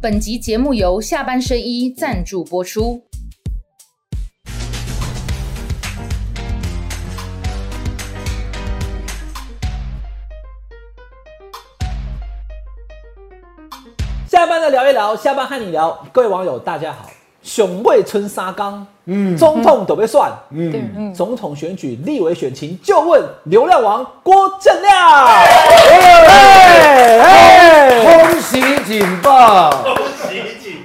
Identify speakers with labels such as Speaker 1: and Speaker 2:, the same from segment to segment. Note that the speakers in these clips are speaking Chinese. Speaker 1: 本集节目由下半身衣赞助播出。
Speaker 2: 下班的聊一聊，下班和你聊，各位网友大家好。熊会村沙冈，嗯，总统都被算，嗯，总统选举、立委选情，就问流量王郭正亮。哎哎，
Speaker 3: 恭喜警报！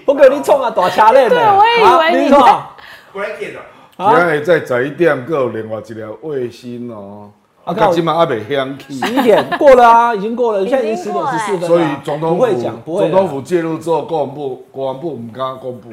Speaker 2: 我给你冲啊，大车嘞！对
Speaker 4: 我也以为你在
Speaker 2: 啊，
Speaker 5: 关键哦，
Speaker 3: 今仔日在十一点，还有另外一条卫星哦，啊，到今晚还未响起，
Speaker 2: 十一点过了啊，已经过了，现在已经十
Speaker 4: 经
Speaker 2: 点
Speaker 4: 过
Speaker 2: 十
Speaker 4: 了哎
Speaker 2: 四分了。啊
Speaker 3: 所以总
Speaker 2: 不
Speaker 3: 统府
Speaker 2: 会讲，不会
Speaker 3: 总
Speaker 2: 啦。
Speaker 3: 统府介入之后，国防部国防部唔敢公 布，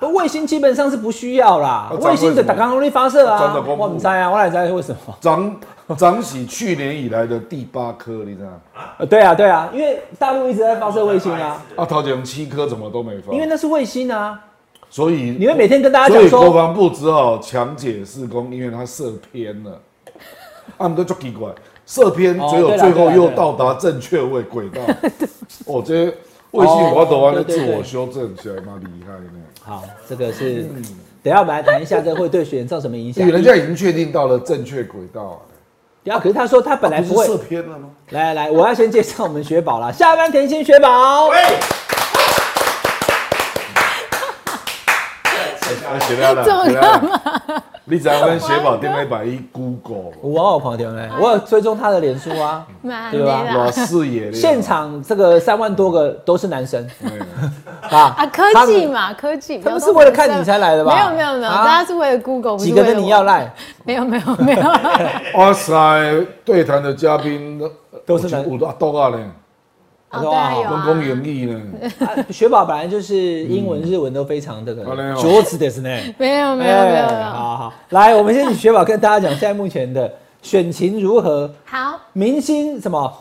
Speaker 2: 不卫星基本上是不需要啦
Speaker 3: 啊，
Speaker 2: 卫星的打刚容易发射
Speaker 3: 真的
Speaker 2: 啊
Speaker 3: 公，布
Speaker 2: 我不知道啊，我哪知道为什么？
Speaker 3: 长长喜去年以来的第八颗，你知道吗？
Speaker 2: 呃，对啊，对啊，因为大陆一直在发射卫星啊，
Speaker 3: 啊，桃前七颗怎么都没发，
Speaker 2: 因为那是卫星啊，
Speaker 3: 所以
Speaker 2: 你会每天跟大家
Speaker 3: 所
Speaker 2: 讲
Speaker 3: 以国
Speaker 2: 说，
Speaker 3: 防部只好强解释公，因为他射偏了。啊，们都就奇怪，射偏只
Speaker 2: 哦
Speaker 3: 有
Speaker 2: 对啦
Speaker 3: 最
Speaker 2: 对
Speaker 3: 后
Speaker 2: 啦
Speaker 3: 又
Speaker 2: 对啦
Speaker 3: 到达正确位轨 道。我觉得卫星我都完了，
Speaker 2: 对
Speaker 3: 自
Speaker 2: 对对
Speaker 3: 我修正起来蛮厉害的。
Speaker 2: 好，这个是，等一下我们来谈一下这个会对选人造成什么影响
Speaker 3: 因为。人家已经确定到了正确轨道
Speaker 2: 然后可是他说他本
Speaker 3: 啊，
Speaker 2: 来不
Speaker 3: 不是
Speaker 2: 会，
Speaker 3: 射偏了吗？
Speaker 2: 来来来，我要先介绍我们雪宝啦，下班甜心雪宝，
Speaker 5: 喂，
Speaker 3: 啊，写 了啦，写了啦。你知道我们写宝顶礼拜一 Google 哦
Speaker 2: 我有看到没？我有追踪他的脸书啊，
Speaker 4: 妈
Speaker 2: 对吧
Speaker 3: 嘛，哇，视野的
Speaker 2: 现。场这个三万多个都是男生
Speaker 3: 哎
Speaker 2: 啊
Speaker 4: 啊，科技嘛，科技，
Speaker 2: 他们
Speaker 4: 不要
Speaker 2: 是
Speaker 4: 说
Speaker 2: 为了
Speaker 4: 本
Speaker 2: 看
Speaker 4: 身
Speaker 2: 你才来的吧
Speaker 4: 没有没有没有，
Speaker 2: 啊
Speaker 4: 大家是为了 Google，不是
Speaker 2: 几个
Speaker 4: 为了
Speaker 2: 跟你
Speaker 4: 我
Speaker 2: 要？赖，
Speaker 4: 没有没有 没有，
Speaker 3: 哇塞，对谈的嘉宾
Speaker 2: 都是男
Speaker 3: 有阿多啊呢，
Speaker 4: 哦对啊有
Speaker 3: 拢
Speaker 4: 啊
Speaker 3: 讲英语呢。
Speaker 2: 啊雪宝本来就是英文、日文都非常这个
Speaker 3: 嗯好嘞哦
Speaker 2: 卓子的是呢。
Speaker 4: 没有没有没有没
Speaker 2: 哎
Speaker 4: 有。
Speaker 2: 好好，来，我们先请雪宝跟大家讲现在目前的选情如何，
Speaker 4: 好，
Speaker 2: 明星什么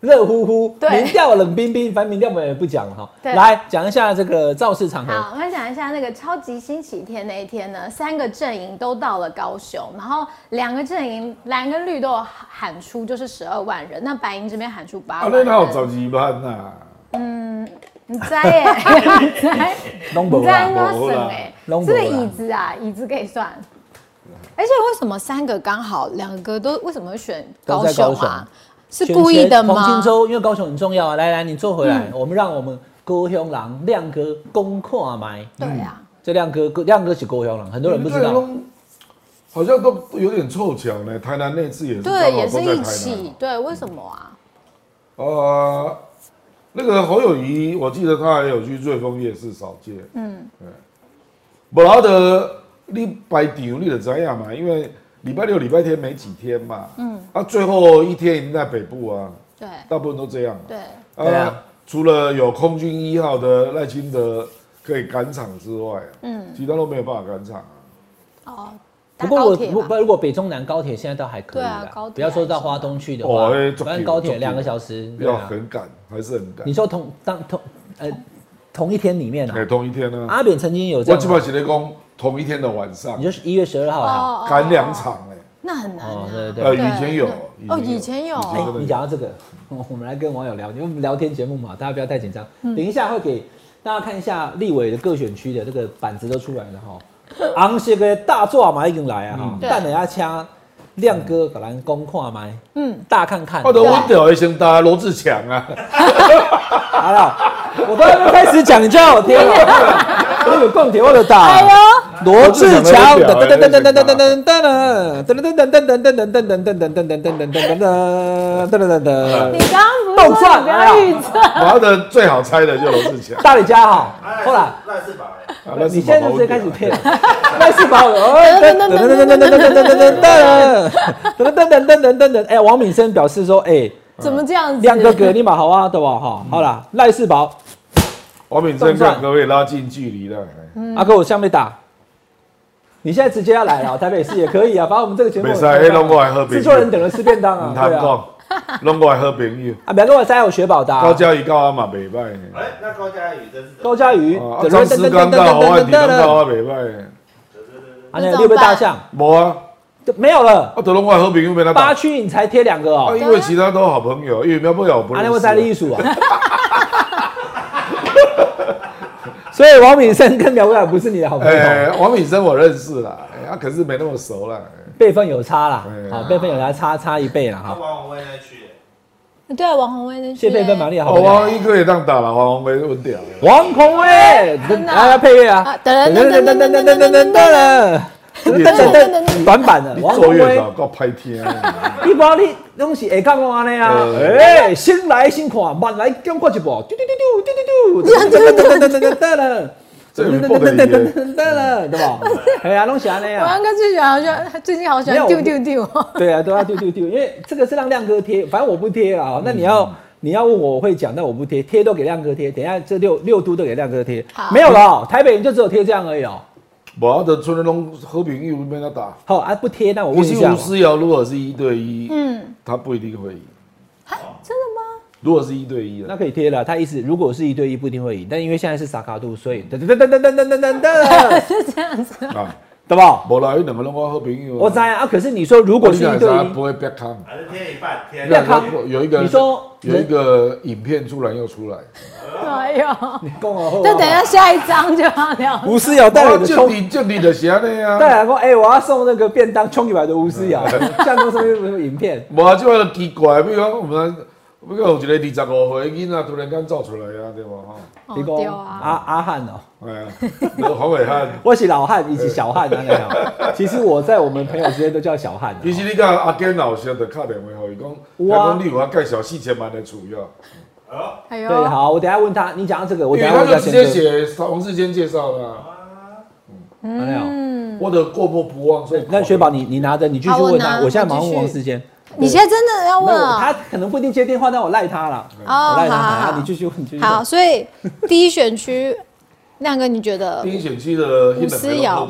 Speaker 2: 热乎乎，
Speaker 4: 对
Speaker 2: 民调冷冰冰，反正民调我们也不讲了哈。
Speaker 4: 对
Speaker 2: 来讲一下这个造势场合，
Speaker 4: 好，我们讲一下那个超级星期天那一天呢，三个阵营都到了高雄，然后两个阵营蓝跟绿都有喊出就是十二万人，那白银这边喊出八
Speaker 3: 啊，
Speaker 4: 万
Speaker 3: 你
Speaker 4: 人。
Speaker 3: 哪有十二万呐？
Speaker 4: 你在耶， 你在，
Speaker 2: 拢
Speaker 4: 你
Speaker 2: 无
Speaker 4: 在
Speaker 2: 啦
Speaker 4: 应该省哎，
Speaker 2: 拢
Speaker 4: 这
Speaker 2: 没啦
Speaker 4: 个椅子啊，椅子可以算。而且为什么三个刚好，两个都为什么会选高雄
Speaker 2: 都在高
Speaker 4: 啊？是故意的
Speaker 2: 黄金
Speaker 4: 吗？嗯
Speaker 2: 周因为高雄很重要啊，来来，你坐回来，我们让我们高雄郎亮哥公看麦。
Speaker 4: 对啊，
Speaker 2: 这亮哥，亮哥是高雄郎，很多人不知
Speaker 3: 你们这
Speaker 2: 道。
Speaker 3: 个拢好像都有点凑巧呢。台南那次也是，
Speaker 4: 对，也是
Speaker 3: 刚好都在
Speaker 4: 一
Speaker 3: 台南
Speaker 4: 起。对，为什么啊？
Speaker 3: 呃，那个侯友谊，我记得他还有去瑞丰夜市扫街。嗯，对。布拉德，你摆场你的怎样嘛？因为礼拜六、礼拜天没几天嘛。嗯。啊，最后一天一定在北部啊，
Speaker 4: 对
Speaker 3: 大部分都这样嘛。
Speaker 4: 对，
Speaker 2: 对啊
Speaker 3: 除了有空军一号的赖清德可以赶场之外、嗯，其他都没有办法赶场啊。
Speaker 4: 哦，
Speaker 2: 不
Speaker 4: 搭
Speaker 2: 过
Speaker 4: 高
Speaker 2: 我
Speaker 4: 铁
Speaker 2: 不
Speaker 4: 吧
Speaker 2: 不，如果北中南高铁现在倒还可以
Speaker 4: 对
Speaker 2: 啦
Speaker 4: 啊高，铁
Speaker 2: 不要说到花东去的话
Speaker 3: 哦哎，
Speaker 2: 反正高
Speaker 3: 坐
Speaker 2: 铁
Speaker 3: 地
Speaker 2: 两个小时。对
Speaker 3: 要
Speaker 2: 啊
Speaker 3: 很赶，还是很赶
Speaker 2: 你。说同当同呃同一天里面
Speaker 3: 哎，
Speaker 2: 啊，
Speaker 3: 同一天呢、
Speaker 2: 阿扁曾经有这
Speaker 3: 我基本
Speaker 2: 样，
Speaker 3: 上写的工同一天的晚上
Speaker 2: 你，就是一月十二号啊。
Speaker 4: 哦
Speaker 3: 赶两场哎、
Speaker 4: 那很难啊
Speaker 2: 哦，对对
Speaker 3: 呃，
Speaker 4: 对
Speaker 3: 以前有，
Speaker 4: 哦以前有
Speaker 3: 以
Speaker 2: 哎
Speaker 3: 真的
Speaker 2: 你讲到这个， 我们来跟网友聊，因为我们聊天节目嘛，大家不要太紧张。
Speaker 4: 嗯
Speaker 2: 等一下会给大家看一下立委的各选区的这个板子都出来了哈。昂是个大壮嘛已经来啊哈，
Speaker 4: 对
Speaker 2: 但等一下掐亮哥给咱公看麦，
Speaker 4: 嗯，
Speaker 2: 大看看。
Speaker 3: 嗯哦我的温屌一声大罗志强啊，
Speaker 2: 好了，我都还没开始讲，你就要我听了。我有共铁我的打。哎呦，罗志强，噔噔噔噔噔噔噔噔噔噔噔噔噔噔噔噔噔噔噔噔噔噔噔噔噔噔噔噔
Speaker 4: 你
Speaker 2: 噔。
Speaker 4: 刚刚不是说你不
Speaker 2: 哎。
Speaker 4: 要预测？
Speaker 3: 我的最好猜的就是罗志强
Speaker 2: 大理家好，
Speaker 5: 哎
Speaker 2: 后来
Speaker 5: 那是吧？
Speaker 3: 啊那是
Speaker 2: 你现在
Speaker 3: 毛
Speaker 2: 就
Speaker 3: 毛
Speaker 2: 直接
Speaker 3: 屌
Speaker 2: 开始骗，那是把我噔噔噔噔噔噔噔噔噔噔噔噔噔噔噔噔。哎，王敏生表示说，哎，
Speaker 4: 怎么这样子？
Speaker 2: 亮哥哥，你蛮好啊，对吧？哈，好啦，赖世宝，
Speaker 3: 王敏
Speaker 2: 动
Speaker 3: 生
Speaker 2: 算
Speaker 3: 看可不可以拉近距离了？哎
Speaker 2: 阿哥，我下面打。你现在直接要来了， 台北市也可以啊，反正我们这个节目
Speaker 3: 没
Speaker 2: 很
Speaker 3: 事，
Speaker 2: 开放啊。
Speaker 3: 黑龙过来喝
Speaker 2: 制
Speaker 3: 朋
Speaker 2: 作人
Speaker 3: 友，
Speaker 2: 等了吃便当啊
Speaker 3: 唔，贪
Speaker 2: 对啊。
Speaker 3: 讲，拢过来喝朋友。
Speaker 2: 啊，不要跟我塞有雪宝的啊。
Speaker 3: 高嘉瑜到阿嘛袂歹呢，
Speaker 5: 哎，那高佳宇真是
Speaker 2: 高嘉瑜
Speaker 3: 啊，张思刚到侯汉廷到阿袂歹呢。
Speaker 2: 啊，那个六个大象
Speaker 3: 无啊，
Speaker 2: 都没有了，
Speaker 3: 啊，都拢过来喝朋友没他
Speaker 2: 八
Speaker 3: 打。
Speaker 2: 区你才贴两个
Speaker 3: 啊，
Speaker 2: 哦。
Speaker 3: 因为其他都好朋友，因为苗博雅我不
Speaker 2: 啊，
Speaker 3: 认
Speaker 2: 那
Speaker 3: 识。
Speaker 2: 我塞了艺术啊。以王敏生跟苗博雅不是你的好朋友，
Speaker 3: 哎，王敏生我认识啦，哎，啊，可是没那么熟啦。哎
Speaker 2: 辈分有差啦，
Speaker 3: 哎
Speaker 2: 好，辈分有差，差差一倍啦，
Speaker 5: 那
Speaker 2: 哈。
Speaker 5: 啊王宏威那去，
Speaker 4: 对啊，王宏威那
Speaker 2: 谢辈分玛
Speaker 4: 丽
Speaker 2: 丽好
Speaker 3: 哦，
Speaker 2: 朋友。
Speaker 3: 王一哥也当打了，王没问掉。
Speaker 2: 王宏威，
Speaker 4: 真的啊
Speaker 2: 来来配乐啊
Speaker 4: 啊！噔噔噔噔噔噔噔噔噔
Speaker 2: 噔噔噔噔，短版的王
Speaker 3: 坐
Speaker 2: 宏
Speaker 3: 月
Speaker 2: 威，
Speaker 3: 嫂够啊拍天，
Speaker 2: 你把你东西会讲安尼啊？哎，先来先看，慢来先看一步，丢丢丢丢丢丢丢，噔噔噔噔噔噔噔，噔噔噔噔噔噔噔，对吧？哎呀，拢是安尼
Speaker 4: 我
Speaker 2: 啊
Speaker 4: 刚。刚最喜欢，就最近好喜
Speaker 2: 没有
Speaker 4: 欢
Speaker 2: 我
Speaker 4: 丢丢丢哦。
Speaker 2: 对啊，都要丢丢丢，因为这个是让亮哥贴，反正我不贴啊。那你要你要问我，我会讲，但我不贴，贴都给亮哥贴。等一下这六六都都给亮哥贴，
Speaker 4: 好
Speaker 2: 没有了哦、台北人就只有贴这样而已哦、
Speaker 3: 我的村龙和平义务被他打。
Speaker 2: 好啊，不贴那我
Speaker 3: 吴
Speaker 2: 问一
Speaker 3: 西
Speaker 2: 下
Speaker 3: 吴
Speaker 2: 嘛，
Speaker 3: 思瑶如果是一对一，
Speaker 4: 嗯，啊
Speaker 3: 他不一定会赢。
Speaker 4: 真的吗？
Speaker 3: 如果是一对一
Speaker 2: 哦那
Speaker 3: 了，
Speaker 2: 可以贴了。他意思如果是一对一不一定会赢，但因为现在是萨卡度，所以噔噔噔噔噔噔噔噔噔，
Speaker 4: 是这样子。
Speaker 3: 啊，
Speaker 2: 对吧？
Speaker 3: 无啦，有两个拢我好朋友啊。
Speaker 2: 我知啊，啊可是你说如果是
Speaker 3: 我
Speaker 2: 一
Speaker 3: 跟你
Speaker 2: 对
Speaker 3: 讲啥
Speaker 2: 一，
Speaker 3: 不会被看。
Speaker 5: 还是啊天一半天一
Speaker 2: 要
Speaker 5: 半。
Speaker 2: 看
Speaker 3: 有一个
Speaker 2: 你说
Speaker 3: 有一个影片出来又出来，
Speaker 4: 哎呦，
Speaker 2: 共和后
Speaker 4: 就等一下下一章就要聊。
Speaker 2: 吴思瑶带来
Speaker 3: 哇
Speaker 2: 的
Speaker 3: 就
Speaker 2: 冲。
Speaker 3: 你就你的鞋的呀，
Speaker 2: 带来说，哎、我要送那个便当冲一百的吴思瑶，啊 像那什么什么影片，
Speaker 3: 无即个奇怪，比如讲我们，比如讲有一个二十五岁的囡仔突然间走出来啊，对无吼？
Speaker 4: 哦
Speaker 2: 你
Speaker 4: 对
Speaker 2: 讲
Speaker 4: 啊，
Speaker 2: 阿阿汉哦，
Speaker 3: 哎 呀，那黄伟汉，
Speaker 2: 我是老汉，以及小汉啊那样。其实我在我们朋友之间都叫小汉啊。
Speaker 3: 其实你甲阿坚老师就敲电话互伊讲，
Speaker 2: 有啊
Speaker 3: 我讲你有法介绍四千万的厝哟，
Speaker 5: 哦，
Speaker 4: 哎
Speaker 2: 对，
Speaker 4: 呦，
Speaker 2: 好，我等一下问他，你讲到这个，我
Speaker 3: 因
Speaker 2: 等
Speaker 3: 为
Speaker 2: 一下问
Speaker 3: 他
Speaker 2: 一下
Speaker 3: 就直接
Speaker 2: 先生。
Speaker 3: 写黄世坚介绍啦，
Speaker 2: 哎呦
Speaker 4: 嗯，
Speaker 3: 我的过目不忘，所以
Speaker 2: 那雪宝，你你拿着，你继续
Speaker 4: 好我
Speaker 2: 问他。
Speaker 4: 拿
Speaker 2: 我现在马上
Speaker 4: 我继
Speaker 2: 问
Speaker 4: 续
Speaker 2: 王世坚。
Speaker 4: 你现在真的要
Speaker 2: 那
Speaker 4: 问
Speaker 2: 我
Speaker 4: 啊
Speaker 2: 他？可能不一定接电话，但我赖他了。
Speaker 4: 哦
Speaker 2: 我赖他
Speaker 4: 好好
Speaker 2: 他，
Speaker 4: 好
Speaker 2: 你继续问，你继续问。
Speaker 4: 好，所以第一选区，亮哥，你觉得
Speaker 3: 第一选区的
Speaker 4: 吴思瑶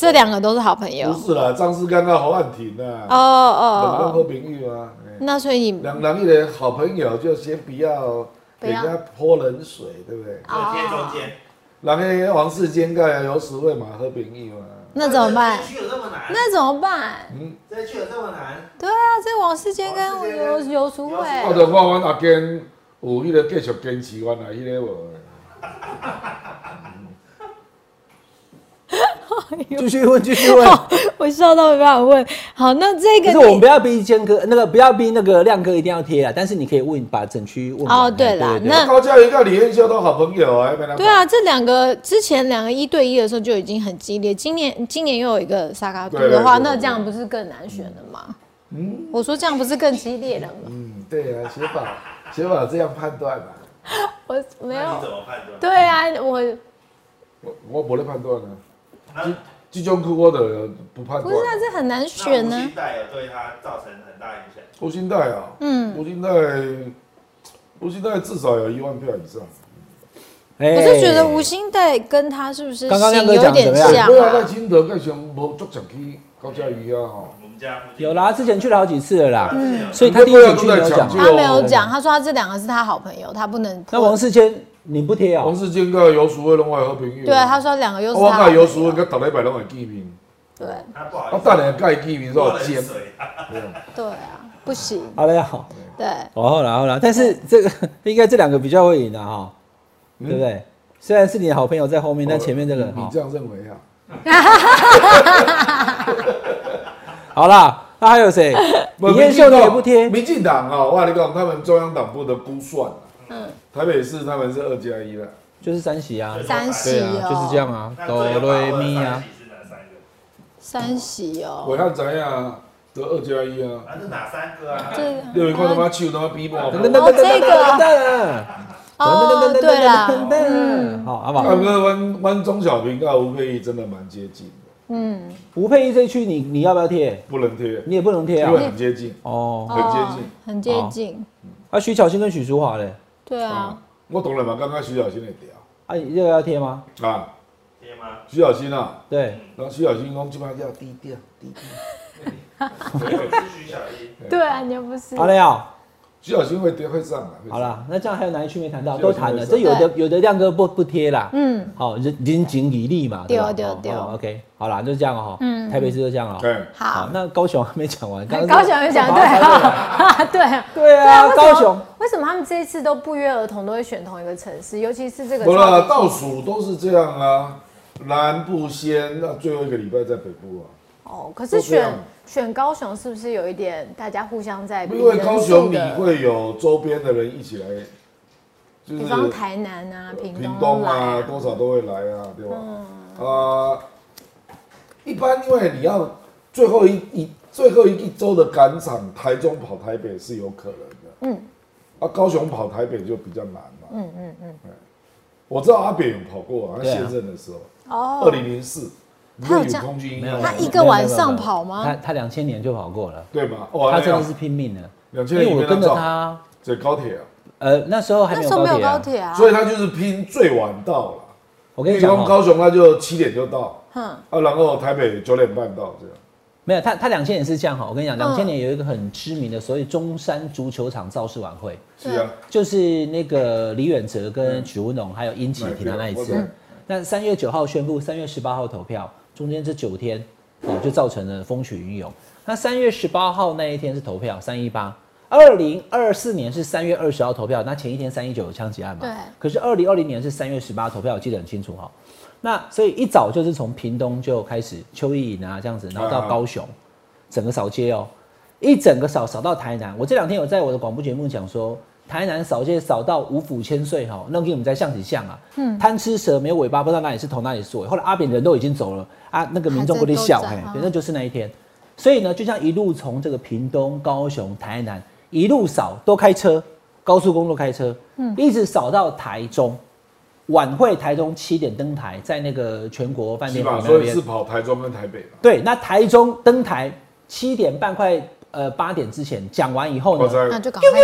Speaker 3: 那两个都好朋友没
Speaker 4: 这两个都是好朋友？
Speaker 3: 错不是啦，张思刚刚侯汉廷
Speaker 4: 哦
Speaker 3: 啊，两个都
Speaker 4: 哦
Speaker 3: 好
Speaker 4: 哦，
Speaker 3: 朋友啊，哎
Speaker 4: 那所以你
Speaker 3: 两人一个好朋友就先不要给人家泼冷水，对不对？
Speaker 5: 就贴中
Speaker 4: 哦
Speaker 5: 间。
Speaker 3: 人家王世坚盖有十位马和平义嘛，
Speaker 4: 那怎么办
Speaker 5: 这？哎区有这么难？
Speaker 4: 那怎么办？
Speaker 5: 这区有这么难？
Speaker 4: 对啊，这王世坚跟
Speaker 5: 王世坚
Speaker 4: 游
Speaker 5: 跟
Speaker 4: 游淑慧，
Speaker 3: 我就看阮阿坚有迄个继续坚持阮啊，迄个无。
Speaker 2: 继续问，继续问。
Speaker 4: 我笑到没办法问。好，哦那这
Speaker 2: 可
Speaker 4: 个
Speaker 2: 是我们不
Speaker 4: 你
Speaker 2: 要逼坚哥，那个不要逼那个亮哥一定要贴啊，但是你可以问，把整区问完哎
Speaker 4: 哦对啦
Speaker 2: 对
Speaker 4: 那
Speaker 3: 高嘉瑜跟李彦秀都好朋友啊，没
Speaker 4: 对啊，这两个之前两个一对一的时候就已经很激烈，今年今年又有一个萨卡杜
Speaker 3: 对对
Speaker 4: 的话，
Speaker 3: 对对
Speaker 4: 那这样不是更难选了吗？嗯，我说这样不是更激烈了吗？
Speaker 3: 嗯，对啊，学法学法这样判断啊，
Speaker 4: 我没
Speaker 5: 那你
Speaker 4: 有
Speaker 5: 怎，么判断？
Speaker 4: 对啊，我
Speaker 3: 我我无咧判断啊，
Speaker 5: 那
Speaker 3: 这种苦我就不判
Speaker 4: 不是啊，
Speaker 3: 断。
Speaker 4: 这很难
Speaker 5: 那
Speaker 4: 选
Speaker 5: 吴
Speaker 4: 呢、
Speaker 5: 信代有对他造成很大影响。
Speaker 3: 吴兴代啊，
Speaker 4: 嗯
Speaker 3: 吴兴代，吴兴代至少有一万票以上。
Speaker 2: 哎
Speaker 4: 我是觉得吴兴代跟他是不是
Speaker 2: 刚刚亮
Speaker 4: 型
Speaker 2: 哥
Speaker 4: 有
Speaker 2: 讲得
Speaker 4: 点
Speaker 2: 怎么
Speaker 4: 像
Speaker 2: 样
Speaker 3: 对啊，赖
Speaker 4: 啊？
Speaker 3: 清德更想无足上去高嘉瑜啊吼。
Speaker 5: 我们家附近
Speaker 2: 有啦，之前去了好几次了啦，
Speaker 5: 嗯
Speaker 2: 所以他第一选区没有讲。啊
Speaker 3: 他
Speaker 4: 他没有讲，他说他这两个是他好朋友，他不能
Speaker 2: 那王世坚你不贴啊
Speaker 4: 嗯
Speaker 3: 王？世坚跟游淑慧拢我的好朋友。
Speaker 4: 对啊，他说两个又是
Speaker 3: 我
Speaker 4: 他好
Speaker 3: 甲
Speaker 4: 朋
Speaker 3: 游淑慧
Speaker 4: 友，
Speaker 3: 跟逐礼拜拢会见面，
Speaker 4: 对
Speaker 5: 啊他不好
Speaker 3: 我
Speaker 2: 哦
Speaker 5: 意思，
Speaker 3: 等下甲伊见面
Speaker 5: 泼
Speaker 3: 煞
Speaker 5: 冷
Speaker 3: 尖。
Speaker 5: 水啊。
Speaker 4: 对啊，不行，
Speaker 2: 好了，好，
Speaker 4: 对，
Speaker 2: 哦，然后啦，但是这个应该这两个比较会赢的啊哈，
Speaker 4: 嗯
Speaker 2: 对不对？虽然是你的好朋友在后面，但前面这个哦
Speaker 3: 你
Speaker 2: 哈
Speaker 3: 你这样认为啊？
Speaker 2: 好啦，那还有 谁？李彦秀你也不贴，
Speaker 3: 民进党啊，我跟你讲，他们中央党部的估算，嗯，台北市他们是二加一了，
Speaker 2: 就是三喜啊，
Speaker 4: 三
Speaker 2: 对
Speaker 4: 喜
Speaker 2: 啊，
Speaker 4: 哦，
Speaker 2: 就是这样啊，
Speaker 5: 那
Speaker 2: 哆
Speaker 5: 最有把
Speaker 2: 瑞
Speaker 5: 握的
Speaker 2: 咪
Speaker 5: 三
Speaker 2: 啊，
Speaker 5: 喜是哪三个？
Speaker 4: 三喜
Speaker 3: 我
Speaker 4: 哦，
Speaker 3: 看怎样得二加一啊？
Speaker 5: 那是哪三个啊？
Speaker 4: 这
Speaker 3: 六一看他妈手他妈逼爆，
Speaker 2: 噔噔噔噔噔
Speaker 4: 这个
Speaker 2: 噔噔。
Speaker 4: 哦，对啦，
Speaker 2: 嗯，好，好不
Speaker 3: 大
Speaker 2: 好？
Speaker 3: 哥湾湾中小平跟吴佩仪真的蛮接近的，
Speaker 4: 嗯，
Speaker 2: 吴佩仪这一区你你要不要贴？
Speaker 3: 不能贴，
Speaker 2: 你也不能贴
Speaker 3: 因
Speaker 2: 啊
Speaker 3: 为。很接近。
Speaker 2: 哦，
Speaker 3: 很接近哦
Speaker 4: 哦，很接近，
Speaker 2: 啊，徐巧芯跟许淑华嘞，
Speaker 4: 对啊，
Speaker 3: 我懂了嘛，刚刚徐小新也聊
Speaker 2: 啊，这个要贴吗？
Speaker 3: 啊，
Speaker 5: 贴吗？
Speaker 3: 徐小新啊，
Speaker 2: 对，
Speaker 3: 然后徐小新讲基本上要低调低调，
Speaker 5: 我有是徐小一，
Speaker 4: 对啊，你又不是
Speaker 2: 阿，雷啊，
Speaker 3: 徐小新会跌会上来。会上
Speaker 2: 好啦，那这样还有哪一区没谈到？
Speaker 3: 只
Speaker 2: 都
Speaker 3: 有
Speaker 2: 谈了，
Speaker 3: 这
Speaker 2: 这
Speaker 3: 个
Speaker 2: 有的
Speaker 4: 对
Speaker 2: 有的亮哥不不贴啦，
Speaker 4: 嗯，
Speaker 2: 好，人人情以利嘛，吧
Speaker 4: 对
Speaker 2: 哦
Speaker 4: 对
Speaker 2: 哦，OK，好啦，就这样哦，嗯，台北市就这样了，
Speaker 3: 对，
Speaker 4: 好，
Speaker 2: 那高雄还没讲完，刚刚
Speaker 4: 高雄有讲对啊， 对啊，
Speaker 2: 对啊
Speaker 4: 为什么
Speaker 2: 高雄
Speaker 4: 为什么他们这一次都不约而同都会选同一个城市，尤其是这个
Speaker 3: 不
Speaker 4: 超
Speaker 3: 啦，
Speaker 4: 级
Speaker 3: 倒数都是这样啊，南部先，那最后一个礼拜在北部啊。
Speaker 4: 哦，可是
Speaker 3: 都这样
Speaker 4: 选选高雄是不是有一点大家互相在比
Speaker 3: 因为高雄你
Speaker 4: 人数的
Speaker 3: 会有周边的人一起来，就
Speaker 4: 比
Speaker 3: 是
Speaker 4: 方台南啊、屏
Speaker 3: 屏
Speaker 4: 东
Speaker 3: 东
Speaker 4: 来嗯
Speaker 3: 啊，多少都会来啊，对吧？啊，一般因为你要最后一一最后一一周的赶场，台中跑台北是有可能的，嗯，啊，高雄跑台北就比较难嘛，嗯嗯嗯，我知道阿扁有跑过啊，他
Speaker 2: 对啊
Speaker 3: 现任的时候，二
Speaker 4: 哦，
Speaker 3: 零零四，你
Speaker 4: 他有
Speaker 3: 有
Speaker 4: 这样
Speaker 3: 空军啊
Speaker 2: 没
Speaker 3: 英
Speaker 2: 有
Speaker 3: 号
Speaker 4: 他
Speaker 3: 吗
Speaker 4: 一个晚上跑吗
Speaker 2: 他他两千年就跑过了，
Speaker 3: 对吗？哇，
Speaker 2: 他
Speaker 3: 那
Speaker 2: 真
Speaker 3: 要
Speaker 2: 的是拼命的，
Speaker 3: 两
Speaker 2: 因
Speaker 3: 千
Speaker 2: 为
Speaker 3: 里
Speaker 2: 我
Speaker 3: 面那
Speaker 2: 跟着
Speaker 3: 照，
Speaker 2: 他，
Speaker 3: 这高铁啊，
Speaker 2: 呃，那时候还
Speaker 4: 那
Speaker 2: 没
Speaker 4: 时
Speaker 2: 有
Speaker 4: 候没有高
Speaker 2: 高铁啊，
Speaker 4: 铁啊，
Speaker 3: 所以他就是拼最晚到了。
Speaker 2: 我跟
Speaker 3: 跟
Speaker 2: 你
Speaker 3: 你
Speaker 2: 讲
Speaker 3: 讲、
Speaker 2: 哦，
Speaker 3: 高雄他就七点就到，
Speaker 4: 哼，
Speaker 3: 啊，然后台北九点半到这样。
Speaker 2: 没有，他他两千年是这样哈，我跟你讲，
Speaker 4: 嗯
Speaker 2: 两千年有一个很知名的，所谓中山足球场造势晚会，
Speaker 3: 是啊，
Speaker 2: 就是那个李远哲跟许文龙还有殷启平的那一
Speaker 3: 嗯
Speaker 2: 次
Speaker 3: 嗯。
Speaker 2: 那三月九号宣布，三月十八号投票，中间这九天哦，就造成了风起云涌。那三月十八号那一天是投票，三一八。二零二四年是三月二十号投票，那前一天三一九有枪击案嘛？
Speaker 4: 对
Speaker 2: 可是二零二零年是三月十八投票，我记得很清楚哈、那所以一早就是从屏东就开始邱意颖啊这样子，然后到
Speaker 3: 啊
Speaker 2: 高雄，整个扫街哦，一整个扫扫到台南。我这两天有在我的广播节目讲说，台南扫街扫到五府千岁哈，那跟我们在象起像啊，
Speaker 4: 嗯
Speaker 2: 贪吃蛇没有尾巴，不知道哪里是头哪里是尾。后来阿扁人都已经走了啊，那个民众不得笑，
Speaker 4: 还在
Speaker 2: 嘿
Speaker 4: 斗争，
Speaker 2: 对
Speaker 4: 嗯
Speaker 2: 那就是那一天。所以呢，就像一路从这个屏东、高雄、台南一路扫，都开车，高速公路开车，一直扫到台中。晚会台中七点登台，在那个全国饭
Speaker 3: 是
Speaker 2: 店
Speaker 3: 吧？
Speaker 2: 旁边那
Speaker 3: 所以
Speaker 2: 边
Speaker 3: 是。跑台中跟台北嘛。
Speaker 2: 对，那台中登台七点半快呃八点之前讲完以后
Speaker 3: 我
Speaker 2: 呢，
Speaker 3: 在
Speaker 4: 那就 赶快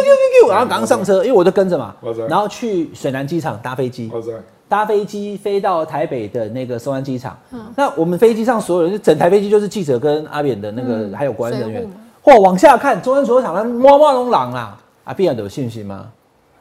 Speaker 2: 然后赶快上车，因为我都跟着嘛
Speaker 3: 哇塞，
Speaker 2: 然后去水南机场搭飞机，
Speaker 3: 我在
Speaker 2: 搭飞机飞到台北的那个松安机场。
Speaker 4: 嗯
Speaker 2: 那我们飞机上所有人，就整台飞机就是记者跟阿扁的那个，还有国安人
Speaker 4: 水
Speaker 2: 员
Speaker 4: 嗯户嘛。
Speaker 2: 嚯，往下看，中央足球场那摸摸龙狼啦，啊阿扁有信心吗？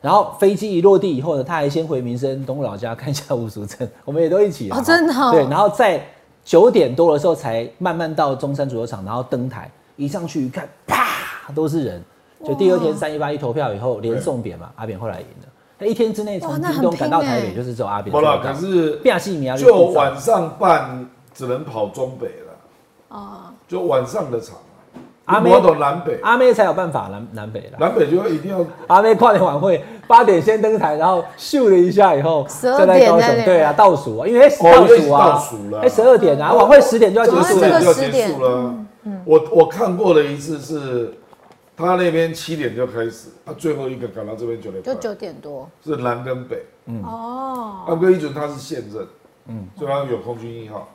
Speaker 2: 然后飞机一落地以后呢，他还先回民生东路老家看一下吴淑珍， 我们也都一起啊
Speaker 4: 哦真的哦
Speaker 2: 对，然后在九点多的时候才慢慢到中山足球场，然后登台，一上去一看，啪，都是人。就第二天三一八一投票以后，连送扁嘛，阿扁后来赢了。那一天之内从
Speaker 4: 哇那很
Speaker 2: 屏东赶到
Speaker 4: 拼
Speaker 2: 台北，
Speaker 4: 欸
Speaker 2: 就是只有阿扁做
Speaker 3: 不啦，
Speaker 2: 得
Speaker 3: 可
Speaker 2: 到。
Speaker 3: 是
Speaker 2: 变戏迷啊，
Speaker 3: 就晚上办只能跑中北了，
Speaker 4: 哦，
Speaker 3: 就晚上的场啊。
Speaker 2: 阿
Speaker 3: 阿
Speaker 2: 妹
Speaker 3: 妹到南北，
Speaker 2: 阿妹才有办法南南北啦。
Speaker 3: 南北就一定要
Speaker 2: 阿妹跨年晚会八点先登台，然后秀了一下以后，
Speaker 4: 12
Speaker 2: 再来高
Speaker 4: 点在那
Speaker 2: 雄
Speaker 4: 里
Speaker 2: 对啊倒数啊，因为
Speaker 3: 哦
Speaker 2: 倒
Speaker 3: 因
Speaker 2: 数
Speaker 3: 为
Speaker 2: 啊，
Speaker 3: 倒数了
Speaker 2: 哎十二点啊，晚会十点就要结
Speaker 4: 哦这
Speaker 2: 束
Speaker 4: 个
Speaker 2: 了。
Speaker 3: 就结束
Speaker 4: 嗯
Speaker 3: 了。我我看过的一次是，他那边七点就开始，他最后一个赶到这边九点
Speaker 4: 就
Speaker 3: 半，
Speaker 4: 九点多
Speaker 3: 是南跟北。
Speaker 2: 嗯
Speaker 4: 哦，
Speaker 3: 安哥一准他是现任，嗯，所以他有空军一号。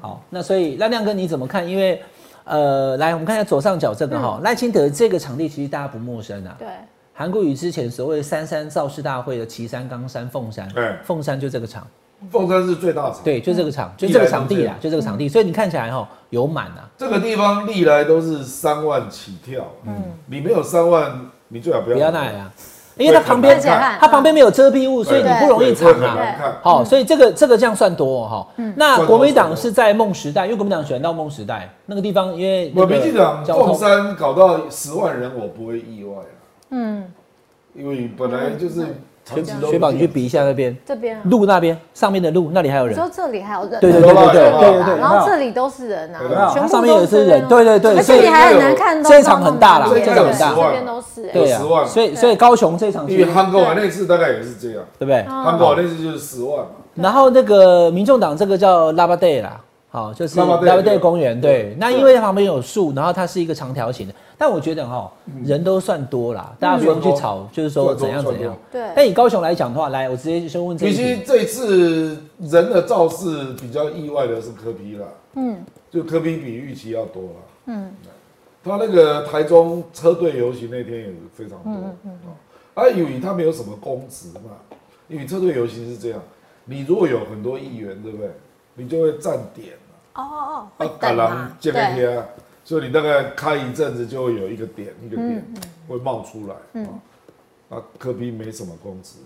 Speaker 2: 好，那所以那亮哥你怎么看？因为呃，来我们看一下左上角这个
Speaker 4: 嗯
Speaker 2: 哈，赖清德这个场地其实大家不陌生啊。
Speaker 4: 对，
Speaker 2: 韩国瑜之前所谓三山造势大会的岐山、冈山、凤山
Speaker 3: 对，
Speaker 2: 凤山就这个场，
Speaker 3: 凤山是最大场，
Speaker 2: 对，就这个场，就
Speaker 3: 历
Speaker 2: 这个
Speaker 3: 来
Speaker 2: 场
Speaker 3: 都
Speaker 2: 地
Speaker 3: 这
Speaker 2: 啦
Speaker 3: 样，
Speaker 2: 就这个场地，所以你看起来哈有满啊。
Speaker 3: 这个地方历来都是三万起跳，嗯，你没有三万，你最好不要
Speaker 2: 不要那里啊，因为它旁边
Speaker 4: 而且看嗯
Speaker 2: 它旁边没有遮蔽物，所以你
Speaker 4: 对
Speaker 2: 不容易藏
Speaker 3: 对会很
Speaker 2: 啊。
Speaker 3: 难看。
Speaker 2: 好、
Speaker 4: 嗯
Speaker 2: 所以这个这个这样算多哦哈、那
Speaker 3: 算多
Speaker 2: 国民党是在梦时代，因为国民党选到梦时代那个地方，因为那
Speaker 3: 我
Speaker 2: 个
Speaker 3: 民进党
Speaker 2: 交
Speaker 3: 凤
Speaker 2: 通，
Speaker 3: 山搞到十万人，我不会意外啊，嗯，因为本来就是长期都
Speaker 2: 嗯雪宝你去比一下那边
Speaker 4: 这边啊
Speaker 2: 路那边上面的路，那里还有
Speaker 4: 你
Speaker 2: 人。
Speaker 4: 说这里还有人，
Speaker 2: 对对对
Speaker 3: 啊
Speaker 2: 对对对对对对，
Speaker 4: 然后这里都是人
Speaker 3: 有没有
Speaker 4: 啊，
Speaker 2: 有
Speaker 4: 全
Speaker 2: 它
Speaker 4: 部
Speaker 2: 上面也
Speaker 4: 都
Speaker 2: 是
Speaker 4: 是
Speaker 2: 人，对对对，
Speaker 4: 而
Speaker 2: 所
Speaker 4: 且
Speaker 2: 以
Speaker 4: 你还很难看到
Speaker 2: 这一场很大啦
Speaker 4: 对
Speaker 3: 这一场很大
Speaker 4: 对这边都是，
Speaker 2: 对
Speaker 4: 哎
Speaker 2: 啊
Speaker 3: 有十万，
Speaker 2: 所以所以高雄这场
Speaker 3: 因为
Speaker 2: 是，
Speaker 3: 韩国那次大概也是这样，
Speaker 2: 对不对？
Speaker 4: 哦嗯
Speaker 3: 韩国那次就是十万嘛，
Speaker 2: 然后那个民众党这个叫拉巴 day 啦，好，就是拉
Speaker 3: Lava
Speaker 2: 巴
Speaker 3: Day，
Speaker 2: day
Speaker 3: 对
Speaker 2: 公园。对，那因为旁边有树，然后它是一个长条形的。但我觉得哈，人都算多啦，大家不用去吵，就是说
Speaker 3: 算多
Speaker 2: 怎样
Speaker 3: 嗯算
Speaker 2: 怎样
Speaker 3: 多。
Speaker 4: 对
Speaker 2: 但以高雄来讲的话，来，我直接先问这
Speaker 3: 其
Speaker 2: 一
Speaker 3: 实
Speaker 2: 题。
Speaker 3: 这一次人的造势比较意外的是科比啦，嗯，就科比比预期要多了，嗯，他那个台中车队游行那天也非常多，嗯嗯啊，以为他没有什么公职嘛，因为车队游行是这样，你如果有很多议员，对不对？你就会站点嘛
Speaker 4: 哦哦，
Speaker 3: 啊
Speaker 4: 会，
Speaker 3: 把
Speaker 4: 等
Speaker 3: 人
Speaker 4: 嘛，
Speaker 3: 接个
Speaker 4: 对，
Speaker 3: 贴，啊所以你大概开一阵子就会有一个点，一个
Speaker 4: 嗯
Speaker 3: 点会冒出来。嗯，那科比没什么公职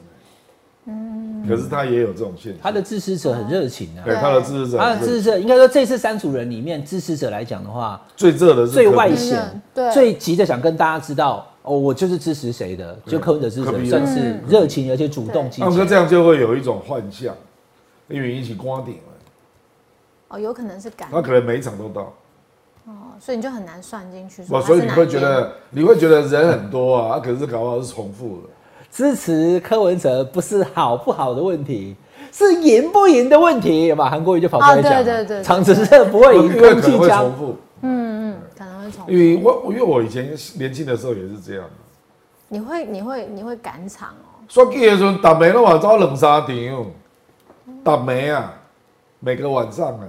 Speaker 3: 嗯，可是他也有这种现象。
Speaker 2: 他的支持者很热情啊，
Speaker 3: 对他的支持者，
Speaker 2: 他的支持者应该说这次三组人里面支持者来讲的话，
Speaker 3: 最热的是
Speaker 2: 最
Speaker 3: 科比
Speaker 2: 外
Speaker 4: 真的
Speaker 2: 显，
Speaker 4: 对
Speaker 2: 最急着想跟大家知道哦，我就是支持谁的，就柯文哲支持
Speaker 3: 科比
Speaker 2: 者
Speaker 3: 啊
Speaker 2: 算是热情而且主动积
Speaker 3: 那哥
Speaker 2: 极
Speaker 3: 这。样就会有一种幻象，因为引起光顶了，
Speaker 4: 哦，有可能是感
Speaker 3: 他
Speaker 4: 染
Speaker 3: 可能每一场都到，
Speaker 4: 哦，所以你就很难算进去。
Speaker 3: 哇，
Speaker 4: 说它
Speaker 3: 所以
Speaker 4: 是
Speaker 3: 你
Speaker 4: 哪
Speaker 3: 会
Speaker 4: 一
Speaker 3: 觉
Speaker 4: 边
Speaker 3: 得你会觉得人很多啊，啊可是搞不好是重复的。
Speaker 2: 支持柯文哲不是好不好的问题，是赢不赢的问题。嘛，韩国瑜就跑出来讲了，
Speaker 4: 哦对对对对
Speaker 2: 长子社不会
Speaker 3: 因
Speaker 2: 赢
Speaker 3: 为
Speaker 2: 空
Speaker 3: 可能
Speaker 2: 气
Speaker 3: 会
Speaker 2: 枪
Speaker 3: 重。复，
Speaker 4: 嗯嗯，可能会重复
Speaker 3: 因。为我因为我以前年轻的时候也是这样，
Speaker 4: 你会你会你会赶场哦，
Speaker 3: 说记的时候打梅的晚早两三场，打梅啊，每个晚上哎、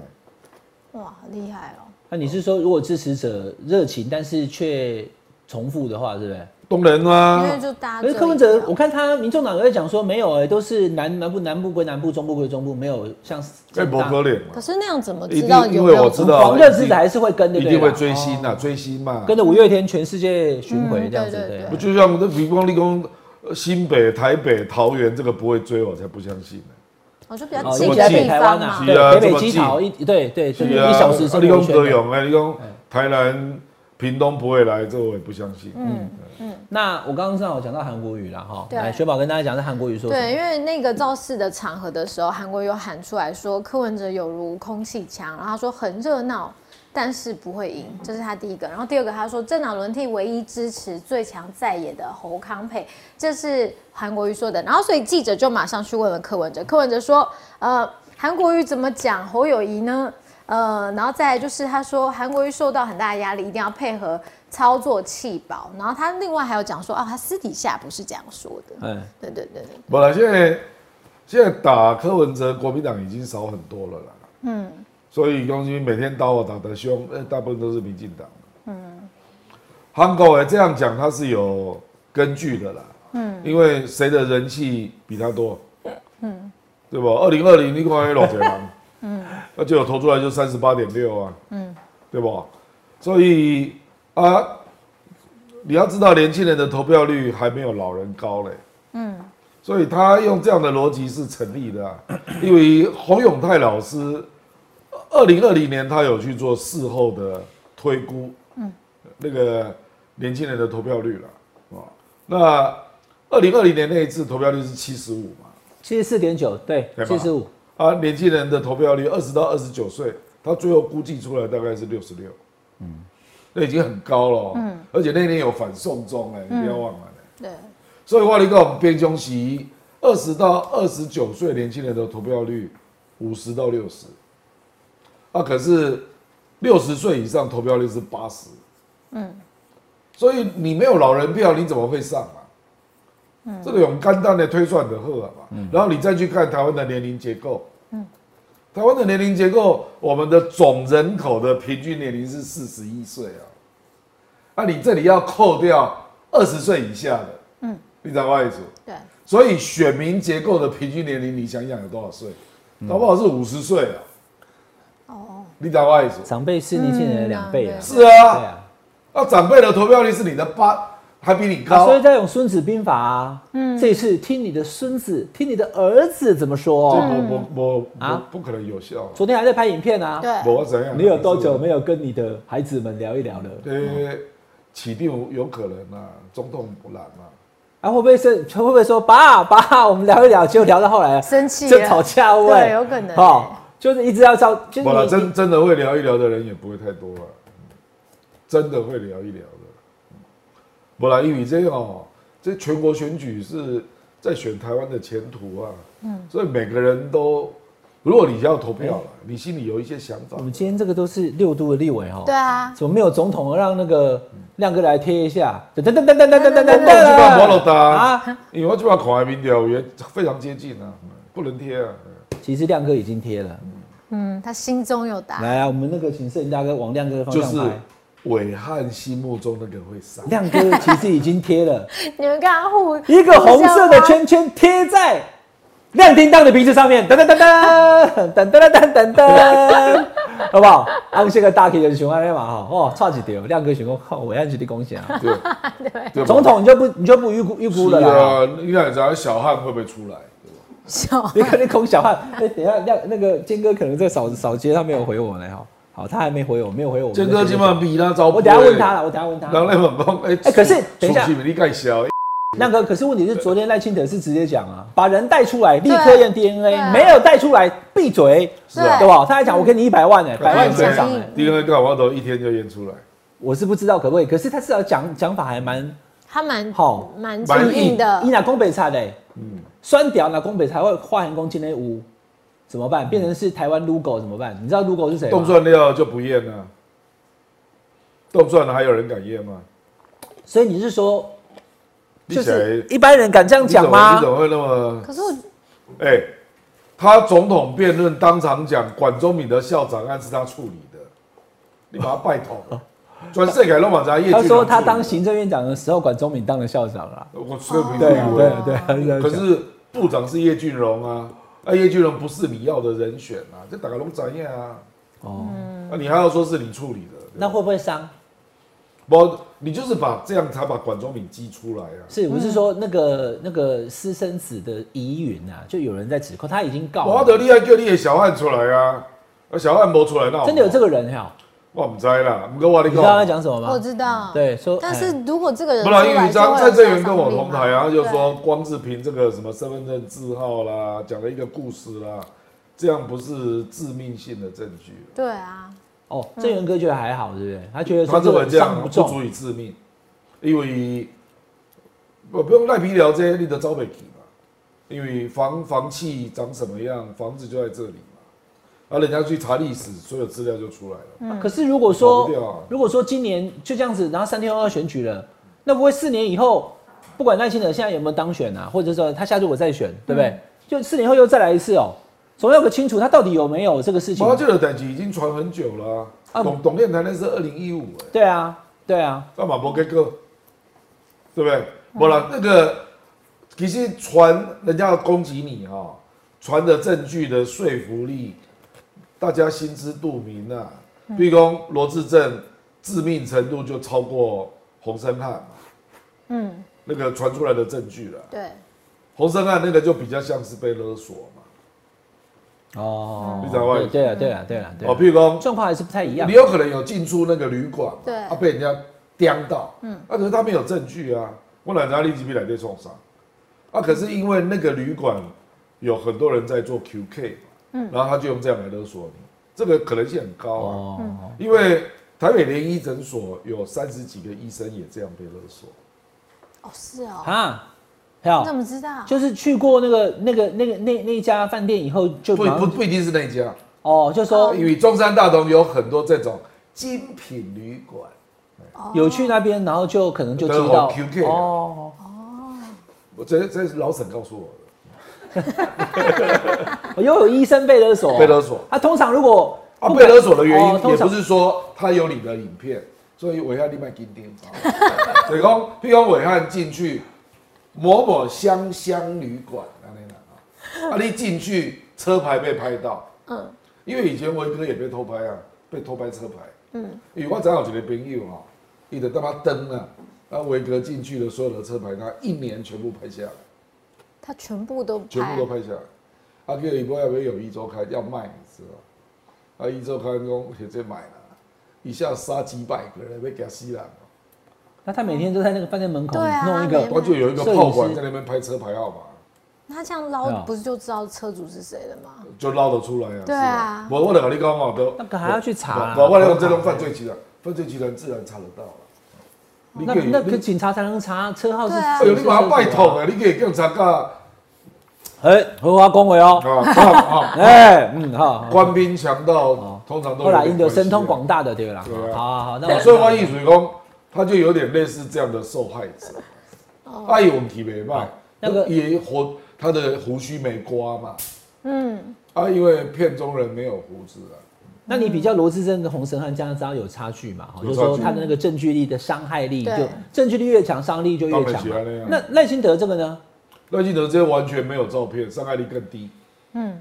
Speaker 4: 哇，好厉害哦。
Speaker 2: 那你是说，如果支持者热情，但是却重复的话，是不是？
Speaker 3: 当然啦、
Speaker 4: 因为就大家
Speaker 2: 可是
Speaker 4: 啊这啊一
Speaker 2: 啊柯文哲，
Speaker 4: 条
Speaker 2: 我看他民众党有在讲说没有哎、都是南南部南部归南部，中部归中部，没有像
Speaker 3: 这不可能
Speaker 4: 可
Speaker 3: 嘛，
Speaker 4: 是那样怎么
Speaker 3: 一
Speaker 4: 知
Speaker 3: 定
Speaker 4: 道有
Speaker 3: 因
Speaker 4: 没
Speaker 3: 为
Speaker 4: 有
Speaker 3: 我
Speaker 4: 中？
Speaker 3: 知道
Speaker 2: 狂热之子还是会跟的，
Speaker 3: 一
Speaker 2: 对
Speaker 3: 定会
Speaker 2: 吧
Speaker 3: 追星呐、追星嘛，
Speaker 2: 跟着五月天全世界巡回这样子，
Speaker 4: 嗯对对
Speaker 2: 对
Speaker 4: 对
Speaker 3: 不就像这比方立功，呃新北、台北、桃园这个不会追，我才不相信呢、
Speaker 4: 我就比较
Speaker 2: 哦，
Speaker 4: 近
Speaker 2: 尤
Speaker 3: 我
Speaker 2: 其在
Speaker 4: 的
Speaker 3: 记
Speaker 2: 北
Speaker 4: 地
Speaker 2: 台湾
Speaker 4: 方
Speaker 2: 啊，
Speaker 4: 嘛
Speaker 3: 是。啊
Speaker 2: 对，北
Speaker 3: 这
Speaker 2: 北
Speaker 3: 么
Speaker 2: 基
Speaker 3: 近
Speaker 2: 桃一对对对，
Speaker 3: 是啊，
Speaker 2: 一小时生
Speaker 3: 立
Speaker 2: 活
Speaker 3: 功
Speaker 2: 圈
Speaker 3: 高
Speaker 2: 的。
Speaker 3: 雄哎，立功台南、屏东不会来，这我也不相信。嗯，
Speaker 2: 那我刚刚正好讲到韩国语了哈，
Speaker 4: 对
Speaker 2: 来雪宝跟大家讲，是韩国语说什
Speaker 4: 对，
Speaker 2: 么？
Speaker 4: 因为那个造势的场合的时候，韩国有喊出来说柯文哲有如空气枪，然后他说很热闹，但是不会赢，这是他第一个。然后第二个他说政党轮替唯一支持最强在野的侯康佩，这是韩国瑜说的。然后所以记者就马上去问了柯文哲，柯文哲说，呃，韩国瑜怎么讲侯友谊呢？呃，然后再来就是他说韩国瑜受到很大的压力，一定要配合操作弃保。然后他另外还有讲说，啊，他私底下不是这样说的。
Speaker 2: 嗯，
Speaker 4: 对对对对。
Speaker 3: 本来现在现在打柯文哲，国民党已经少很多了啦。嗯，所以恭喜每天打我打得凶，呃，大部分都是民进党。嗯，韩国哎这样讲他是有根据的啦。嗯，因为谁的人气比他多？嗯，对吧？二零二零你看那老贼狼， 嗯，那结果投出来就三十八点六啊。嗯，对吧？所以啊，你要知道年轻人的投票率还没有老人高嘞。所以他用这样的逻辑是成立 的、啊，因为洪永泰老师，二零二零年他有去做事后的推估，嗯，那个年轻人的投票率了啊，那二零二零年那一次投票率是七十五嘛，
Speaker 2: 七十四点九，对，
Speaker 3: 对吧
Speaker 2: 七十五，
Speaker 3: 啊，年轻人的投票率二十到二十九岁，他最后估计出来大概是六十六，嗯，那已经很高了、嗯，而且那年有反送中哎、你不要忘了、
Speaker 4: 对，
Speaker 3: 所以我跟我们边中席二十到二十九岁年轻人的投票率五十到六十，啊，可是六十岁以上投票率是八十，嗯，所以你没有老人票，你怎么会上啊？这个用干单的推算的后啊嘛，然后你再去看台湾的年龄结构，台湾的年龄结构，我们的总人口的平均年龄是四十一岁啊，那、你这里要扣掉二十岁以下的，嗯，你才外族，
Speaker 4: 对，
Speaker 3: 所以选民结构的平均年龄，你想想有多少岁？
Speaker 2: 嗯
Speaker 3: 搞不好是五十岁啊。哦，你才外族
Speaker 2: 长辈是年轻人的两倍啊，
Speaker 4: 嗯
Speaker 3: 是
Speaker 2: 对
Speaker 3: 啊，
Speaker 2: 啊，
Speaker 3: 那长辈的投票率是你的八，还比你
Speaker 2: 啊
Speaker 3: 高
Speaker 2: 所。以在用《孙子兵法》啊，嗯，这一次听你的孙子，听你的儿子怎么说
Speaker 3: 这
Speaker 2: 哦。
Speaker 3: 我我我
Speaker 2: 啊
Speaker 3: 啊，不可能有效啊。
Speaker 2: 昨天还在拍影片啊，
Speaker 4: 对
Speaker 3: 我怎样？
Speaker 2: 你有多久没有跟你的孩子们聊一聊了？
Speaker 3: 呃，起定有可能啊，总统不难啊。
Speaker 2: 啊，会不会是会不会说爸爸，我们聊一聊，结果聊到后来
Speaker 4: 生气了
Speaker 2: 就吵架位，
Speaker 4: 对有可能
Speaker 2: 哦，就是一直要照，就是
Speaker 3: 不了，
Speaker 2: 你
Speaker 3: 真真的会聊一聊的人也不会太多了，嗯真的会聊一聊的。不啦，因为这个哦，这全国选举是在选台湾的前途啊，嗯，所以每个人都，如果你要投票了，你心里有一些想法
Speaker 2: 我，们今天这个都是六度的立委哦，
Speaker 4: 对啊，
Speaker 2: 怎么没有总统让那个亮哥来贴一下？噔噔噔噔噔噔噔噔噔
Speaker 3: 我嗯这把摩洛
Speaker 2: 噔
Speaker 3: 达
Speaker 2: 啊！
Speaker 3: 因为我这把狂爱民调也非常接近啊，嗯不能贴啊。嗯
Speaker 2: 其实亮哥已经贴了，
Speaker 4: 嗯，他心中有答案。
Speaker 2: 来啊，我们那个请摄影大哥往亮哥的方
Speaker 3: 就
Speaker 2: 向
Speaker 3: 是
Speaker 2: 拍。
Speaker 3: 伟汉心目中那个 会上，
Speaker 2: 亮哥 其实已经贴了
Speaker 4: 你们刚刚互
Speaker 2: 一个红色的，圈圈贴在亮叮当的鼻子上面，噔噔噔噔噔噔噔噔噔噔，好不好？按这个大题的熊安嘛哈，哦，差几条，亮哥想讲，靠我按起的贡献啊。
Speaker 3: 对对吧
Speaker 2: 总统你就不你就不预估预估了
Speaker 3: 是
Speaker 2: 啦。
Speaker 3: 啊，你想知道小汉会不会出来？对吧
Speaker 4: 笑，
Speaker 2: 你看你孔小汉，哎、等一下亮那个坚哥可能在扫扫街，他没有回我呢哈。好，他还没回我，没有回我。
Speaker 3: 健哥基本上比他早，
Speaker 2: 我等一下问他了，我等一下问他。
Speaker 3: 人咧问讲，哎、
Speaker 2: 哎可是等一下
Speaker 3: 出去比你更小，哎
Speaker 2: 那个，可是问题是，昨天赖清德是直接讲啊，把人带出来，立
Speaker 4: 对
Speaker 2: 刻验 DNA，
Speaker 4: 对
Speaker 2: 没有带出来，闭嘴，
Speaker 4: 是啊
Speaker 2: 对吧？他还讲我给你一百万呢、百万
Speaker 4: 对
Speaker 2: 悬赏
Speaker 4: 对
Speaker 2: 哎、
Speaker 3: 第二个我头一天就验出来，
Speaker 2: 我是不知道可不可以，可是他至少讲讲法还蛮
Speaker 4: 他蛮
Speaker 2: 好
Speaker 4: 蛮
Speaker 3: 蛮
Speaker 4: 强硬的
Speaker 2: 伊，拿宫北菜嘞，
Speaker 3: 嗯，
Speaker 2: 酸屌拿宫北菜会化人工进那屋，怎么办？变成是台湾 logo 怎么办？你知道 logo 是谁
Speaker 3: 冻
Speaker 2: 吗？
Speaker 3: 蒜料就不验了，冻蒜了还有人敢验吗？
Speaker 2: 所以你是说，
Speaker 3: 你
Speaker 2: 就
Speaker 3: 起来
Speaker 2: 是一般人敢这样讲
Speaker 3: 你
Speaker 2: 吗
Speaker 3: 怎？么你怎么会那么？
Speaker 4: 可是我
Speaker 3: 哎、他总统辩论当场讲，管中敏的校长案是他处理的，你把他拜托了，全世界都把咱叶俊
Speaker 2: 哦他
Speaker 3: 良
Speaker 2: 说他
Speaker 3: 处理
Speaker 2: 当行政院长的时候，管中敏当了校长啦。
Speaker 3: 我这不
Speaker 2: 对啊
Speaker 3: 意
Speaker 2: 对
Speaker 3: 外。
Speaker 2: 对，他这样
Speaker 3: 啊可
Speaker 2: 讲
Speaker 3: 是部长是叶俊荣啊，啊叶俊荣不是你要的人选啊，这打个龙展业啊，
Speaker 2: 哦，
Speaker 4: 嗯
Speaker 3: 啊你还要说是你处理的，对吧
Speaker 2: 那会不会伤？
Speaker 3: 不你就是把这样才把管中敏激出来啊。
Speaker 2: 是，我是说那个、那个私生子的疑云啊，就有人在指控，他已经告
Speaker 3: 我得
Speaker 2: 了，
Speaker 3: 厉害，叫你的小汉出来啊，啊小汉没出来那
Speaker 2: 真的有这
Speaker 3: 个，
Speaker 2: 个人哈、
Speaker 3: 我不知道啦，不过我跟
Speaker 2: 你
Speaker 3: 你
Speaker 2: 知道他讲
Speaker 3: 讲。
Speaker 2: 什么
Speaker 4: 我
Speaker 2: 吗？
Speaker 4: 知道，，
Speaker 2: 对，说，
Speaker 4: 但
Speaker 2: 哎
Speaker 4: 是如果这个人
Speaker 3: 不然，
Speaker 4: 出
Speaker 3: 因
Speaker 4: 来
Speaker 3: 为张
Speaker 4: 就会有
Speaker 3: 蔡正元
Speaker 4: 杀
Speaker 3: 跟我
Speaker 4: 伤力
Speaker 3: 同
Speaker 4: 嘛
Speaker 3: 台啊，他就
Speaker 4: 对
Speaker 3: 说光是凭这个什么身份证字号啦，讲了一个故事啦，这样不是致命性的证据。
Speaker 4: 对啊，
Speaker 2: 哦，郑源哥觉得还好，对不对？他觉得
Speaker 3: 他
Speaker 2: 说
Speaker 3: 认为
Speaker 2: 个
Speaker 3: 这样啊
Speaker 2: 伤不
Speaker 3: 不足
Speaker 2: 重，啊
Speaker 3: 以致命，因为我不用赖皮聊这些，你的招北起嘛，因为房房契长什么样，房子就在这里嘛，啊，人家去查历史，所有资料就出来了。
Speaker 2: 可是如果说、
Speaker 3: 跑不掉啊
Speaker 2: 如果说今年就这样子，然后三天后要选举了，那不会四年以后，不管赖清德现在有没有当选啊，或者说他下次我再选，对不对？就四年后又再来一次哦，总要有个清楚他到底有没有这个事情
Speaker 3: 马。这个等级已经传很久了、
Speaker 2: 啊
Speaker 3: 啊，董董念台那是二零一五哎。
Speaker 2: 对啊，对啊，
Speaker 3: 干嘛不给个？对不对？不然那个其实传人家要攻击你哈、哦，传的证据的说服力，大家心知肚明啊。比如说罗志正致命程度就超过洪森汉嘛，
Speaker 4: 嗯，
Speaker 3: 那个传出来的证据了。
Speaker 4: 对，
Speaker 3: 洪森汉那个就比较像是被勒索嘛。
Speaker 2: 哦，
Speaker 3: 你知道吗
Speaker 2: 对对啊，对啊，对啊，对啊
Speaker 3: 哦，。譬如说
Speaker 2: 状况还是不太一样
Speaker 3: 你。有可能有进出那个旅馆嘛，
Speaker 4: 对
Speaker 3: 啊，被人家刁到，嗯，啊，可是他没有证据啊，我奶奶立即被来被冲伤，啊，可是因为那个旅馆有很多人在做 QK 嗯，然后他就用这样来勒索你，这个可能性很高啊，
Speaker 2: 哦，
Speaker 3: 因为台北联医诊所有三十几个医生也这样被勒索，
Speaker 4: 哦是哦，
Speaker 2: 啊，还
Speaker 4: 你怎
Speaker 2: 有
Speaker 4: 么知道？
Speaker 2: 就是去过那个那个那个那那一家饭店以后就
Speaker 3: 不
Speaker 2: 马上
Speaker 3: 不不一定是那一家，
Speaker 2: 哦，就说
Speaker 3: 因为中山大同有很多这种精品旅馆，
Speaker 2: 有去那边，然后就可能就知道
Speaker 3: 都有 QK
Speaker 2: 哦，
Speaker 3: 我这这是老沈告诉我的。
Speaker 2: 哦又有医生被勒索，
Speaker 3: 被勒索
Speaker 2: 啊。通常如果
Speaker 3: 啊，
Speaker 2: 不
Speaker 3: 被
Speaker 2: 管
Speaker 3: 勒索的原
Speaker 2: 哦
Speaker 3: 因
Speaker 2: 通
Speaker 3: 也
Speaker 2: 常
Speaker 3: 不是说他有你的影片，所以伟汉立马给 点。对公，譬如伟汉进去某某香香旅馆，啊那 那啊，啊你进去车牌被拍到，
Speaker 4: 嗯，
Speaker 3: 因为以前文哥也被偷拍啊，被偷拍车牌，嗯，因为我正好有一个朋友哦，伊就他妈登啊，啊文哥进去的所有的车牌，他一年全部拍下来，
Speaker 4: 他全部都
Speaker 3: 全
Speaker 4: 拍
Speaker 3: 部都拍下来。啊，叫一波要不要有一周刊要卖，你知道？啊，一周刊讲直接买了，一下杀几百个人，被给死人了。
Speaker 2: 那他每天都在那个饭店门口
Speaker 4: 对啊
Speaker 2: 弄一
Speaker 4: 每
Speaker 2: 个
Speaker 4: 天
Speaker 3: 然后就有一个炮管在那边拍车牌号码，
Speaker 4: 他这样
Speaker 2: 对啊
Speaker 4: 捞，不是就知道车主是谁了吗？
Speaker 2: 哦
Speaker 3: 就捞得出来啊。
Speaker 4: 对啊
Speaker 3: 是我我跟你讲哦，都
Speaker 2: 那个还要去查啊
Speaker 3: 我我用这种犯罪集团，犯罪集团自然查得到了。啊你
Speaker 2: 那
Speaker 3: 给
Speaker 2: 那可
Speaker 3: 你
Speaker 2: 警察才能查车号是。
Speaker 4: 对啊
Speaker 3: 哎呦，你把他拜托啊！你给警察干啊
Speaker 2: 哎，荷花恭维哦。
Speaker 3: 啊！
Speaker 2: 哎，嗯好，好
Speaker 3: 官兵强盗通常
Speaker 2: 哦
Speaker 3: 都
Speaker 2: 后
Speaker 3: 有
Speaker 2: 来
Speaker 3: 点
Speaker 2: 赢得
Speaker 3: 关系啊
Speaker 2: 神通广大的对啦。
Speaker 3: 对啊
Speaker 2: 好好好，那我
Speaker 3: 所以我意思讲，他就有点类似这样的受害者。他有问题没卖，
Speaker 2: 哦那个
Speaker 3: 也胡他的胡须没刮嘛，
Speaker 4: 嗯，
Speaker 3: 啊，因为片中人没有胡子啊，
Speaker 2: 那你比较罗志正跟洪神汉这样子，有差距嘛？哦
Speaker 3: 有
Speaker 2: 就是
Speaker 3: 差距
Speaker 2: 说他的那个证据力的伤害力，就
Speaker 4: 对
Speaker 2: 证据力越强，伤害力就
Speaker 3: 他
Speaker 2: 越
Speaker 3: 们
Speaker 2: 强
Speaker 3: 喜
Speaker 2: 嘛
Speaker 3: 欢那样。啊
Speaker 2: 那赖清德这个呢？
Speaker 3: 赖清德这些完全没有照片，伤害力更低。嗯，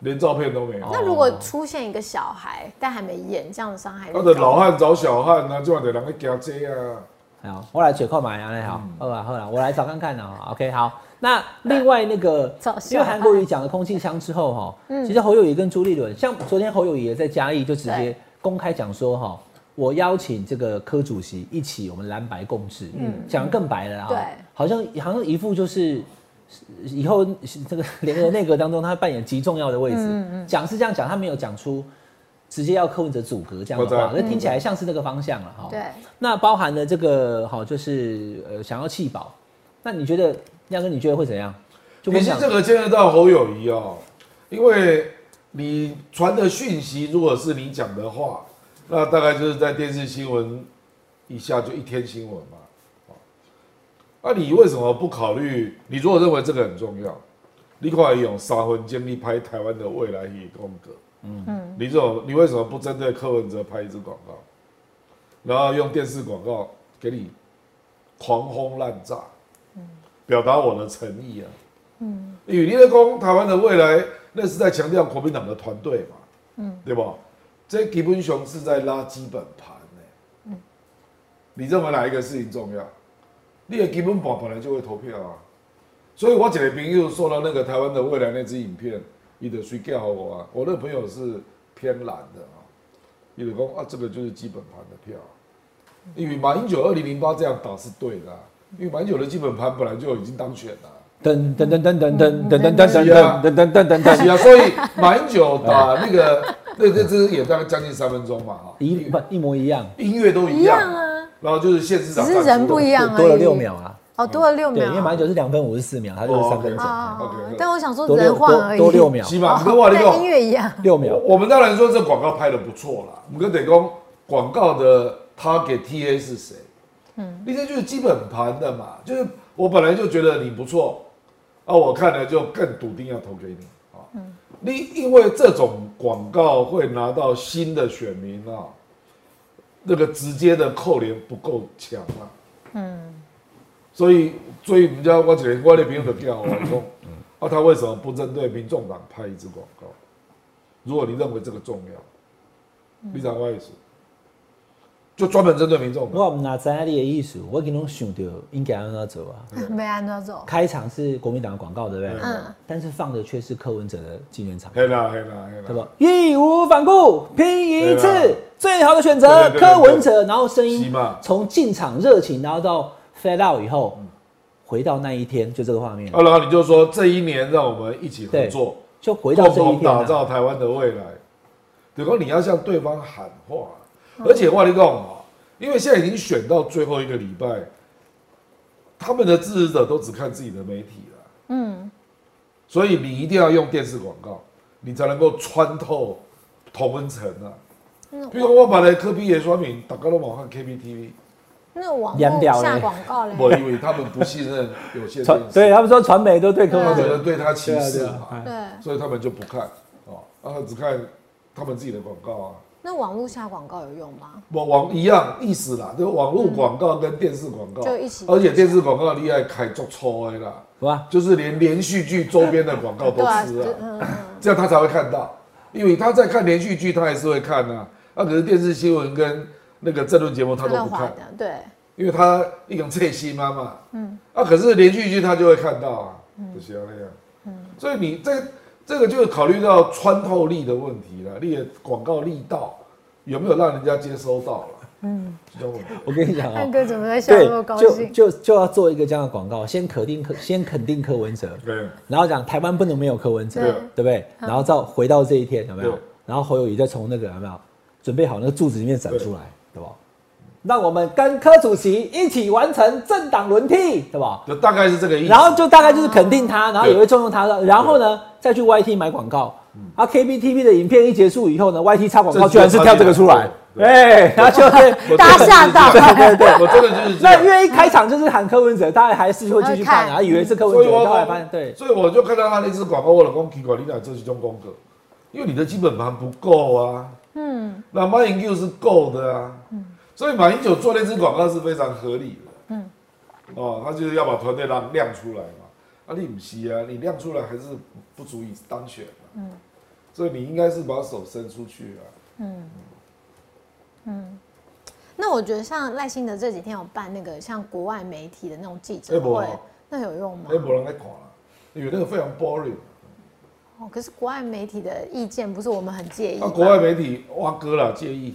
Speaker 3: 连照片都没有。
Speaker 2: 哦
Speaker 4: 那如果出现一个小孩，但还没演，这样的伤害力
Speaker 3: 他的
Speaker 4: 高
Speaker 3: 老
Speaker 4: 吗
Speaker 3: 汉找小汉啊，就得人去行这啊。
Speaker 2: 好，我来解扣嘛，杨磊好，
Speaker 3: 嗯
Speaker 2: 好啦好啦，我来找看看啊。OK，好，那另外那个
Speaker 4: 找，小
Speaker 2: 因为韩国瑜讲了空气枪之后哈，
Speaker 4: 嗯
Speaker 2: 其实侯友谊跟朱立伦，像昨天侯友谊也在嘉义就直接
Speaker 4: 对
Speaker 2: 公开讲说哈，我邀请这个柯主席一起我们蓝白共治，嗯，讲得更白了啊，
Speaker 4: 对
Speaker 2: 好像好像一副就是。以后这个 联合内阁当中，他扮演极重要的位
Speaker 4: 嗯
Speaker 2: 置。讲是这样讲，他没有讲出直接要柯文哲阻隔这样的话，
Speaker 3: 我
Speaker 2: 那
Speaker 3: 知道
Speaker 2: 听起来像是那个方向了哈。
Speaker 4: 嗯对，
Speaker 2: 那包含了这个好，就是呃想要弃保，那你觉得亮哥你觉得会怎样？就
Speaker 3: 你
Speaker 2: 跟
Speaker 3: 是
Speaker 2: 讲
Speaker 3: 这个牵涉到侯友谊哦，因为你传的讯息如果是你讲的话，那大概就是在电视新闻以下就一天新闻嘛。那、啊、你为什么不考虑？你如果认为这个很重要，你可以用三分精力拍台湾的未来与风格。嗯，你这种你为什么不针对柯文哲拍一支广告，然后用电视广告给你狂轰滥炸，表达我的诚意啊？与立的讲台湾的未来，那是在强调国民党的团队嘛，嗯，对吧？这基本上是在拉基本盘呢、嗯，你认为哪一个事情重要？你的基本盘本来就会投票啊，所以我几个朋友说到那个台湾的未来那支影片，你得谁给我啊？我那朋友是偏蓝的啊，你得讲啊，这个就是基本盘的票啊、因为马英九二零零八这样打是对的啊、因为马英九的基本盘本来就已经当选了啊、
Speaker 2: 噔噔噔噔噔噔噔噔噔
Speaker 3: 是
Speaker 2: 噔
Speaker 3: 啊
Speaker 2: 噔噔噔 噔
Speaker 3: 是
Speaker 2: 噔，
Speaker 3: 啊，所以马英九打那个那那支也大概将近三分钟嘛，哈，
Speaker 2: 一不一模一样，
Speaker 3: 音乐都一
Speaker 4: 一样
Speaker 3: 样，
Speaker 4: 啊，
Speaker 3: 然后就是县市
Speaker 4: 只
Speaker 3: 长
Speaker 4: 是人不一样而已。
Speaker 2: 多了六秒啊，
Speaker 4: 哦，多了六
Speaker 2: 对，
Speaker 4: 秒。
Speaker 2: 因为马英九是两分五十四秒，他就是三分
Speaker 4: 啊
Speaker 2: 钟，
Speaker 4: 啊啊
Speaker 3: OK，OK
Speaker 4: 但我想说
Speaker 2: 多
Speaker 4: 人
Speaker 2: 六
Speaker 4: 换
Speaker 2: 多
Speaker 4: 而已，哦
Speaker 2: 多 六秒，
Speaker 3: 起 码跟我那
Speaker 4: 跟音
Speaker 3: 个，
Speaker 4: 乐一样。
Speaker 2: 六秒，
Speaker 3: 我们当然说这广告拍的不错啦，我们跟得讲广告的他给 TA 是谁，嗯，那些就是基本盘的嘛，就是我本来就觉得你不错，啊，我看了就更笃定要投给你啊，你因为这种广告会拿到新的选民啊，那个直接的扣连不够强啊。所以所以人家我一个我的朋友就叫我讲，啊，他为什么不针对民众党拍一支广告？如果你认为这个重要，你讲我意思，就专门针对民众党。
Speaker 2: 我唔拿在你的意思，我给侬想到应该让他走啊。
Speaker 4: 没按照走。
Speaker 2: 开场是国民党的广告，对不对？
Speaker 4: 嗯
Speaker 2: 但是放的却是柯文哲的纪念场。
Speaker 3: 黑啦黑啦黑啦，
Speaker 2: 对吧？义无反顾，拼一次
Speaker 3: 对啊，
Speaker 2: 最好的选择。
Speaker 3: 对对对对
Speaker 2: 柯文哲，然后声
Speaker 3: 是
Speaker 2: 音
Speaker 3: 嘛
Speaker 2: 从进场热情，然后到 fade out 以后，
Speaker 3: 嗯
Speaker 2: 回到那一天，就这个画面，
Speaker 3: 啊，然后你就说这一年让我们一起合作，
Speaker 2: 就回
Speaker 3: 共
Speaker 2: 到这一
Speaker 3: 同
Speaker 2: 天
Speaker 3: 打
Speaker 2: 啊、
Speaker 3: 造台湾的未来。等于你要向对方喊话，而且我跟你讲啊，因为现在已经选到最后一个礼拜，他们的支持者都只看自己的媒体了。
Speaker 4: 嗯，
Speaker 3: 所以你一定要用电视广告，你才能够穿透同温层啊。
Speaker 4: 嗯
Speaker 3: 比如说我把那科比也说明，大家都网看 KPTV，
Speaker 4: 那网
Speaker 2: 两
Speaker 4: 络
Speaker 2: 秒嘞
Speaker 4: 下广告嘞？
Speaker 3: 我以为他们不信任有线
Speaker 2: 传
Speaker 3: 电视，
Speaker 2: 对他们说传媒都对柯
Speaker 3: 他
Speaker 2: 文
Speaker 3: 们觉得
Speaker 2: 哲，
Speaker 3: 对他歧视
Speaker 2: 对啊
Speaker 3: 嘛，
Speaker 4: 对，
Speaker 3: 所以他们就不看哦，他们只看他们自己的广告啊。
Speaker 4: 那网络下广告有用吗？
Speaker 3: 网网一样意思啦，就是网络广告跟电视广告
Speaker 4: 就一起
Speaker 3: 而且电视广告厉害，开足粗的啦，
Speaker 2: 好吧？
Speaker 3: 就是连连续剧周边的广告都
Speaker 4: 对啊，
Speaker 3: 吃啊
Speaker 4: 就。嗯嗯，
Speaker 3: 这样他才会看到，因为他在看连续剧，他还是会看啊。那、可是电视新闻跟那个政论节目他
Speaker 4: 他
Speaker 3: 都
Speaker 4: 在
Speaker 3: 不
Speaker 4: 滑
Speaker 3: 看，哦
Speaker 4: 的，对，
Speaker 3: 因为他一种这些妈妈，嗯，啊，可是连续剧他就会看到啊，不行那样，嗯，所以你这这个就考虑到穿透力的问题了，你的广告力道有没有让人家接收到了？嗯，这种问题。
Speaker 2: 我跟你讲啊、
Speaker 4: 汉哥怎么在 笑那
Speaker 2: 对，
Speaker 4: 么高
Speaker 2: 就
Speaker 4: 兴？
Speaker 2: 就就要做一个这样的广告，先肯定柯，先肯定柯文哲，
Speaker 3: 对，
Speaker 2: 然后讲台湾不能没有柯文哲，
Speaker 4: 对
Speaker 2: 对不嗯对？然后到回到这一天有没有
Speaker 3: 对？
Speaker 2: 然后侯友谊再从那个有没有准备好那个柱子里面闪出来，对吧？让我们跟柯主席一起完成政党轮替，对吧？
Speaker 3: 就大概是这个意思。
Speaker 2: 然后就大概就是肯定他，然后也会重用他的，然后呢再去 YT 买广告。
Speaker 3: 嗯
Speaker 2: 啊，KBTV 的影片一结束以后呢，YT 插广告
Speaker 3: 这
Speaker 2: 居然是跳这个出来，
Speaker 3: 对
Speaker 2: 哎，然后就是
Speaker 3: 我
Speaker 4: 大家吓到
Speaker 3: 真的就是
Speaker 2: 对对
Speaker 3: 这样，
Speaker 2: 对
Speaker 3: 我真的就是这
Speaker 2: 那
Speaker 3: 样
Speaker 2: 因。为一开场就是喊柯文哲，大家还是会继续看，
Speaker 4: 会看
Speaker 2: 然后以为是柯
Speaker 3: 所
Speaker 2: 文
Speaker 3: 以
Speaker 2: 哲，
Speaker 3: 我
Speaker 2: 后来发现对，
Speaker 3: 所以我就看到他那支广告，我老公奇怪，你俩这是种功课，因为你的基本盘不够啊。嗯，那马英九是够的啊。嗯，所以马英九做那支广告是非常合理的。嗯，哦，他就是要把团队让亮出来嘛。啊，你不是啊，你亮出来还是不足以当选、啊。嗯，所以你应该是把手伸出去啊。
Speaker 4: 那我觉得像赖幸德这几天有办那个像国外媒体的那种记者
Speaker 3: 哎没
Speaker 4: 会
Speaker 3: 有，
Speaker 4: 那有用吗
Speaker 3: 哎、？没人来看了，因为那个非常 boring。
Speaker 4: 哦，可是国外媒体的意见不是我们很介意
Speaker 3: 那、
Speaker 4: 吗。
Speaker 3: 啊国外媒体挖哥啦，介意，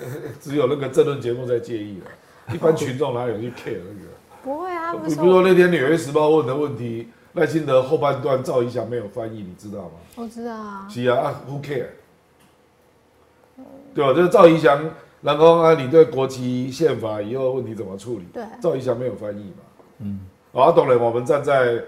Speaker 3: 只有那个政论节目在介意了，一般群众哪有去 care 那个？
Speaker 4: 不会啊，不
Speaker 3: 呃比
Speaker 4: 是
Speaker 3: 比如说
Speaker 4: 我，
Speaker 3: 那天《纽约时报》问的问题，赖清德后半段赵一翔没有翻译，你知道吗？
Speaker 4: 我知道啊。
Speaker 3: 是啊，啊，Who care？对吧？啊就是赵一翔，然后啊，你对国旗、宪法以后问题怎么处理？
Speaker 4: 对
Speaker 3: 赵一翔没有翻译嘛？嗯，啊，懂了。我们站在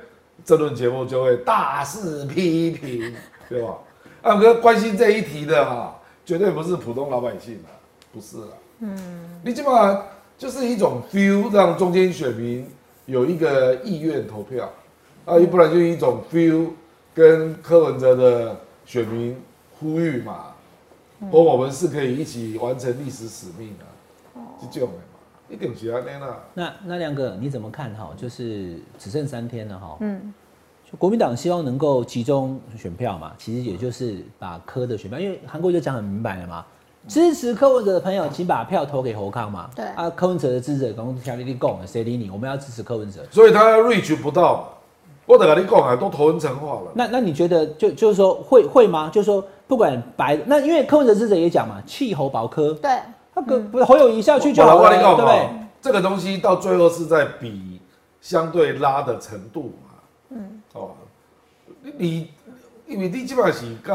Speaker 3: 政论节目就会大肆批评，对吧？啊，哥关心这一题的哈、啊绝对不是普通老百姓啊，不是啊。嗯，你起码就是一种 feel，让中间选民有一个意愿投票。啊，要不然就是一种 feel，跟柯文哲的选民呼吁嘛，说我们是可以一起完成历史使命啊，就这种的嘛，一定是安尼啦。
Speaker 2: 那那亮哥你怎么看哈？就是只剩三天了哈，
Speaker 4: 嗯，
Speaker 2: 就国民党希望能够集中选票嘛，其实也就是把柯的选票，因为韩国瑜就讲很明白了嘛，支持柯文哲的朋友，请把票投给侯康嘛。
Speaker 4: 对
Speaker 2: 啊，柯文哲的支持者刚刚条例供，谁理你？我们要支持柯文哲。
Speaker 3: 所以他 reach 不到嘛，我得跟你讲啊，都头文成化了。
Speaker 2: 那那你觉得就就是说会会吗？就是说不管白那，因为柯文哲支持者也讲嘛，弃侯保柯，
Speaker 4: 对，
Speaker 2: 他跟
Speaker 4: 嗯
Speaker 2: 不是侯友谊下去就
Speaker 3: 我
Speaker 2: 好了，
Speaker 3: 我跟你
Speaker 2: 对
Speaker 3: 讲
Speaker 2: 不
Speaker 3: 哦
Speaker 2: 对？，
Speaker 3: 这个东西到最后是在比相对拉的程度嘛。嗯，哦，你你因为你基本上是跟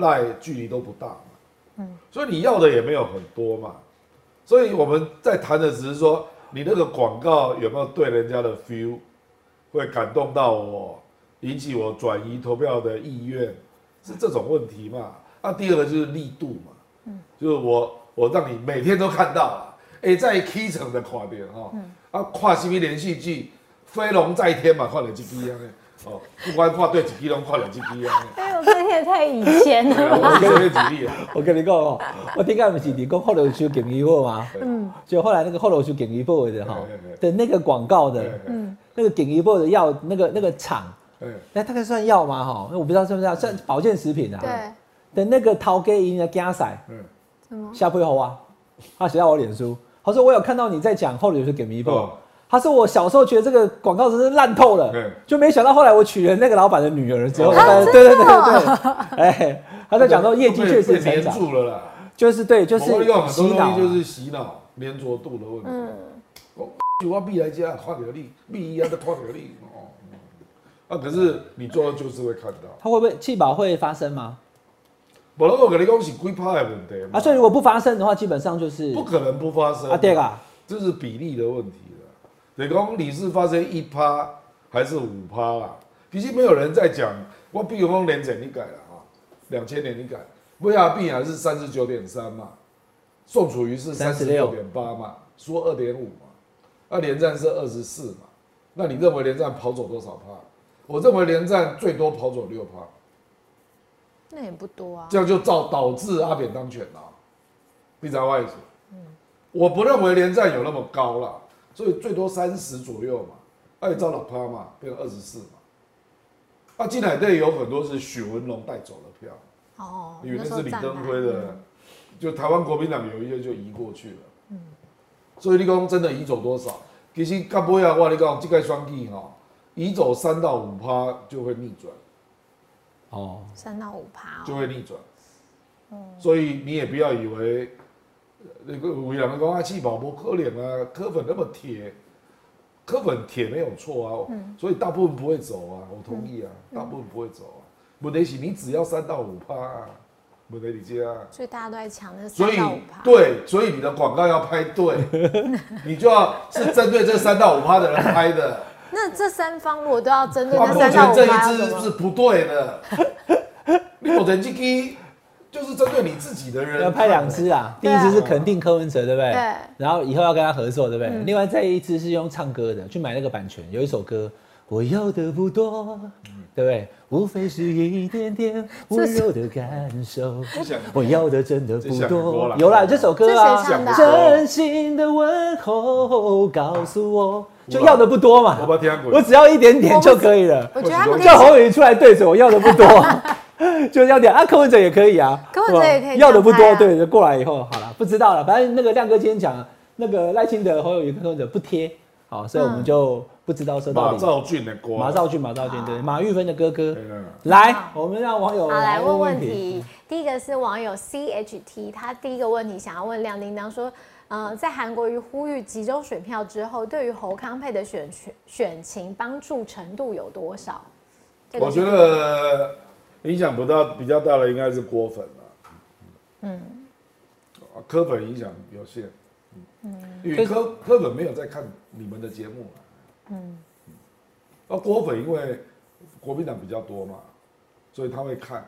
Speaker 3: 赖距离都不大嘛，嗯，所以你要的也没有很多嘛，所以我们在谈的只是说你那个广告有没有对人家的 feel，会感动到我，引起我转移投票的意愿，是这种问题嘛？那、第二个就是力度嘛，就是我我让你每天都看到了，哎、在 K 城的跨边哈，啊，跨 CP 连续剧《飞龙在天》嘛，跨了几集啊，哦，不管跨对几集拢跨了几集啊，
Speaker 4: 哎呦，这也太以前了。
Speaker 3: 我是随便举例啊，
Speaker 2: 我跟你讲哦，我听讲不是你讲后头修锦衣布吗？嗯，就后来那个后头修锦衣布的哈
Speaker 3: 对对
Speaker 2: 的那个广告的，
Speaker 3: 嗯，
Speaker 2: 那个锦衣布的药那个那个厂，
Speaker 3: 哎
Speaker 2: 那大概算药吗？哈，我不知道算不算算
Speaker 3: 嗯
Speaker 2: 保健食品啊？
Speaker 4: 对，
Speaker 2: 的那个陶给银的加塞
Speaker 3: 嗯，
Speaker 4: 什么？
Speaker 2: 下背后啊，他写到我脸书，他说我有看到你在讲后头修锦衣布
Speaker 3: 哦。
Speaker 2: 他说：“我小时候觉得这个广告真是烂透了
Speaker 3: 对，
Speaker 2: 就没想到后来我娶了那个老板的女儿之后，哎
Speaker 3: 哦
Speaker 2: 对对对对对，哎，他在讲说业绩确实
Speaker 3: 被被
Speaker 2: 成
Speaker 3: 黏
Speaker 2: 长，
Speaker 3: 住了啦，
Speaker 2: 就是对，就是
Speaker 3: 我跟你讲很
Speaker 2: 洗脑
Speaker 3: 多东
Speaker 2: 啊，
Speaker 3: 西就是洗脑粘着度的问题。
Speaker 4: 嗯
Speaker 3: 我我必来家跨流力，必一样的跨流力哦。嗯啊，可是你做到就是会看到。
Speaker 2: 啊它会不会弃保会发生吗？
Speaker 3: 不然我跟你讲是几趴的问题嘛
Speaker 2: 啊，所以如果不发生的话，基本上就是
Speaker 3: 不可能不发生
Speaker 2: 啊，对啊，
Speaker 3: 这是比例的问题了。等讲你是发生一趴还是五趴啦？其实没有人在讲，我比如讲年前你改了啊，两千年你改，威亚币还是三十九点三嘛，宋楚瑜是三十六点八嘛，输二点五嘛，那连战是二十四嘛，那你认为连战跑走多少趴？我认为连战最多跑走六趴。
Speaker 4: 那也不多啊
Speaker 3: 这。样就造导致阿扁当选了、你知道为什么？我不认为连战有那么高啦，所以最多三十左右嘛，那你照老趴嘛，变成二十四嘛。啊那进来队有很多是许文龙带走的票，
Speaker 4: 哦，
Speaker 3: 因为
Speaker 4: 那时
Speaker 3: 那
Speaker 4: 候
Speaker 3: 是李
Speaker 4: 战
Speaker 3: 登
Speaker 4: 败嗯
Speaker 3: 辉的，就台湾国民党有一些就移过去了。
Speaker 4: 嗯
Speaker 3: 所以你讲真的移走多少？其实干不要话，你讲这个双计哈，移走三到五趴就会逆转。
Speaker 2: 哦，
Speaker 4: 三到五趴哦，
Speaker 3: 就会逆转。所以你也不要以为呃那个有人讲啊，气宝不可怜啊，柯粉那么铁，柯粉铁没有错啊，所以大部分不会走啊，我同意啊，大部分不会走啊。问题是你只要三到五趴啊，问题你这样啊。
Speaker 4: 所以大家都在抢那个
Speaker 3: 所
Speaker 4: 三
Speaker 3: 以
Speaker 4: 到五趴。，
Speaker 3: 对，所以你的广告要拍对，你就要是针对这三到五趴的人拍的。
Speaker 4: 那这三方如果都要针对
Speaker 3: 啊，
Speaker 4: 那
Speaker 3: 目
Speaker 4: 三到
Speaker 3: 前
Speaker 4: 五
Speaker 3: 这
Speaker 4: 趴，要
Speaker 3: 一
Speaker 4: 怎
Speaker 3: 支
Speaker 4: 么
Speaker 3: 是不 对的。你有人机机就是针对你自己的人，
Speaker 2: 要拍两支啊，第
Speaker 4: 对
Speaker 2: 一
Speaker 4: 啊
Speaker 2: 支是肯定柯文哲，对不对？
Speaker 4: 对嗯
Speaker 2: 然后以后要跟他合作，对不对？另外再一支是用唱歌的，去买那个版权，有一首歌。我要的不多，对不对？无非是一点点温柔的感受
Speaker 3: 这是，
Speaker 2: 我要的真的
Speaker 3: 这
Speaker 2: 不
Speaker 3: 是很多
Speaker 2: 多
Speaker 3: 啦。
Speaker 2: 有啦，这首歌啊
Speaker 4: 这谁唱的，
Speaker 3: 啊
Speaker 2: 真心的问候，告诉我，就要的不多嘛
Speaker 3: 我。不听过
Speaker 2: 我只要一点点就可以了。
Speaker 4: 我觉得他们可以
Speaker 2: 叫侯友谊出来对嘴，我要的不多， 就要点啊。柯文哲也可以啊，
Speaker 4: 柯文哲也可以
Speaker 2: 是吧要的不
Speaker 4: 这
Speaker 2: 多，
Speaker 4: 样拍啊
Speaker 2: 对，就过来以后好了，不知道了。反正那个亮哥今天讲，那个赖清德、侯友谊、柯文哲不贴，好，所以我们就不知道说到
Speaker 3: 马
Speaker 2: 底。
Speaker 3: 兆俊的歌，
Speaker 2: 马兆俊，马兆俊，对，马玉芬的哥哥
Speaker 3: 对啊，
Speaker 2: 来，我们让网友
Speaker 4: 好，来问
Speaker 2: 问
Speaker 4: 问。题。第一个是网友 C H T，他第一个问题想要问亮叮当说，呃，在韩国瑜呼吁集中选票之后，对于侯康配的选选选情帮助程度有多少？这个
Speaker 3: 我
Speaker 4: 是
Speaker 3: 觉得影响不到比较大的应该是郭粉了，嗯，柯粉影响有限，嗯，因为柯柯粉没有在看你们的节目嘛，嗯，那郭粉因为国民党比较多嘛，所以他会看，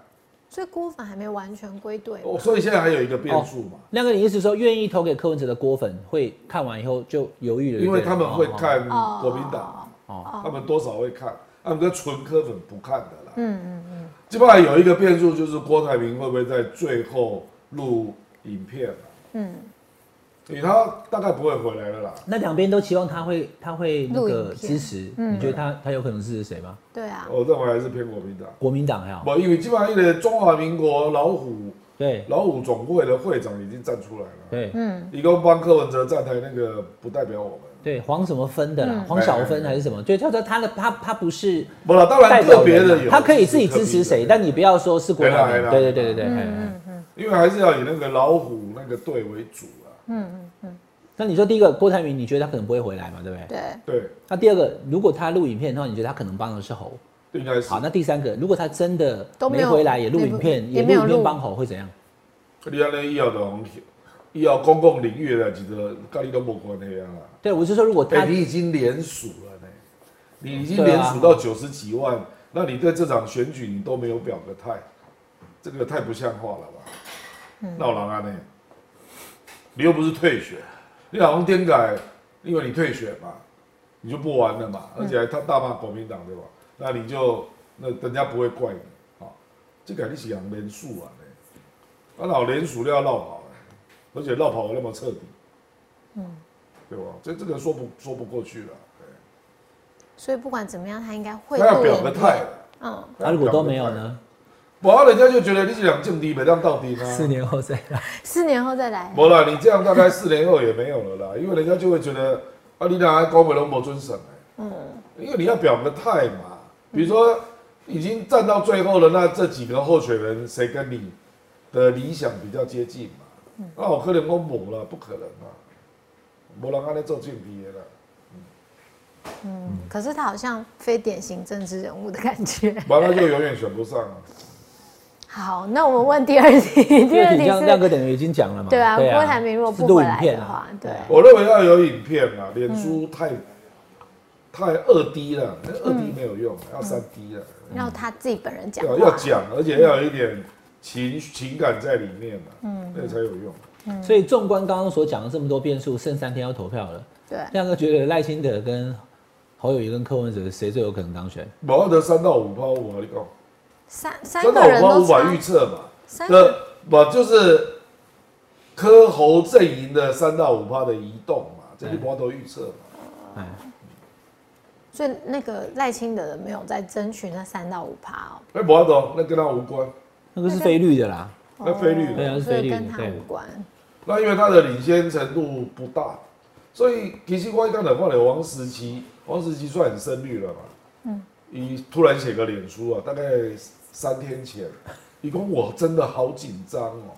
Speaker 4: 所以郭粉还没完全归队。
Speaker 3: 哦，所以现在还有一个变数嘛，
Speaker 2: 亮哥，你意思说愿意投给柯文哲的郭粉会看完以后就犹豫了？
Speaker 3: 因
Speaker 2: 对
Speaker 3: 为
Speaker 2: 不对
Speaker 3: 他们会
Speaker 2: 哦哦
Speaker 3: 看国民党，
Speaker 2: 哦
Speaker 3: 他们多少会看，他们跟纯柯粉不看的啦，
Speaker 4: 嗯嗯嗯，
Speaker 3: 基本上有一个变数就是郭台铭会不会在最后录影片、啊、
Speaker 4: 嗯，
Speaker 3: 因为他大概不会回来了啦。
Speaker 2: 那两边都期望他会，他会那
Speaker 4: 录
Speaker 2: 个
Speaker 4: 影片
Speaker 2: 支持。
Speaker 4: 嗯
Speaker 2: 你觉得他他有可能支持谁吗？
Speaker 4: 对啊，
Speaker 3: 我认为还是偏国民党。
Speaker 2: 国民党还好，
Speaker 3: 不，因为基本上一个中华民国老虎
Speaker 2: 对
Speaker 3: 老虎总会的会长已经站出来了，
Speaker 2: 对
Speaker 4: 嗯，
Speaker 3: 一共帮柯文哲站台那个不代表我们。
Speaker 2: 对，黄什么芬的啦
Speaker 4: 嗯，
Speaker 2: 黄小芬还是什么？就他说他的他他不是
Speaker 3: 不了，当
Speaker 2: 代
Speaker 3: 然
Speaker 2: 表
Speaker 3: 个哎别
Speaker 2: 人
Speaker 3: 的
Speaker 2: 啊
Speaker 3: 有，
Speaker 2: 他可以自己支持谁，但你不要说是国民党。
Speaker 3: 对啦
Speaker 2: 对对
Speaker 3: 对
Speaker 2: 对对
Speaker 3: 啦
Speaker 4: 嗯
Speaker 2: 对。哎嘿嘿
Speaker 3: 因为还是要以那个老虎那个队为主啊。
Speaker 2: 那你说第一个郭台铭，你觉得他可能不会回来嘛？对不对？
Speaker 4: 对，
Speaker 3: 对，
Speaker 2: 那第二个，如果他录影片的话，你觉得他可能帮的是猴？
Speaker 3: 应
Speaker 4: 嗯
Speaker 3: 该是。
Speaker 2: 好，那第三个，如果他真的
Speaker 4: 都没
Speaker 2: 没
Speaker 4: 有
Speaker 2: 回来，也录
Speaker 4: 也
Speaker 2: 影
Speaker 4: 不
Speaker 2: 片，
Speaker 4: 也
Speaker 2: 也
Speaker 4: 没有
Speaker 2: 录影片
Speaker 4: 录
Speaker 2: 帮猴会怎样？
Speaker 3: 你安尼以后就红，以后公共领域的几个跟你都没关系啊啦。
Speaker 2: 对，我是说，如果
Speaker 3: 哎、
Speaker 2: 他
Speaker 3: 你已经连署了呢，你已经
Speaker 2: 对啊
Speaker 3: 连署到九十几万，那你对这场选举你都没有表个态，这个太不像话了吧？
Speaker 2: 嗯
Speaker 3: 闹狼啊呢，你又不是退选，你老公颠改，因为你退选嘛，你就不玩了嘛，
Speaker 2: 嗯
Speaker 3: 而且还他大骂国民党对吧？那你就那人家不会怪你啊、这个你是养连署啊呢，啊老连署都要绕跑了，啊而且绕跑得那么彻底。
Speaker 2: 嗯
Speaker 3: 对吧？这这个说不说不过去了，
Speaker 4: 所以不管怎么样，他应该会
Speaker 3: 对他要
Speaker 4: 录
Speaker 3: 表个
Speaker 4: 影
Speaker 3: 态
Speaker 4: 片。
Speaker 3: 了。
Speaker 4: 嗯，
Speaker 2: 啊他如果都没有呢？
Speaker 3: 不然人家就觉得你是两政敌，没当到底呢。
Speaker 2: 四年后再来。
Speaker 4: 四年后再来。
Speaker 3: 没啦，你这样大概四年后也没有了啦，因为人家就会觉得啊，你哪高美龙没尊神哎、嗯，因为你要表个态嘛，比如说已经站到最后了，那这几个候选人谁跟你的理想比较接近嘛？那我可能我没了，不可能啊，没人安尼做政敌的啦。
Speaker 4: 可是他好像非典型政治人物的感 觉。
Speaker 3: 完了就永远选不上啊。
Speaker 4: 好，那我们问第二 题。第二
Speaker 2: 这
Speaker 4: 题
Speaker 2: 样亮
Speaker 4: 是，
Speaker 2: 哥等于已经讲了嘛？
Speaker 4: 对啊，郭台铭如果
Speaker 2: 是
Speaker 4: 不
Speaker 2: 录
Speaker 4: 回
Speaker 2: 影
Speaker 4: 来
Speaker 2: 片
Speaker 4: 的
Speaker 2: 啊
Speaker 4: 话，对，
Speaker 3: 我认为要有影片啊，
Speaker 4: 嗯
Speaker 3: 脸书太、太二 D 了，那二 D 没有用，
Speaker 4: 嗯
Speaker 3: 要三 D 了，
Speaker 4: 要他自己本人讲
Speaker 3: 要
Speaker 4: 话
Speaker 3: 要。讲，而且要有一点情情感在里面嘛，
Speaker 4: 嗯
Speaker 3: 那才有用。
Speaker 2: 所以纵观刚刚所讲的这么多变数，剩三天要投票了。
Speaker 4: 对，
Speaker 2: 亮哥觉得赖清德跟侯友谊跟柯文哲谁最有可能当选？
Speaker 3: 我要得三到五趴五，我跟你讲，
Speaker 4: 三三
Speaker 3: 三
Speaker 4: 个
Speaker 3: 到
Speaker 4: 人
Speaker 3: 五趴
Speaker 4: 都
Speaker 3: 五
Speaker 4: 差
Speaker 3: 百预测嘛，
Speaker 4: 三
Speaker 3: 那
Speaker 4: 个
Speaker 3: 不就是柯侯阵营的三到五趴的移动嘛，这
Speaker 4: 嗯
Speaker 3: 些我都预测嘛，
Speaker 2: 哎，
Speaker 4: 所以那个赖清德的没有在争取那三到五趴哦，
Speaker 3: 哎，我懂，那跟他无关，
Speaker 2: 那个是非绿的啦。
Speaker 4: 哦
Speaker 3: 那菲律宾
Speaker 2: 对啊是
Speaker 4: 所
Speaker 2: 菲律
Speaker 4: 以
Speaker 2: 宾
Speaker 4: 跟他
Speaker 2: 对
Speaker 4: 无关。
Speaker 3: 那因为它的领先程度不大，所以其实我刚才话了王时期，王时期算很深绿了嘛。嗯。一突然写个脸书啊，大概三天前，一共我真的好紧张哦。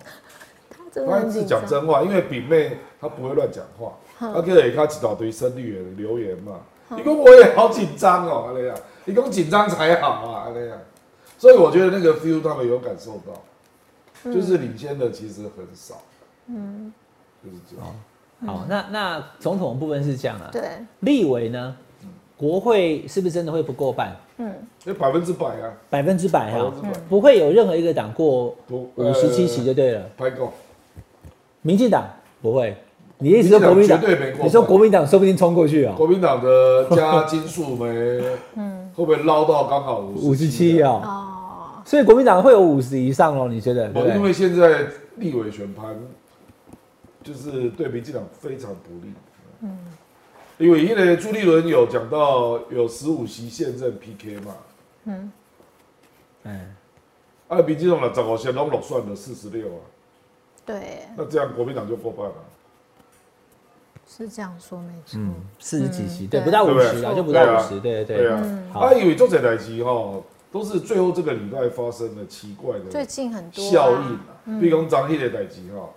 Speaker 4: 他真的
Speaker 3: 他
Speaker 4: 很
Speaker 3: 是
Speaker 4: 紧
Speaker 3: 讲
Speaker 4: 张。
Speaker 3: 真话，因为炳妹她不会乱讲话，她给人家一大堆深绿的留言嘛。你讲我也好紧张哦，阿雷啊，你讲紧张才好啊，阿雷啊。所以我觉得那个 feel 他们有感受到，就是领先的其实很少，嗯，就是这样。
Speaker 2: 好，那那总统的部分是这样啊。
Speaker 4: 对，
Speaker 2: 立委呢？国会是不是真的会不过半？
Speaker 3: 那百分之百啊，
Speaker 2: 百分之百
Speaker 3: 百
Speaker 2: 哈
Speaker 3: 分之百，呃
Speaker 2: 不会有任何一个党过
Speaker 3: 不
Speaker 2: 五十七席
Speaker 3: 的
Speaker 2: 就对了。
Speaker 3: 拍够，
Speaker 2: 民进党不会，你的意思说国民党
Speaker 3: 民进党绝对没过半
Speaker 2: 你说国民党说不定冲过去啊、
Speaker 3: 国民党的加金素梅，会不会捞到刚好
Speaker 2: 五
Speaker 3: 五
Speaker 2: 十
Speaker 3: 十
Speaker 2: 七？啊，
Speaker 4: 哦，
Speaker 2: 所以国民党会有五十以上哦，你觉得？对
Speaker 3: 哦
Speaker 2: 不对
Speaker 3: 因为现在立委选盘就是对民进党非常不利。嗯，因为因为朱立伦有讲到有十五席现任 PK 嘛，
Speaker 2: 嗯，
Speaker 3: 啊，民进党的十五席拢落算了四十六啊，
Speaker 4: 对，
Speaker 3: 那这样国民党就过半了。
Speaker 4: 是这样说没错。
Speaker 2: 四十几席，
Speaker 4: 嗯
Speaker 2: 对，
Speaker 4: 对
Speaker 2: 不到五十
Speaker 3: 对
Speaker 2: 啊，
Speaker 3: 啊
Speaker 2: 就不到五十，对对
Speaker 3: 对
Speaker 2: 对。
Speaker 3: 啊，
Speaker 2: 好
Speaker 3: 啊，以为做这台机哈，都是最后这个礼拜发生的奇怪
Speaker 4: 最
Speaker 3: 的
Speaker 4: 近很多啊
Speaker 3: 效应啊，比如讲张迄个代志哈，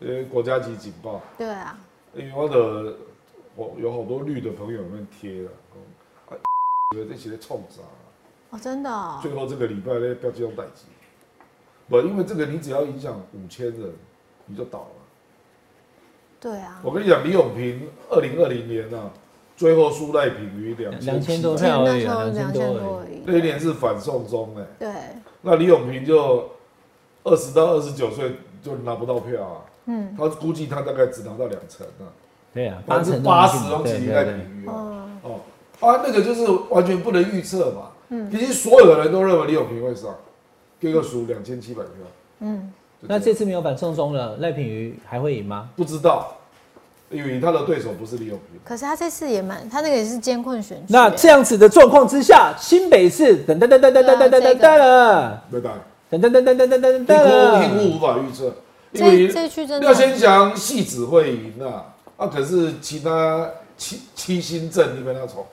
Speaker 3: 呃，国家级警报。
Speaker 4: 对啊，
Speaker 3: 因为我的我有好多绿的朋友里面贴了，讲啊，以为这些在冲啥？
Speaker 4: 哦，真的哦，
Speaker 3: 最后这个礼拜呢，不要这种代志。不，因为这个你只要影响五千人，你就倒了。
Speaker 4: 对啊，
Speaker 3: 我跟你讲，李永平二零二零年啊，最后输赖品瑜两
Speaker 2: 两千
Speaker 3: 千
Speaker 2: 多
Speaker 4: 其实
Speaker 2: 票
Speaker 4: 那
Speaker 2: 而已
Speaker 4: 时
Speaker 2: 啊
Speaker 4: 候
Speaker 2: 2000
Speaker 4: 两
Speaker 2: 多
Speaker 4: 千
Speaker 2: 而已
Speaker 4: 多而已，
Speaker 3: 那一年是反送中哎、
Speaker 4: 对，
Speaker 3: 那李永平就二十到二十九岁就拿不到票啊，
Speaker 4: 嗯，
Speaker 3: 他估计他大概只拿到两成啊，
Speaker 2: 对啊，
Speaker 3: 百分之
Speaker 2: 成
Speaker 3: 八十都
Speaker 2: 对
Speaker 3: 骑
Speaker 2: 对
Speaker 3: 在
Speaker 2: 对
Speaker 3: 品瑜啊。
Speaker 4: 哦，
Speaker 3: 哦，啊，那个就是完全不能预测嘛。嗯，其实所有人都认为李永平会上，结果输两千七百票。
Speaker 4: 嗯，
Speaker 3: 就
Speaker 2: 那
Speaker 3: 这
Speaker 2: 这
Speaker 3: 样
Speaker 2: 次没有反送中了，赖品妤还会赢吗？
Speaker 3: 不知道，因为他的对手不是李永平。
Speaker 4: 可是他这次也蛮，他那个也是啊监困选举，
Speaker 2: 那这样子的状况之下，新北市等等等等等等等等等等
Speaker 3: 对吧？
Speaker 2: 等等等等等等等
Speaker 3: 评
Speaker 2: 等，
Speaker 3: 估无法预测，因
Speaker 4: 这
Speaker 3: 为
Speaker 4: 这区真的
Speaker 3: 廖先祥戏子会赢啊，啊，可是其他七七星阵你跟他冲，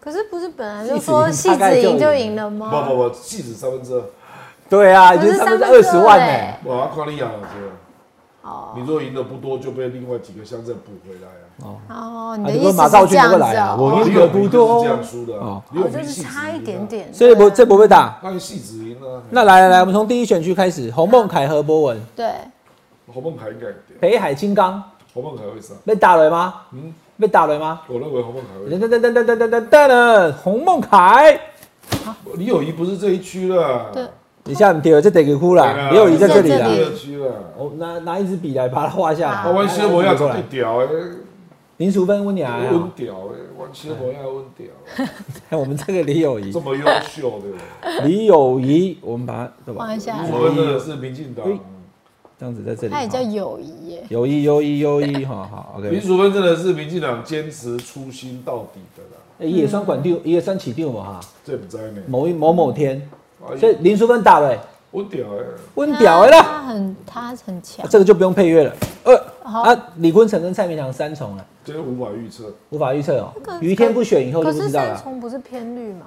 Speaker 4: 可是不是本来就说戏
Speaker 2: 戏子
Speaker 4: 子
Speaker 2: 赢
Speaker 4: 赢
Speaker 2: 大概就
Speaker 4: 就
Speaker 2: 赢
Speaker 4: 赢了吗？
Speaker 3: 不不不，戏子三分之二，
Speaker 2: 对啊，已
Speaker 4: 可
Speaker 2: 经
Speaker 4: 是
Speaker 2: 差不
Speaker 4: 三分
Speaker 2: 多
Speaker 4: 之
Speaker 2: 二十万
Speaker 4: 二
Speaker 2: 呢
Speaker 4: 欸。
Speaker 3: 哇，夸你养老师，
Speaker 4: 哦
Speaker 3: 你若赢的不多，就被另外几个乡镇补回来啊。
Speaker 4: 哦，你
Speaker 2: 啊
Speaker 4: 的
Speaker 2: 你
Speaker 4: 意
Speaker 2: 问
Speaker 4: 思
Speaker 2: 马兆
Speaker 4: 是
Speaker 2: 俊
Speaker 4: 这
Speaker 2: 会不
Speaker 4: 样子
Speaker 2: 会来啊我
Speaker 4: 哦，
Speaker 3: 啊
Speaker 2: 赢
Speaker 3: 李
Speaker 2: 得
Speaker 3: 永
Speaker 2: 不
Speaker 3: 平
Speaker 2: 多
Speaker 3: 就是这样输的
Speaker 2: 哦
Speaker 3: 啊，李
Speaker 4: 哦
Speaker 3: 永
Speaker 4: 就
Speaker 3: 平
Speaker 4: 是
Speaker 3: 戏子
Speaker 4: 差一
Speaker 3: 赢啊
Speaker 4: 点点，
Speaker 2: 所以不
Speaker 4: 对
Speaker 2: 这不会打。
Speaker 3: 那戏子赢了，
Speaker 2: 那来来来，我们从第一选区开始，洪孟凯、何博文、
Speaker 4: 对，
Speaker 3: 侯孟凯应该对，
Speaker 2: 北海金刚
Speaker 3: 侯孟凯会上。
Speaker 2: 被打了吗？
Speaker 3: 嗯，
Speaker 2: 被打了吗？
Speaker 3: 我认为侯孟凯会
Speaker 2: 等等等等等等等等等，洪孟凯，
Speaker 3: 上。李友仪不是这一区了，
Speaker 4: 对
Speaker 2: 你像对，啊这得给哭了，也有你在这里
Speaker 4: 在这
Speaker 2: 了
Speaker 4: 里。
Speaker 3: 这一区了。
Speaker 2: 我哦拿拿一支笔来把它画下来。
Speaker 3: 啊，阮小妹
Speaker 2: 要
Speaker 3: 也真屌诶，
Speaker 2: 林淑芬温雅啊，
Speaker 3: 温屌诶，阮小妹也温屌 的，
Speaker 2: 我们这个李友仪
Speaker 3: 这，么优秀的，
Speaker 2: 李友仪，我们把它对吧
Speaker 4: 放？一下
Speaker 3: 你
Speaker 4: 来，
Speaker 3: 说真的是民进党。
Speaker 2: 这样子在这里。
Speaker 4: 他也叫
Speaker 2: 好
Speaker 4: 友谊耶，
Speaker 2: 友谊，友谊，友谊， 好好
Speaker 3: 林
Speaker 2: ，OK。
Speaker 3: 淑芬真的是民进党坚持初心到底的啦，
Speaker 2: 哎，也算管定，也算起定嘛哈。
Speaker 3: 这不在呢。
Speaker 2: 某一某某天，
Speaker 3: 哎
Speaker 2: 所以林淑芬打了，
Speaker 3: 温屌诶，
Speaker 2: 温屌的啦。
Speaker 4: 他很他很强
Speaker 2: 啊，这个就不用配乐了。呃，
Speaker 4: 好
Speaker 2: 啊，李坤城跟蔡明强三重了，
Speaker 3: 这无法预测。
Speaker 2: 无法预测哦
Speaker 4: 这。个
Speaker 2: 于天不选以后就
Speaker 4: 可
Speaker 2: 不
Speaker 4: 是
Speaker 2: 知道
Speaker 4: 三
Speaker 2: 了。
Speaker 4: 重不是偏绿吗？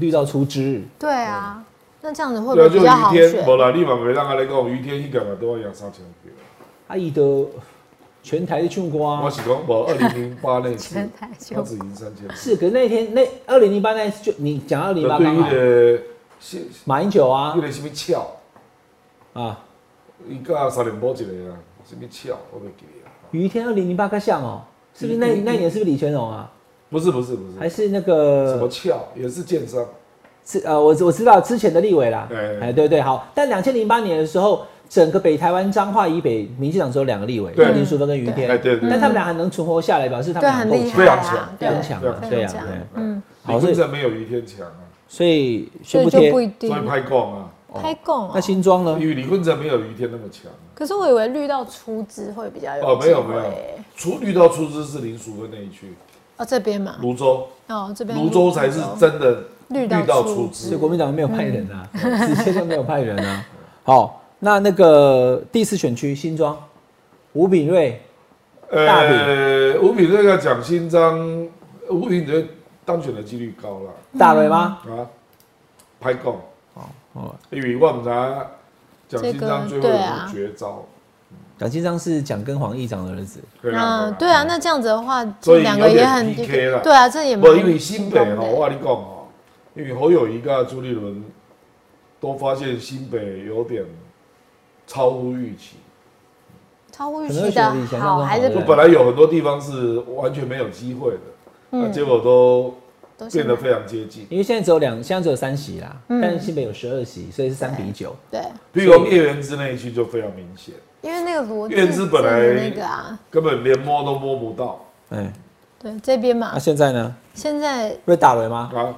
Speaker 2: 绿到出之日，
Speaker 4: 对
Speaker 2: 嗯
Speaker 4: 啊，那这样子会不
Speaker 3: 对
Speaker 4: 会
Speaker 3: 啊，就
Speaker 4: 比较好
Speaker 3: 于天，无
Speaker 4: 选？
Speaker 3: 啦，你嘛袂当安尼讲，于天伊干嘛啊都要养三千票。
Speaker 2: 阿姨的啊全台的唱歌
Speaker 3: 我
Speaker 2: 啊。
Speaker 3: 是讲无二零零八那
Speaker 4: 哦
Speaker 3: 次
Speaker 4: 全台，秀
Speaker 3: 他只赢三千票。
Speaker 2: 是，可是那天那二零零八那一次就你讲二零零八
Speaker 3: 对
Speaker 2: 刚
Speaker 3: 于
Speaker 2: 好，
Speaker 3: 个是
Speaker 2: 马英九啊
Speaker 3: 迄个什物巧，
Speaker 2: 啊，
Speaker 3: 伊甲三零波一个啊，什物巧我袂记得啊。
Speaker 2: 于天二零零八个像哦，是不是那
Speaker 3: 于
Speaker 2: 那年是不是李全荣啊？
Speaker 3: 不是不是不
Speaker 2: 还是
Speaker 3: 是，
Speaker 2: 那
Speaker 3: 什么
Speaker 2: 个
Speaker 3: 巧也是建商，
Speaker 2: 是呃，我我知道之前的立委啦
Speaker 3: 对对，对
Speaker 2: 哎对对好，但两千零八年的时候，整个北台湾彰化以北，民进党只有两个立委，
Speaker 3: 对
Speaker 2: 林淑芬跟于
Speaker 3: 哎
Speaker 2: 天，
Speaker 3: 对对
Speaker 2: 但
Speaker 3: 对，
Speaker 2: 他们俩还能存活下来，表示他
Speaker 4: 对，
Speaker 2: 们俩
Speaker 4: 很
Speaker 2: 够强。
Speaker 4: 厉害
Speaker 3: 非
Speaker 4: 啊
Speaker 3: 常强，
Speaker 4: 对
Speaker 2: 哦非常强啊，对
Speaker 4: 非
Speaker 2: 啊，
Speaker 4: 常强
Speaker 2: 对啊，
Speaker 4: 嗯，
Speaker 2: 好，所
Speaker 3: 李坤
Speaker 2: 以
Speaker 3: 城没有于天强啊，
Speaker 2: 所以
Speaker 4: 所
Speaker 2: 宣
Speaker 4: 以
Speaker 2: 布
Speaker 4: 就
Speaker 2: 贴
Speaker 4: 不，一定
Speaker 3: 所以拍供啊，
Speaker 4: 开供
Speaker 2: 那
Speaker 4: 哦。
Speaker 2: 新庄呢？
Speaker 3: 因为李坤城没有于天那么强啊。
Speaker 4: 可是我以为绿到出资会比较有
Speaker 3: 哦，没有
Speaker 4: 机
Speaker 3: 没
Speaker 4: 会
Speaker 3: 有
Speaker 4: 耶，
Speaker 3: 出绿到出资是林淑芬那一区，
Speaker 4: 哦这边嘛，
Speaker 3: 泸州，
Speaker 4: 哦这边
Speaker 3: 泸州才是真的
Speaker 4: 绿到
Speaker 3: 绿到
Speaker 4: 出
Speaker 3: 出
Speaker 2: 所以
Speaker 3: 资。
Speaker 2: 国民党没有派人啊， 直接就没有派人啊。好，那那个第四选区新庄，吴炳瑞大
Speaker 3: 呃，吴炳瑞要讲新章，吴炳瑞当选的几率高了。
Speaker 2: 大瑞吗？
Speaker 3: 啊，拍供，
Speaker 2: 哦，
Speaker 3: 因为我们知蒋经章最
Speaker 4: 这个
Speaker 3: 后有
Speaker 4: 对
Speaker 3: 个
Speaker 4: 啊
Speaker 3: 绝招，
Speaker 2: 蒋经章是蒋根黄议长的儿子，
Speaker 3: 对
Speaker 4: 嗯，对啊，那这样子的话，
Speaker 3: 所
Speaker 4: 这
Speaker 3: 以
Speaker 4: 两个也很
Speaker 3: 有点 PK 啦
Speaker 4: 对啊，这也
Speaker 3: 不
Speaker 4: 蛮
Speaker 3: 因为新北
Speaker 4: 心
Speaker 3: 哦，
Speaker 4: 动的
Speaker 3: 我跟你讲哦，因为侯友谊跟朱立伦都发现新北有点超乎预期，
Speaker 4: 超乎预
Speaker 2: 可能会
Speaker 4: 期
Speaker 2: 选得比
Speaker 4: 的
Speaker 2: 想象中
Speaker 4: 好还
Speaker 2: 好
Speaker 4: 是
Speaker 2: 对
Speaker 3: 啊就本来有很多地方是完全没有机会的，那结果都
Speaker 4: 都嗯是
Speaker 3: 变得非常接近。
Speaker 2: 因为现在只有两，现在只有三席啦，但是新北有十二席，所以是三比九。
Speaker 4: 对，
Speaker 3: 譬如说叶元之那一区就非常明显，
Speaker 4: 因为那个罗
Speaker 3: 院子本来
Speaker 4: 真的那个啊，
Speaker 3: 根本连摸都摸不到
Speaker 2: 哎，
Speaker 4: 对这边嘛
Speaker 2: 那，现在呢？
Speaker 4: 现在
Speaker 2: 会打雷吗？
Speaker 3: 啊！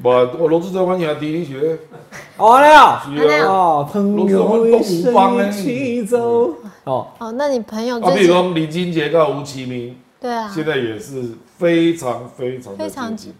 Speaker 3: 不，我罗志正欢迎第一学，
Speaker 2: 哦了，
Speaker 3: 是
Speaker 4: 啊
Speaker 3: 啊。
Speaker 2: 哦，朋友一生一起走。哦，
Speaker 4: 哦，那你朋友最
Speaker 3: 啊，譬如
Speaker 4: 近
Speaker 3: 说李金杰跟吴奇明，
Speaker 4: 对啊，
Speaker 3: 现在也是非常非常的
Speaker 4: 非常
Speaker 3: 接近，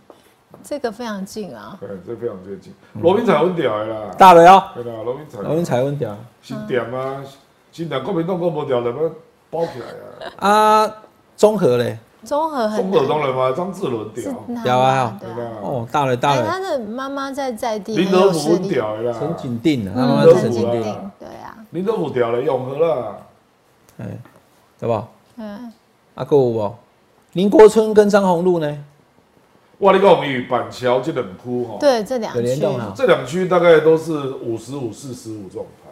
Speaker 4: 这个非常近啊，
Speaker 3: 对，这非常接近。罗明彩很屌的啦，
Speaker 2: 打雷哦，
Speaker 3: 对啦，罗明彩，
Speaker 2: 我们才问掉
Speaker 3: 新店啊，新店国民党国无调，怎么包起来啊？
Speaker 2: 啊，综合嘞，
Speaker 4: 综合很啊
Speaker 3: 中国当然嘛，张志伦
Speaker 4: 是
Speaker 3: 屌，
Speaker 2: 屌啊
Speaker 4: 对
Speaker 3: 对
Speaker 4: 啊。
Speaker 3: 啦，
Speaker 2: 哦，大雷大
Speaker 4: 哎，
Speaker 2: 雷
Speaker 4: 他，的妈妈在在地
Speaker 3: 林
Speaker 4: 很
Speaker 3: 德
Speaker 4: 有
Speaker 3: 福
Speaker 4: 实
Speaker 3: 很
Speaker 4: 力，
Speaker 3: 屌的啦，
Speaker 2: 陈景定啊，他
Speaker 4: 嗯
Speaker 2: 妈
Speaker 3: 妈
Speaker 2: 妈
Speaker 3: 妈
Speaker 2: 是
Speaker 3: 是
Speaker 2: 陈
Speaker 4: 陈
Speaker 2: 景
Speaker 3: 景
Speaker 4: 景
Speaker 3: 定
Speaker 2: 定，
Speaker 4: 定，对啊，
Speaker 3: 林德福屌了，永和啦，
Speaker 2: 哎，对吧？
Speaker 4: 嗯，
Speaker 2: 啊，够有无？林国春跟张宏禄呢？
Speaker 3: 哇，你讲与板桥这两区哈，
Speaker 4: 对，这两
Speaker 2: 有联
Speaker 4: 区
Speaker 2: 动啊，
Speaker 3: 这两区大概都是五十五、四十五这种盘。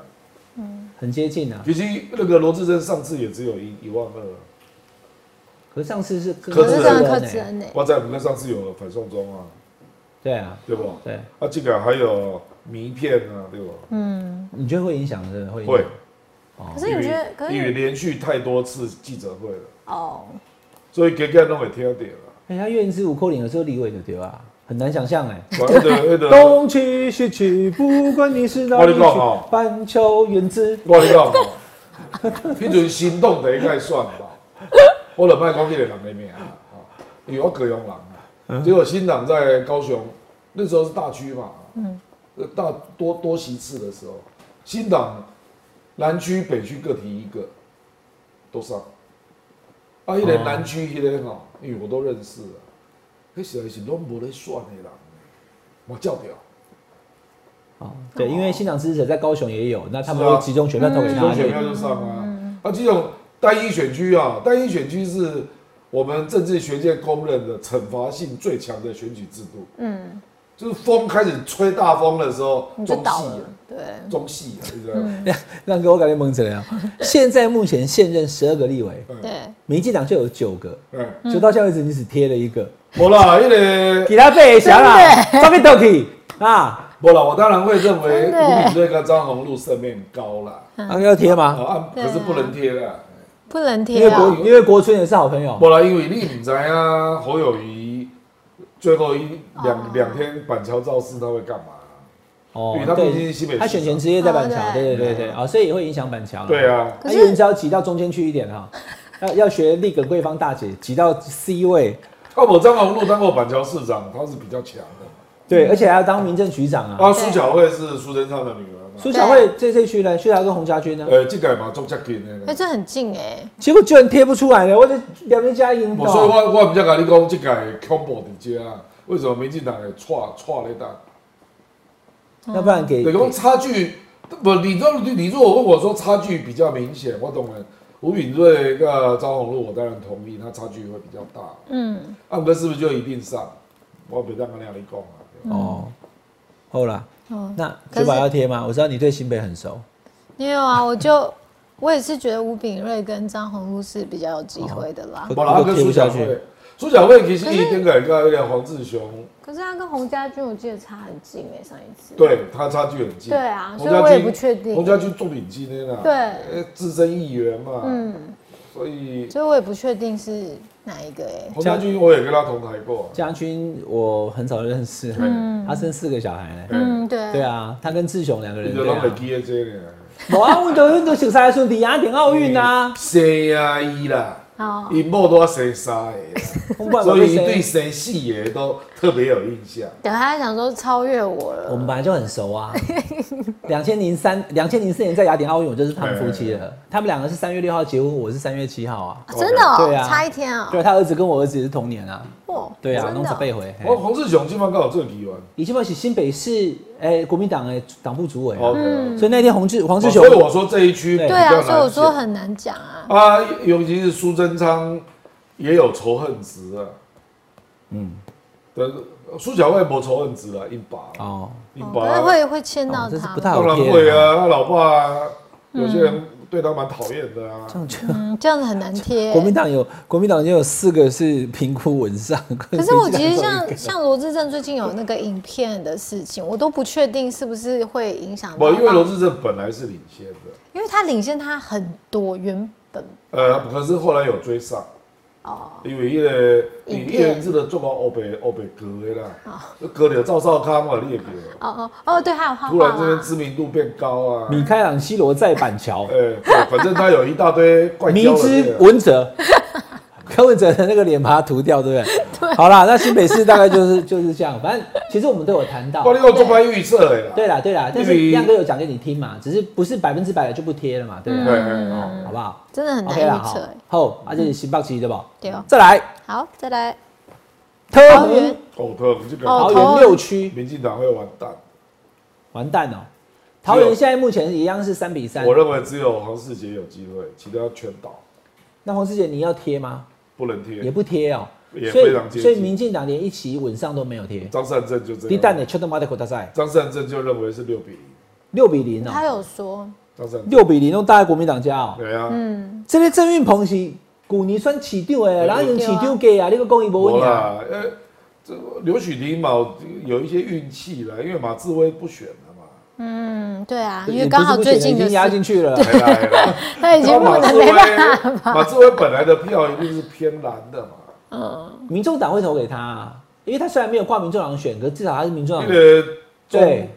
Speaker 2: 很接近啊。
Speaker 3: 其实那个罗志珍上次也只有一一万二啊，
Speaker 2: 可是上次是
Speaker 3: 柯
Speaker 4: 可是这
Speaker 3: 志恩柯
Speaker 4: 样
Speaker 3: 志
Speaker 4: 柯志恩呢，
Speaker 3: 哇在我们上次有反送中啊，
Speaker 2: 对啊，
Speaker 3: 对不？
Speaker 2: 对，
Speaker 3: 啊，这个还有迷片啊，对不？
Speaker 4: 嗯，
Speaker 2: 你觉得会影响真的会影响
Speaker 3: 会，
Speaker 4: 可是你觉得，可
Speaker 3: 因为
Speaker 4: 是
Speaker 3: 连续太多次记者会了，
Speaker 4: 哦，
Speaker 3: 所以给给弄给听到点 了。
Speaker 2: 哎、他愿之五扣零的时候立委就丢啊，很难想象哎、
Speaker 3: 反正那个那个，
Speaker 2: 东去西去，不管你是哪
Speaker 3: 我
Speaker 2: 里
Speaker 3: 跟你讲哦
Speaker 2: 去，板球原子
Speaker 3: 我跟你讲哦， 迄阵行动第一该算吧，我就卖讲迄个人的名啊，哦因为我高雄人啊，结果新党在高雄那时候是大区嘛，嗯，大多多席次的时候，新党南区北区各提一个，都上，啊，迄个南区迄个吼，因为我都认识啊，迄时候是拢无咧选的人，我叫掉。
Speaker 2: 哦，对，因为新党支持者在高雄也有，那他们
Speaker 3: 是啊
Speaker 2: 会集中选票投
Speaker 4: 嗯
Speaker 2: 给
Speaker 3: 集
Speaker 2: 他
Speaker 3: 中选票
Speaker 2: 对
Speaker 3: 就上啊。啊，这种单一选区啊，单一选区是我们政治学界公认的惩罚性最强的选举制度。
Speaker 4: 嗯，
Speaker 3: 就是风开始吹大风的时候，
Speaker 4: 你就
Speaker 3: 中
Speaker 4: 倒
Speaker 3: 戏
Speaker 4: 了
Speaker 3: 啊，
Speaker 4: 对，
Speaker 3: 中戏啊，你知道吗？
Speaker 2: 让给我感觉蒙着了啊。
Speaker 4: 嗯
Speaker 2: 现在目前现任十二个立委，
Speaker 4: 对，
Speaker 2: 民进党就有九个，
Speaker 4: 嗯
Speaker 3: 哎，
Speaker 2: 就到现在为止你只贴了一个，
Speaker 3: 我啦，因为
Speaker 2: 给他背下啦，照片都可以啊，
Speaker 3: 我啦，我当然会认为
Speaker 4: 真的
Speaker 3: 吴炳瑞跟张宏禄胜面高啦，
Speaker 2: 啊要贴
Speaker 3: 啊
Speaker 2: 吗？
Speaker 3: 啊，
Speaker 4: 对
Speaker 3: 可
Speaker 4: 啊
Speaker 3: 是不能贴啦。
Speaker 4: 不能
Speaker 2: 因
Speaker 4: 贴
Speaker 2: 为
Speaker 4: 啊
Speaker 2: 国，因为国春也是好朋友，
Speaker 3: 我啦，因为你唔知啊，侯友谊最后一
Speaker 4: 哦
Speaker 3: 两两天板桥造势他会干嘛？
Speaker 2: 哦
Speaker 3: 因为他毕竟是西北
Speaker 2: 对，
Speaker 3: 市长
Speaker 2: 他选前职业在板
Speaker 4: 哦
Speaker 2: 桥，对
Speaker 4: 对
Speaker 2: 对对对，啊，所以也会影响板桥。
Speaker 3: 对啊，
Speaker 2: 那有人只要挤到中间去一点哈，要要学立耿桂芳大姐挤到 C 位，
Speaker 3: 啊，我张宏禄当过板桥市长，他是比较强的。
Speaker 4: 嗯
Speaker 2: 对，而且还要当民政局长啊。
Speaker 3: 啊，苏巧慧是苏贞昌的女儿嘛，
Speaker 2: 苏小慧这这区呢，苏小慧跟洪家军呢，
Speaker 3: 呃，这个嘛中较近的
Speaker 4: 哎，
Speaker 3: 呢。
Speaker 4: 这很近哎，
Speaker 2: 结果居然贴不出来了，我就两边加赢
Speaker 3: 我所以
Speaker 2: 到。
Speaker 3: 我我唔才甲你讲，这个恐怖伫遮啊，为什么民进党会踹踹咧蛋？
Speaker 2: 那不然给
Speaker 3: 对，讲差距，不，你若你如果问我说差距比较明显，我懂了。吴炳瑞跟张宏禄，我当然同意，他差距会比较大。
Speaker 4: 嗯，
Speaker 3: 啊，哥是不是就一定上？我别当跟你讲啊。
Speaker 2: 哦，好啦，
Speaker 4: 哦，
Speaker 2: 那
Speaker 4: 可
Speaker 2: 九
Speaker 4: 是
Speaker 2: 宝要贴吗？我知道你对新北很熟，
Speaker 4: 没有啊，我就我也是觉得吴炳瑞跟张宏禄是比较有机会的啦，
Speaker 2: 哦
Speaker 3: 我啦，跟苏巧慧，苏巧慧其实一定跟个跟黄志雄
Speaker 4: 可是他跟洪家军我记得差很近哎，上一次，
Speaker 3: 对他差距很近。
Speaker 4: 对啊所
Speaker 3: 洪
Speaker 4: 以
Speaker 3: 家
Speaker 4: 我也
Speaker 3: 军
Speaker 4: 不确定
Speaker 3: 洪家军重领今天啊，
Speaker 4: 对
Speaker 3: 呃，资深议员嘛，
Speaker 4: 嗯，
Speaker 3: 所以
Speaker 4: 所以我也不确定是哪一个
Speaker 2: 啊
Speaker 4: 哎，
Speaker 3: 洪家军我也跟他同台过。
Speaker 2: 家军我很早就认识，他生四个小孩呢。
Speaker 4: 嗯，对，
Speaker 2: 对啊，他跟志雄两个
Speaker 3: 你
Speaker 2: 人。
Speaker 3: 就
Speaker 2: 对
Speaker 3: 拢
Speaker 2: 啊
Speaker 3: 会记得这个呢。
Speaker 2: 无啊，阮就阮就熟悉的顺弟啊，顶奥运啊，
Speaker 3: 生啊伊啦，
Speaker 4: 好，
Speaker 3: 伊某都要生 三个啦，
Speaker 2: 我们本来
Speaker 3: 所
Speaker 2: 就
Speaker 3: 以伊对
Speaker 2: 熟啊
Speaker 3: 生四个都特别有印象。
Speaker 4: 等他想说超越我
Speaker 3: 嗯
Speaker 2: 我们
Speaker 4: 了，
Speaker 2: 本来就很熟 啊。两千零三、两千零四年在雅典奥运，我就是他们夫妻
Speaker 3: 哎
Speaker 2: 了。他们两个是三月六号结婚，我是三月七号啊
Speaker 4: 啊。真的哦
Speaker 2: 对啊，
Speaker 4: 差一天啊，
Speaker 2: 对，他儿子跟我儿子也是同年啊。
Speaker 4: 哇，
Speaker 2: 对啊，
Speaker 4: 真
Speaker 2: 弄
Speaker 4: 的
Speaker 2: 十
Speaker 4: 哦
Speaker 2: 倍回。
Speaker 3: 我黄志雄基本上有做议员，
Speaker 2: 以前我是新北市诶国民党诶党部主委啊，
Speaker 3: OK 啊哦
Speaker 2: 所以那天洪志黄志雄
Speaker 3: 所以我说这一区比
Speaker 2: 对
Speaker 4: 对啊，
Speaker 3: 较难选。
Speaker 4: 所以我说很难讲啊。
Speaker 3: 啊，尤其是苏贞昌也有仇恨值啊。嗯，但苏小慧没仇恨值啊，一把
Speaker 2: 哦，
Speaker 3: 一
Speaker 4: 哦
Speaker 3: 把
Speaker 4: 可是会会牵到
Speaker 2: 哦这是
Speaker 4: 他
Speaker 2: 不
Speaker 4: 吗，
Speaker 2: 太
Speaker 3: 当
Speaker 2: 好
Speaker 3: 然啊
Speaker 2: 贴
Speaker 3: 会。啊，他老爸啊，有些人对他蛮讨厌的啊。
Speaker 2: 这样就
Speaker 4: 嗯，这样子很难贴。
Speaker 2: 国民党有国民党就有四个是评估文上，
Speaker 4: 可
Speaker 2: 可
Speaker 4: 是我其实像像罗志正最近有那个影片的事情，我都不确定是不是会影响
Speaker 3: 不，
Speaker 4: 到。
Speaker 3: 因为罗志正本来是领先的，
Speaker 4: 因为他领先他很多，原本
Speaker 3: 呃，可是后来有追上。
Speaker 4: 哦，
Speaker 3: 因为迄个
Speaker 4: 影
Speaker 3: 影
Speaker 4: 片
Speaker 3: 片这个做个黑白黑白割的啦，割了赵少康嘛，你也对了。
Speaker 4: 哦哦哦，对，还有画
Speaker 3: 突
Speaker 4: 画
Speaker 3: 然这边
Speaker 4: 啦。
Speaker 3: 知名度变高啊，
Speaker 2: 米开朗基罗在板 桥，
Speaker 3: 呃，对反正他有一大堆怪
Speaker 2: 迷
Speaker 3: 交的啊
Speaker 2: 之
Speaker 3: 那个。
Speaker 2: 文哲， 柯文哲的那个脸把它涂掉，对不 对？好啦，那新北市大概就是就是这样，反正其实我们都有谈到
Speaker 3: 我。你有做番预测的啦。
Speaker 2: 啊对啦对啦，但是
Speaker 3: 因为
Speaker 2: 亮哥有讲给你听嘛，只是不是百分之百的就不贴了嘛，对不
Speaker 3: 对，
Speaker 4: 嗯
Speaker 2: 对？
Speaker 3: 对哦
Speaker 2: 好不好？
Speaker 4: 真的很难
Speaker 2: OK 啦，
Speaker 4: 预测
Speaker 2: 好
Speaker 4: 欸。，
Speaker 2: 好，啊，这是新北市对不？
Speaker 4: 对哦
Speaker 2: 再来，
Speaker 4: 好，再来
Speaker 2: 哦桃
Speaker 4: 桃园，
Speaker 3: 哦，对，我们这
Speaker 4: 哦
Speaker 3: 个
Speaker 2: 桃
Speaker 4: 桃园
Speaker 2: 园六区，
Speaker 3: 民进党会完蛋。
Speaker 2: 完蛋哦！桃园现在目前一样是三比三
Speaker 3: 我，认为只有黄世杰有机会，其他全倒，
Speaker 2: 那黄师姐你要贴吗？
Speaker 3: 不能
Speaker 2: 也
Speaker 3: 贴。
Speaker 2: 不贴哦，
Speaker 3: 也
Speaker 2: 所
Speaker 3: 非常接
Speaker 2: 以
Speaker 3: 近
Speaker 2: 所以民进党连一起稳上都没有贴。
Speaker 3: 张善政就这
Speaker 2: 低蛋
Speaker 3: 样。
Speaker 2: 的，全他妈的国大赛
Speaker 3: 张善政就认为是六比零。
Speaker 2: 六比零
Speaker 4: 他
Speaker 2: 哦，
Speaker 4: 有说，
Speaker 3: 张善政，
Speaker 2: 六比零都大在国民党家哦。
Speaker 3: 对啊，
Speaker 4: 嗯，
Speaker 2: 这个郑运鹏是旧年选市长的，然后用市长给啊，你个讲伊无
Speaker 3: 我
Speaker 2: 赢啊？
Speaker 3: 啦，呃，这刘许婷嘛有一些运气啦，因为马志威不选了 嘛，
Speaker 4: 嗯，对啊，因
Speaker 2: 也
Speaker 4: 为
Speaker 2: 不
Speaker 4: 刚
Speaker 2: 是
Speaker 4: 好
Speaker 2: 不
Speaker 4: 最
Speaker 2: 选已
Speaker 4: 近的
Speaker 2: 经
Speaker 4: 事
Speaker 2: 压进去了，
Speaker 3: 哎啦哎啦，
Speaker 4: 他已经不能没办法，
Speaker 3: 法。马志威本来的票一定是偏蓝的嘛，
Speaker 4: 嗯，
Speaker 2: 民众党会投给他啊，因为他虽然没有挂民众党选，可至少他是民众
Speaker 3: 那
Speaker 2: 党。
Speaker 3: 个
Speaker 2: 嗯 对
Speaker 3: 中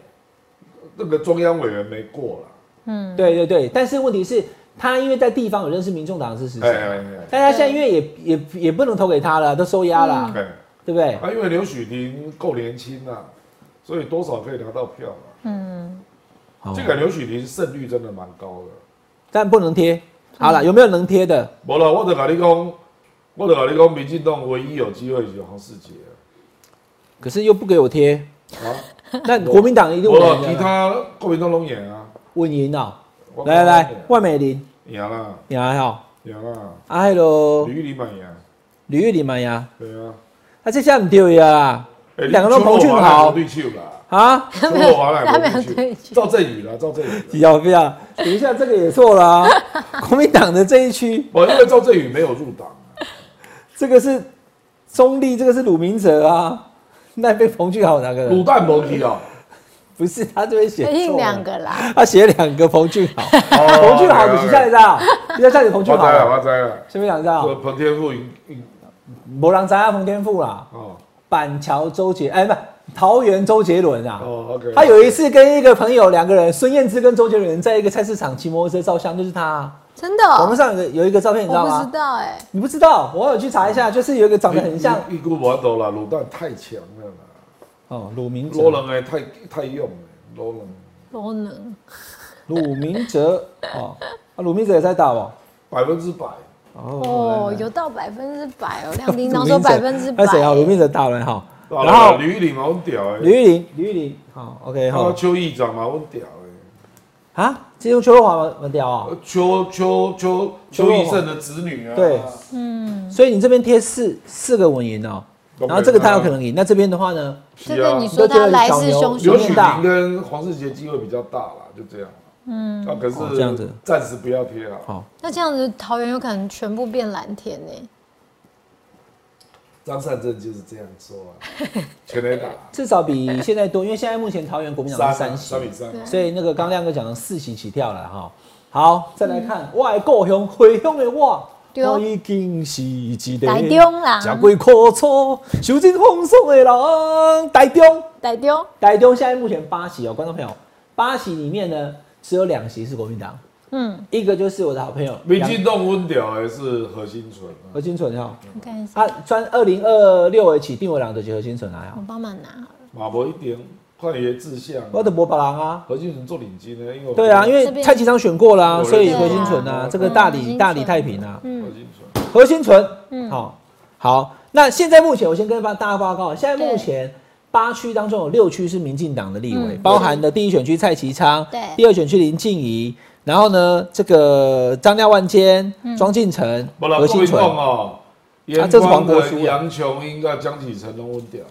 Speaker 3: 那个中央委员没过了，
Speaker 2: 对对对，但是问题是，他因为在地方有认识民众党的支持
Speaker 3: 哎
Speaker 2: 者，
Speaker 3: 哎哎
Speaker 2: 但他现在因为也也也不能投给他了，都收押了，
Speaker 3: 哎，
Speaker 2: 对不对？
Speaker 3: 啊，因为刘许婷够年轻啊，所以多少可以拿到票嘛，
Speaker 2: 好
Speaker 3: 这个刘许婷胜率真的蛮高的。
Speaker 2: 但不能贴。好
Speaker 4: 嗯
Speaker 2: 了，有没有能贴的？
Speaker 3: 无啦，我就甲你讲，我就甲你讲，民进党唯一有机会就是黄世杰
Speaker 2: 可是又不给我 贴，
Speaker 3: 啊，啊
Speaker 2: 那国民党一定
Speaker 3: 无啦，
Speaker 2: 稳
Speaker 3: 其
Speaker 2: 赢啊。
Speaker 3: 他国民党拢赢啊。
Speaker 2: 稳赢啊！
Speaker 3: 我
Speaker 2: 来来
Speaker 3: 讲
Speaker 2: 来
Speaker 3: 了，
Speaker 2: 万美玲，
Speaker 3: 赢啦，
Speaker 2: 你还好？
Speaker 3: 赢啦，
Speaker 2: 啊，迄啰
Speaker 3: 吕玉玲嘛赢，
Speaker 2: 吕玉玲嘛呀？
Speaker 3: 对啊。
Speaker 2: 啊，这下唔对啊！
Speaker 3: 欸
Speaker 2: 两个都彭俊豪
Speaker 3: 你邱若华
Speaker 2: 啊，
Speaker 3: 哪有对手啦，邱若华哪
Speaker 4: 他
Speaker 3: 有
Speaker 4: 没有
Speaker 3: 对
Speaker 4: 对手
Speaker 3: 手赵振宇啦，赵振宇啦。
Speaker 2: 要不要？等一下，这个也错了 啊。国民党的这一区，
Speaker 3: 我因为赵振宇没有入党啊，
Speaker 2: 这个是中立，这个是鲁明哲啊。那被彭俊豪哪个
Speaker 3: 卤
Speaker 2: 人？
Speaker 3: 蛋蒙提哦，
Speaker 2: 不是他这边写
Speaker 4: 一
Speaker 2: 错了
Speaker 4: 定哎两，个啦，
Speaker 2: 他写两个彭俊豪。
Speaker 3: 哦
Speaker 2: 彭俊豪不是下一张，你要下你彭
Speaker 3: 我
Speaker 2: 俊
Speaker 3: 知
Speaker 2: 豪
Speaker 3: 了，
Speaker 2: 啊，
Speaker 3: 哦我知了。
Speaker 2: 下面两
Speaker 3: 这
Speaker 2: 张，啊
Speaker 3: 彭天富赢赢
Speaker 2: 博朗扎彭天富啦。
Speaker 3: 哦
Speaker 2: 板桥周杰，哎，不，桃园周杰伦啊。
Speaker 3: 哦，OK。
Speaker 2: 他有一次跟一个朋友两个人，孙燕姿跟周杰伦在一个菜市场骑摩托车照相，就是他啊、
Speaker 4: 真的
Speaker 2: 网络
Speaker 4: 哦，
Speaker 2: 上有个有一个照片，你知道
Speaker 4: 我不
Speaker 2: 吗
Speaker 4: 知？道哎，
Speaker 2: 你不知道，我有去查一下，就是有一个长得很像
Speaker 3: 一股无多啦，卤蛋太强了啦，
Speaker 2: 哦，鲁明
Speaker 3: 罗
Speaker 2: 哲，
Speaker 3: 人诶太太用了，罗人
Speaker 4: 不能，
Speaker 2: 鲁明哲哦，啊，鲁明哲也在打哦。
Speaker 3: 百分之百。
Speaker 4: 哦，
Speaker 2: 来来
Speaker 4: 有到百分之 百哦，亮
Speaker 2: 鲁
Speaker 4: 叮
Speaker 2: 明
Speaker 4: 当
Speaker 2: 哲
Speaker 4: 说百分之百
Speaker 2: 那，谁啊？鲁明哲大人哈，
Speaker 3: 啊
Speaker 2: 然后
Speaker 3: 吕玉玲好屌诶，
Speaker 2: 吕玉玲，吕玉玲，好，OK
Speaker 3: 啊
Speaker 2: 哈
Speaker 3: 邱议长嘛好屌诶，
Speaker 2: 啊，这用邱若华蛮蛮屌啊，
Speaker 3: 邱邱邱
Speaker 2: 邱
Speaker 3: 邱
Speaker 2: 若华
Speaker 3: 医生的子女啊，
Speaker 2: 对
Speaker 4: 嗯，
Speaker 2: 所以你这边贴四四个稳赢哦，然后这个他有可能赢，那这边的话呢？
Speaker 3: 是
Speaker 4: 这
Speaker 3: 啊，
Speaker 4: 个你说他来势汹
Speaker 3: 刘
Speaker 2: 有点
Speaker 4: 汹，
Speaker 3: 许
Speaker 2: 大
Speaker 3: 婷跟黄世杰机会比较大啦，就这样。嗯，啊，可是
Speaker 2: 哦这样子哦
Speaker 3: 暂时不要贴啊，
Speaker 2: 好，
Speaker 4: 那这样子桃园有可能全部变蓝天呢，
Speaker 3: 张善政就是这样说 啊，全垒 打
Speaker 2: 至少比现在多，因为现在目前桃园国民党
Speaker 3: 啊
Speaker 2: 是三席
Speaker 3: 三，比三，
Speaker 2: 所以那个刚亮哥讲的四席起跳了哈。好，再来看外故乡回乡的我，
Speaker 4: 对哦
Speaker 2: 我已经是一个
Speaker 4: 台中人
Speaker 2: 吃过苦楚、受尽风霜的人。台中，
Speaker 4: 逮丢，
Speaker 2: 台中现在目前八席哦，观众朋友，八席里面呢只有两席是国民党，
Speaker 4: 嗯，
Speaker 2: 一个就是我的好朋友
Speaker 3: 民
Speaker 2: 杨
Speaker 3: 进党温屌诶是何心存啊，
Speaker 2: 何金纯哦哈，
Speaker 4: 我看一下，
Speaker 2: 他啊专二零二六为起定为人就是何金纯来
Speaker 4: 我
Speaker 2: 啊，
Speaker 4: 帮忙拿好了，
Speaker 3: 马博一点快爷志向啊，
Speaker 2: 我的博白狼啊。
Speaker 3: 何心存做领巾呢，因为我
Speaker 2: 对啊，因
Speaker 4: 这
Speaker 2: 为
Speaker 4: 边
Speaker 2: 蔡其昌选过啦、
Speaker 3: 有人
Speaker 2: 所以
Speaker 4: 选
Speaker 2: 何心存
Speaker 3: 过
Speaker 2: 啊
Speaker 3: 嗯，
Speaker 2: 这个大
Speaker 4: 何
Speaker 2: 理
Speaker 4: 心
Speaker 2: 大理
Speaker 4: 存
Speaker 2: 太平啊，
Speaker 3: 何
Speaker 4: 嗯，
Speaker 3: 心存。
Speaker 2: 何心存，
Speaker 4: 嗯
Speaker 2: 好，好，那现在目前我先跟大家报告，啊现在目前八区当中有六区是民进党的立委，
Speaker 4: 嗯
Speaker 2: 包含的第一选区蔡其昌，
Speaker 4: 对
Speaker 2: 第二选区林静怡，然后呢，这个张廖万坚、庄敬诚、
Speaker 3: 不啦，
Speaker 2: 何
Speaker 3: 各
Speaker 2: 心
Speaker 3: 位讲
Speaker 2: 存，
Speaker 3: 哦，
Speaker 2: 啊
Speaker 3: 严
Speaker 2: 这是黄
Speaker 3: 光
Speaker 2: 国书
Speaker 3: 的杨琼英跟江启臣拢稳掉了。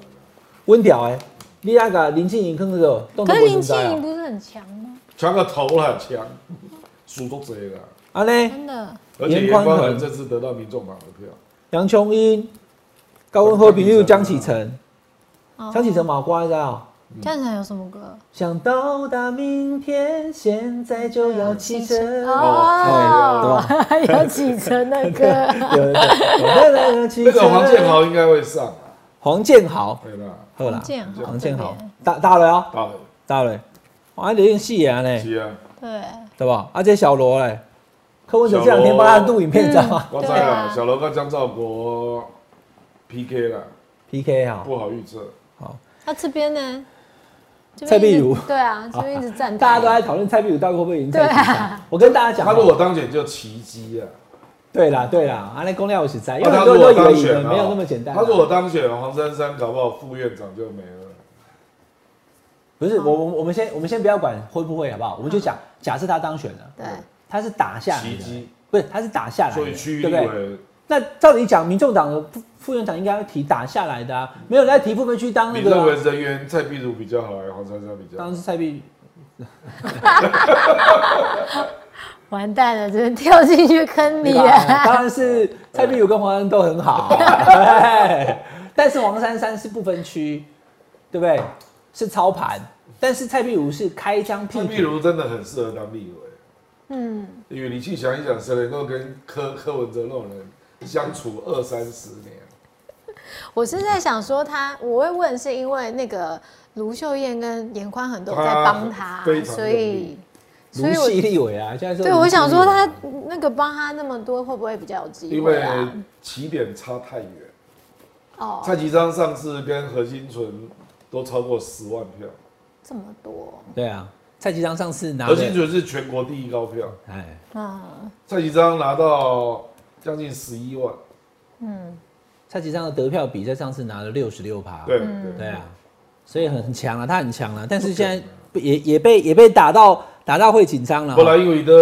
Speaker 2: 温屌哎，你那个林静怡跟那个动
Speaker 4: 可
Speaker 2: 作
Speaker 4: 是
Speaker 2: 不
Speaker 4: 林
Speaker 2: 知
Speaker 4: 庆
Speaker 2: 道啊
Speaker 4: 颖不是很强吗？
Speaker 3: 强个头了，强！输足侪啦。
Speaker 2: 啊嘞，
Speaker 4: 真的，
Speaker 3: 而且
Speaker 2: 严
Speaker 3: 严
Speaker 2: 宽
Speaker 3: 宽
Speaker 2: 恒
Speaker 3: 恒这次得到民众党的票，
Speaker 2: 杨琼英、高温和平又江启程，
Speaker 4: 哦
Speaker 2: 江启程嘛乖的啊。
Speaker 4: 江城有什么歌？
Speaker 2: 想到达明天，现在就要启程。
Speaker 3: 啊
Speaker 4: 哦，
Speaker 2: 对吧？
Speaker 4: 有启程的歌，
Speaker 2: 对对对，
Speaker 3: 那个黄建
Speaker 2: 豪，
Speaker 3: 豪应该会上啊，
Speaker 2: 黄建豪，
Speaker 3: 对啦，
Speaker 2: 好啦
Speaker 4: 黄建豪
Speaker 2: 黄建豪
Speaker 4: 这边，
Speaker 2: 大大了哦，
Speaker 3: 到了，
Speaker 2: 大了，哇，有点戏啊嘞，
Speaker 3: 是啊，
Speaker 4: 对，
Speaker 2: 对吧？啊，这小罗嘞，柯文哲这两天帮他录影片，你知道吗
Speaker 3: 我知啦，小罗跟江兆国 PK 啦，
Speaker 2: ？PK 哈，
Speaker 3: 不好预测，
Speaker 4: 那这边呢？这
Speaker 2: 蔡
Speaker 4: 边
Speaker 2: 壁如
Speaker 4: 一直对啊，这边一直站，
Speaker 2: 大家都在讨论蔡壁如到底会不会赢蔡
Speaker 4: 对
Speaker 2: 启程
Speaker 4: 啊。
Speaker 2: 我跟大家讲
Speaker 3: 他
Speaker 2: 哦，
Speaker 3: 如果当选就奇迹啊，
Speaker 2: 对啦对啦，啊，那公料我实在，因为
Speaker 3: 他
Speaker 2: 很
Speaker 3: 如
Speaker 2: 多
Speaker 3: 果
Speaker 2: 人都以
Speaker 3: 当
Speaker 2: 为赢
Speaker 3: 选
Speaker 2: 了
Speaker 3: 啊
Speaker 2: 没有那么简单啊。
Speaker 3: 他如果当选，黄珊珊搞不好副院长就没了。
Speaker 2: 不
Speaker 4: 哦
Speaker 2: 是我我我们先我们先不要管会不会好不好？我们就讲假设他当选了，
Speaker 4: 嗯
Speaker 2: 嗯
Speaker 4: 对，
Speaker 2: 他是打下来
Speaker 3: 奇
Speaker 2: 的
Speaker 3: 迹，
Speaker 2: 不是他是打下来
Speaker 3: 所
Speaker 2: 的，
Speaker 3: 以区域
Speaker 2: 对
Speaker 3: 立
Speaker 2: 不对？
Speaker 3: 委
Speaker 2: 那照理讲，民众党的副副院长应该要提打下来的啊，没有人在提部分区当那
Speaker 3: 你认
Speaker 2: 个
Speaker 3: 为
Speaker 2: 啊，
Speaker 3: 人员蔡壁如比较好，还是黄珊珊比较
Speaker 2: 当
Speaker 3: 好
Speaker 2: 然？是蔡壁
Speaker 4: 完蛋了，真的跳进去坑
Speaker 2: 如
Speaker 4: 里
Speaker 2: 吧，
Speaker 4: 了。
Speaker 2: 啊当然是蔡壁如跟黄安都很好， 对 但是黄珊珊是不分区，对不对？是操盘，但是蔡壁如是开疆辟
Speaker 3: 蔡壁
Speaker 2: 土，
Speaker 3: 如真的很适合当立委，
Speaker 4: 嗯，
Speaker 3: 因为你去想一想，谁能够跟柯柯文哲那种人相处二三十年？
Speaker 4: 我是在想说他，我会问是因为那个卢秀燕跟严宽很都在
Speaker 3: 他
Speaker 4: 帮他
Speaker 3: 非，常
Speaker 4: 所
Speaker 3: 用
Speaker 4: 以
Speaker 3: 力，
Speaker 4: 所
Speaker 2: 如
Speaker 4: 以我
Speaker 2: 系立委啊，现在是
Speaker 4: 对
Speaker 2: 如系
Speaker 4: 我想说
Speaker 2: 立委
Speaker 4: 他那个帮他那么多，会不会比较有机
Speaker 3: 因
Speaker 4: 会
Speaker 3: 为
Speaker 4: 啊？
Speaker 3: 起点差太远。
Speaker 4: 哦，
Speaker 3: 蔡其章上次跟何新纯都超过十万票，
Speaker 4: 这么多，
Speaker 2: 对啊，蔡其章上次拿
Speaker 3: 何新
Speaker 2: 的，
Speaker 3: 纯是全国第一高票，
Speaker 2: 哎，
Speaker 4: 嗯，
Speaker 3: 蔡其章拿到将近十一万，
Speaker 2: 蔡其章的得票比在上次拿了六十六趴，
Speaker 3: 对
Speaker 2: 对
Speaker 3: 对，
Speaker 2: 啊，所以很很强啊，他很强啊，但是现在也也被也被打到打到会紧张了哦。
Speaker 3: 后来因为的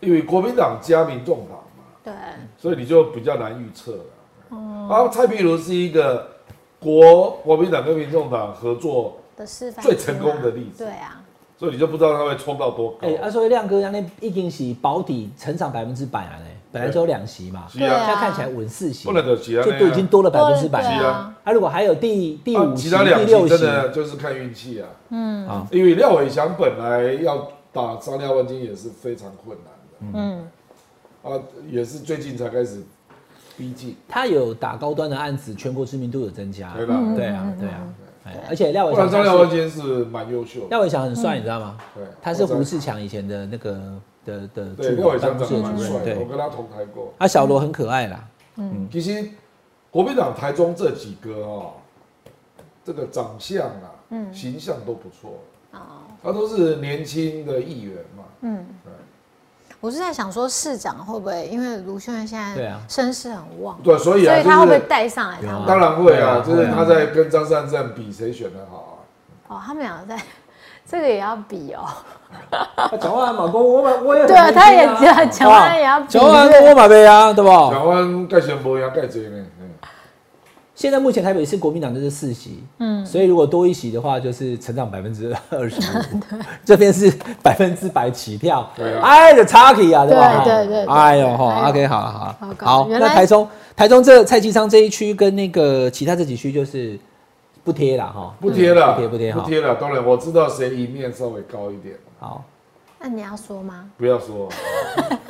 Speaker 3: 因为国民党加民众党嘛，
Speaker 4: 对，
Speaker 3: 所以你就比较难预测了。
Speaker 2: 哦
Speaker 3: 啊，蔡壁如是一个国国民党跟民众党合作，
Speaker 4: 的示范
Speaker 3: 最
Speaker 4: 之
Speaker 3: 成
Speaker 4: 嘛
Speaker 3: 功的例子
Speaker 4: 对啊，
Speaker 3: 所以你就不知道他会冲到多高
Speaker 2: 哎、。啊，所以亮哥那天已经是保底成长百分之百了呢，本来只有两席嘛，
Speaker 3: 是
Speaker 2: 现
Speaker 4: 对
Speaker 3: 啊，
Speaker 2: 在看起来稳四席，
Speaker 3: 不能
Speaker 2: 就
Speaker 3: 的，其他
Speaker 2: 都已经多了百分之百
Speaker 4: 对
Speaker 3: 是
Speaker 2: 了。
Speaker 4: 啊
Speaker 3: 啊，
Speaker 2: 啊，如果还有第第
Speaker 3: 啊
Speaker 2: 五席、
Speaker 3: 其他
Speaker 2: 第
Speaker 3: 两席
Speaker 2: 六
Speaker 3: 真
Speaker 2: 席，
Speaker 3: 的就是看运气啊。
Speaker 4: 嗯
Speaker 2: 啊
Speaker 3: 因为廖伟翔本来要打张廖万金也是非常困难
Speaker 4: 嗯，
Speaker 3: 的啊，也是最近才开始逼近，
Speaker 2: 他有打高端的案子，全国知名度有增加。
Speaker 3: 对吧？
Speaker 2: 对啊，对啊，哎而且廖伟
Speaker 3: 嗯不然
Speaker 2: 翔
Speaker 3: 张
Speaker 2: 他
Speaker 3: 廖嗯万
Speaker 2: 是，
Speaker 3: 金是蛮优秀的
Speaker 2: 廖，伟翔很帅，你知道吗？
Speaker 3: 对，
Speaker 2: 他是
Speaker 3: 我在
Speaker 2: 胡志强以前的那个的的
Speaker 3: 对
Speaker 2: 主
Speaker 3: 廖
Speaker 2: 管
Speaker 3: 伟
Speaker 2: 办
Speaker 3: 翔
Speaker 2: 公
Speaker 3: 长
Speaker 2: 室的主
Speaker 3: 得蛮帅
Speaker 2: 任，
Speaker 3: 的，我
Speaker 2: 对。嗯
Speaker 3: 跟他同台过。
Speaker 2: 啊，小罗很可爱啦，
Speaker 3: 其实国民党台中这几个哦，这个长相啊，形象都不错，
Speaker 4: 嗯哦，
Speaker 3: 他都是年轻的议员嘛，
Speaker 4: 嗯
Speaker 3: 对，
Speaker 4: 我是在想说市长会不会，因为卢秀燕现
Speaker 2: 对
Speaker 4: 在
Speaker 2: 啊
Speaker 4: 声势很旺，
Speaker 3: 对，所以
Speaker 4: 所
Speaker 3: 啊，
Speaker 4: 以
Speaker 3: 就
Speaker 4: 他会不会
Speaker 3: 是
Speaker 4: 带上来他
Speaker 2: 有啊
Speaker 4: 们？
Speaker 3: 当然会
Speaker 2: 对啊
Speaker 3: 啊，就
Speaker 2: 会
Speaker 3: 是
Speaker 2: 啊
Speaker 3: 他在跟张善善比谁选的好啊。
Speaker 4: 哦，他们俩在，这个也要比 哦。
Speaker 2: 他讲话啊嘛，公我嘛我也很
Speaker 4: 对啊，
Speaker 2: 年轻
Speaker 4: 他也
Speaker 2: 啊
Speaker 4: 讲完也要比。
Speaker 2: 讲话跟我嘛呗啊，对不？
Speaker 3: 台湾盖全博要盖谁呢？嗯
Speaker 2: 现在目前台北市国民党就是四席，嗯，所以如果多一席的话，就是成长百分之二十 五，这边是百分之百起跳，
Speaker 3: 对啊
Speaker 2: 哎，就差距啊，对吧？
Speaker 4: 对对对对
Speaker 2: 哎呦哈
Speaker 4: 哎呦
Speaker 2: ，OK，好了好
Speaker 4: 糟
Speaker 2: 了，
Speaker 4: 糕
Speaker 2: 好，
Speaker 4: 原
Speaker 2: 那
Speaker 4: 来
Speaker 2: 台中台中这蔡其昌这一区跟那个其他这几区就是不贴了哈，
Speaker 3: 不贴
Speaker 2: 嗯
Speaker 3: 了，
Speaker 2: 不贴不贴哈，
Speaker 3: 了。当然我知道谁赢面稍微高一点，
Speaker 2: 好，
Speaker 4: 那你要说吗？
Speaker 3: 不要说啊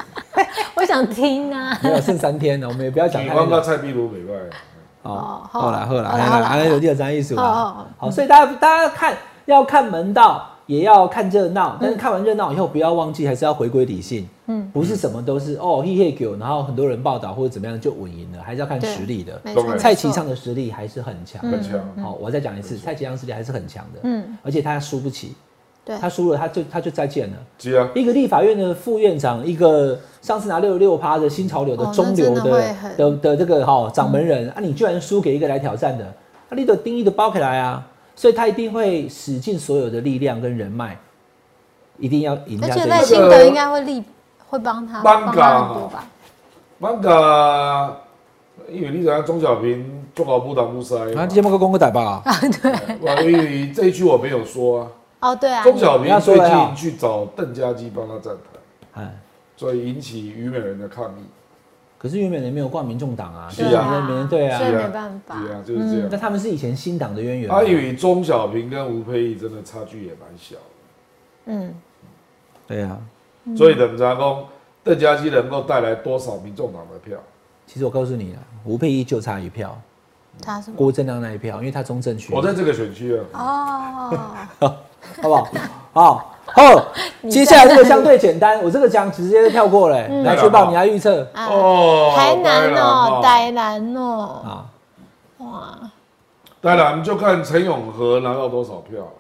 Speaker 4: 我想听啊。
Speaker 2: 没有剩三天了，我们也不要讲
Speaker 3: 你
Speaker 2: 太
Speaker 3: 光
Speaker 2: 多
Speaker 3: 到。蔡壁如啊没办法。
Speaker 2: 哦
Speaker 4: 哦，
Speaker 2: 好啦好啦，
Speaker 4: 好
Speaker 2: 哎
Speaker 4: 啦
Speaker 2: 呀，
Speaker 4: 好啦
Speaker 2: 哎有有张艺术
Speaker 4: 好嗯
Speaker 2: 啦
Speaker 4: 好，
Speaker 2: 好，所以大家大家看要看门道，也要看热闹，但是看完热闹以后，不要忘记还是要回归理性，嗯，不是什么都是哦嘿嘿狗，然后很多人报道或者怎么样就稳赢了，还是要看
Speaker 4: 嗯对
Speaker 2: 实力的。
Speaker 4: 没
Speaker 3: 懂
Speaker 4: 错，
Speaker 3: 了
Speaker 2: 蔡
Speaker 4: 没
Speaker 2: 其
Speaker 4: 错
Speaker 2: 昌的实力还是很强，
Speaker 3: 很强
Speaker 2: 好，我再讲一次，蔡其昌实力还是很强的，嗯
Speaker 4: 嗯，
Speaker 2: 而且他输不起，
Speaker 4: 对
Speaker 2: 他输了他就他就再见了。
Speaker 3: 是啊，
Speaker 2: 一个立法院的副院长，一个上次拿六十六趴的新潮流的
Speaker 4: 哦
Speaker 2: 中流
Speaker 4: 那真的会很
Speaker 2: 的的这个哈、掌门人、啊，你居然输给一个来挑战的，啊，你的定义都包起来啊，所以他一定会使尽所有的力量跟人脉，一定要赢
Speaker 4: 而
Speaker 2: 下这
Speaker 4: 且
Speaker 2: 一
Speaker 4: 赖
Speaker 3: 在
Speaker 2: 场。
Speaker 4: 幸德应该会力会帮他
Speaker 3: 呃帮
Speaker 4: 帮他
Speaker 3: 他
Speaker 4: 很多吧？
Speaker 3: 那个因为你知道钟小平做好不挡不塞嘛
Speaker 2: 啊，你，节目跟公哥打吧，
Speaker 4: 啊
Speaker 3: 我因为 这一句我没有说啊。
Speaker 4: 哦，对啊，
Speaker 3: 钟小
Speaker 2: 你要
Speaker 3: 平
Speaker 2: 说
Speaker 3: 最
Speaker 2: 了呀
Speaker 3: 近去找邓家基帮他站台，
Speaker 2: 哎，
Speaker 3: 所以引起虞美人的抗议。
Speaker 2: 可是原本人没有挂民众党啊，
Speaker 3: 是
Speaker 2: 就
Speaker 3: 啊
Speaker 2: 人没人对
Speaker 4: 所以
Speaker 2: 啊，
Speaker 4: 没办法
Speaker 3: 对啊，就是这样。啊
Speaker 2: 那他们是以前新党的渊源吗。啊
Speaker 3: 他与钟小平跟吴佩益真的差距也蛮小的，
Speaker 4: 嗯，
Speaker 2: 对啊，
Speaker 3: 所以等查公邓家基能够带来多少民众党的票？
Speaker 2: 其实我告诉你啊，吴佩益就差一票，
Speaker 4: 他什么？
Speaker 2: 郭正亮那一票，因为他中正区，
Speaker 3: 我在这个选区啊，
Speaker 4: 哦，
Speaker 2: 好 不好？好，好，接下来这个相对简单，我这个讲直接跳过了、来，
Speaker 3: 对啊
Speaker 2: 雪宝，你来预测
Speaker 4: 啊
Speaker 3: 哦
Speaker 4: 台南哦，
Speaker 3: 台
Speaker 4: 台南哦，
Speaker 2: 啊？
Speaker 4: 哇，
Speaker 3: 当然我们就看陈永和拿到多少票了。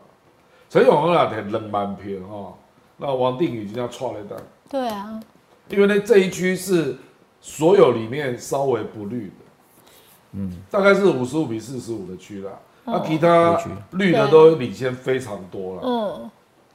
Speaker 3: 陈永和啊，得冷满票哈，那王定宇就这样踹了一单，
Speaker 4: 对啊，
Speaker 3: 因为呢这一区是所有里面稍微不绿的，嗯，大概是五十五比四十五的区啦。那、其他绿的都领先非常多了，
Speaker 4: 嗯，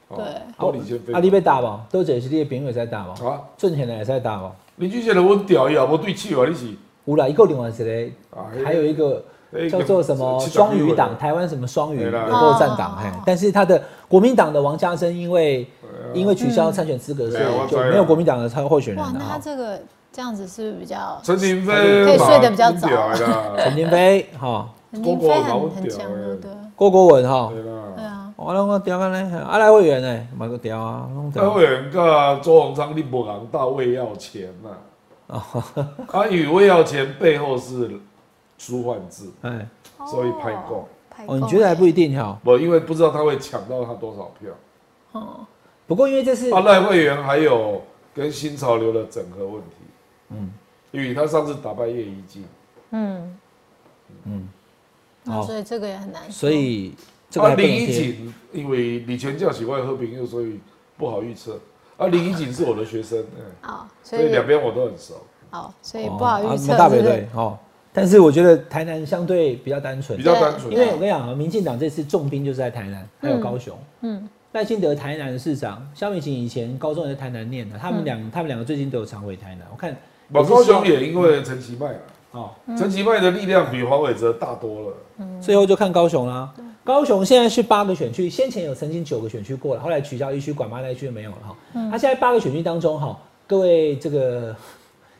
Speaker 3: 哦
Speaker 4: 对，
Speaker 3: 都领先非
Speaker 2: 啊，
Speaker 3: 常
Speaker 2: 你
Speaker 3: 多。
Speaker 2: 被打不？都这是你的朋友在打不？
Speaker 3: 啊，
Speaker 2: 赚钱的也在打不？
Speaker 3: 林俊杰的温屌也无对气啊，你是
Speaker 2: 有啦，一个另外一个，
Speaker 3: 啊
Speaker 2: 还有一个
Speaker 3: 那
Speaker 2: 叫做什么
Speaker 3: 七十几
Speaker 2: 双语
Speaker 3: 位
Speaker 2: 党，台湾什么双语
Speaker 3: 对啦
Speaker 2: 国共战党，
Speaker 4: 哦
Speaker 2: 哎，但是他的国民党的王家生因为因为取消参选资格，所
Speaker 3: 啊对啊
Speaker 2: 以就
Speaker 3: 我知道
Speaker 2: 没有国民党的参候选人
Speaker 4: 哇，
Speaker 2: 了
Speaker 4: 那他
Speaker 2: 哈。
Speaker 4: 这个这样子是不是比较？
Speaker 3: 陈廷飞
Speaker 4: 可以睡得比较早
Speaker 3: 嘛很屌的啦
Speaker 2: 陈廷飞哈，
Speaker 4: 肯定
Speaker 3: 中国
Speaker 4: 非
Speaker 3: 老
Speaker 4: 很很
Speaker 3: 屌
Speaker 4: 强
Speaker 3: 欸
Speaker 4: 的，对，
Speaker 2: 郭国文哈，
Speaker 3: 对
Speaker 4: 对
Speaker 3: 啦。
Speaker 4: 啊，
Speaker 2: 我拢个调干嘞，啊来委员呢，买个调啊，拢
Speaker 3: 蔡
Speaker 2: 调
Speaker 3: 慧远跟周鸿昌、李伯昂大魏要钱呐、
Speaker 2: 哦，
Speaker 3: 啊，与魏要钱背后是舒焕智，
Speaker 2: 哎，
Speaker 3: 所以派够。
Speaker 4: 排
Speaker 2: 哦，
Speaker 4: 供
Speaker 2: 你觉得还不一定哈？
Speaker 3: 我因为不知道他会抢到他多少票。
Speaker 4: 哦，
Speaker 2: 不过因为这是
Speaker 3: 啊，赖慧媛还有跟新潮流的整合问题，
Speaker 2: 嗯
Speaker 3: 嗯，因为他上次打败叶一静，
Speaker 4: 嗯
Speaker 2: 嗯
Speaker 4: 嗯，
Speaker 2: 好
Speaker 4: 那所以这个也很难说，
Speaker 2: 所以这个
Speaker 3: 啊，
Speaker 2: 还不能
Speaker 3: 林一
Speaker 2: 贴。
Speaker 3: 锦因为李全教喜欢和平又所以不好预测。啊，林一锦是我的学生，嗯
Speaker 4: 哦，所
Speaker 3: 所
Speaker 4: 以
Speaker 3: 以两边我都很熟，
Speaker 4: 哦，所以不好
Speaker 2: 哦啊
Speaker 4: 预
Speaker 2: 你
Speaker 4: 测，
Speaker 2: 们大
Speaker 4: 是
Speaker 2: 北
Speaker 4: 不是
Speaker 2: 队哦，但是我觉得台南相对比较单纯
Speaker 3: 比，较单纯。
Speaker 2: 因为我跟你讲啊，民进党这次重兵就是在台南，还有高雄。
Speaker 4: 嗯，
Speaker 2: 赖清德台南的市长，萧美琴以前高中也在台南念的，
Speaker 4: 嗯
Speaker 2: 他们两他们两个最近都有常回台南。我看
Speaker 3: 马高雄也因为陈其迈啊，
Speaker 2: 哦，
Speaker 3: 陈其迈的力量比黄伟哲大多了。
Speaker 2: 最后就看高雄啦。高雄现在是八个选区，先前有曾经九个选区过了，后来取消一区，管妈那一区没有了哈。
Speaker 4: 嗯
Speaker 2: 他、现在八个选区当中哈，各位这个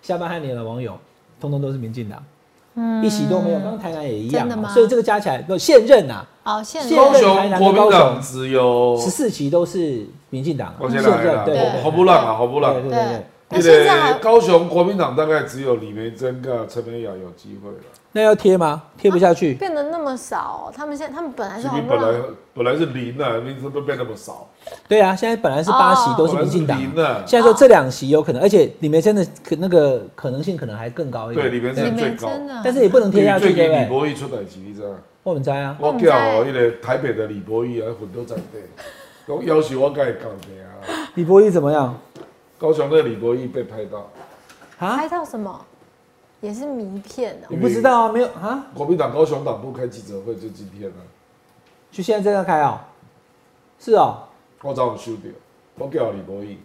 Speaker 2: 下班汉年的网友，通通都是民进党，
Speaker 4: 嗯
Speaker 2: 一席都没有。刚刚台南也一样
Speaker 4: 真的
Speaker 2: 嘛，
Speaker 4: 吗
Speaker 2: 所以这个加起来不现任啊，
Speaker 4: 哦，现在
Speaker 2: 现
Speaker 3: 高
Speaker 2: 任
Speaker 3: 雄国民党只有
Speaker 2: 十，四席都是民进党啊、
Speaker 3: 我
Speaker 2: 现
Speaker 3: 先来
Speaker 2: 任
Speaker 3: 啦，
Speaker 2: 对
Speaker 4: 我
Speaker 2: 对
Speaker 3: 好
Speaker 2: 对
Speaker 3: 好不烂啊，好不烂。
Speaker 2: 对对对
Speaker 4: 对。，
Speaker 3: 那
Speaker 4: 那现在还
Speaker 3: 个高雄国民党大概只有李梅珍跟陈美雅有机会了。
Speaker 2: 那要贴吗？贴不下去。
Speaker 4: 变得那么少，哦他们现在他们本来是
Speaker 3: 是
Speaker 4: 红
Speaker 3: 你
Speaker 4: 不
Speaker 3: 本
Speaker 4: 让
Speaker 3: 来本来是零啊，你怎么变那么少？
Speaker 2: 对啊，现在本来是八
Speaker 4: 哦
Speaker 2: 席都是民进党
Speaker 3: 本来是零
Speaker 2: 啊
Speaker 3: 的，
Speaker 2: 现在说这两席有可能，而且李梅珍的可那个可能性可能还更高一点。
Speaker 3: 对，李梅
Speaker 4: 里
Speaker 3: 珍最
Speaker 4: 面
Speaker 3: 高。
Speaker 4: 真的，
Speaker 2: 但是也不能贴下
Speaker 3: 最
Speaker 2: 去，对
Speaker 3: 近
Speaker 2: 不
Speaker 3: 李
Speaker 2: 对？
Speaker 3: 博义出代志，你知道？
Speaker 2: 我们猜啊，
Speaker 3: 我叫哦，迄个台北的李博义啊，混都在地，讲要求我甲伊讲的啊。
Speaker 2: 李博义怎么样
Speaker 3: 高雄的李博义被拍到，
Speaker 2: 啊
Speaker 4: 拍？到什么也是迷片哦的
Speaker 2: 我不知道啊，没有啊，
Speaker 3: 国民党高雄党部开记者会，就今天啊，
Speaker 2: 就现在正在开哦，是哦，
Speaker 3: 我找我收掉，我叫李博义，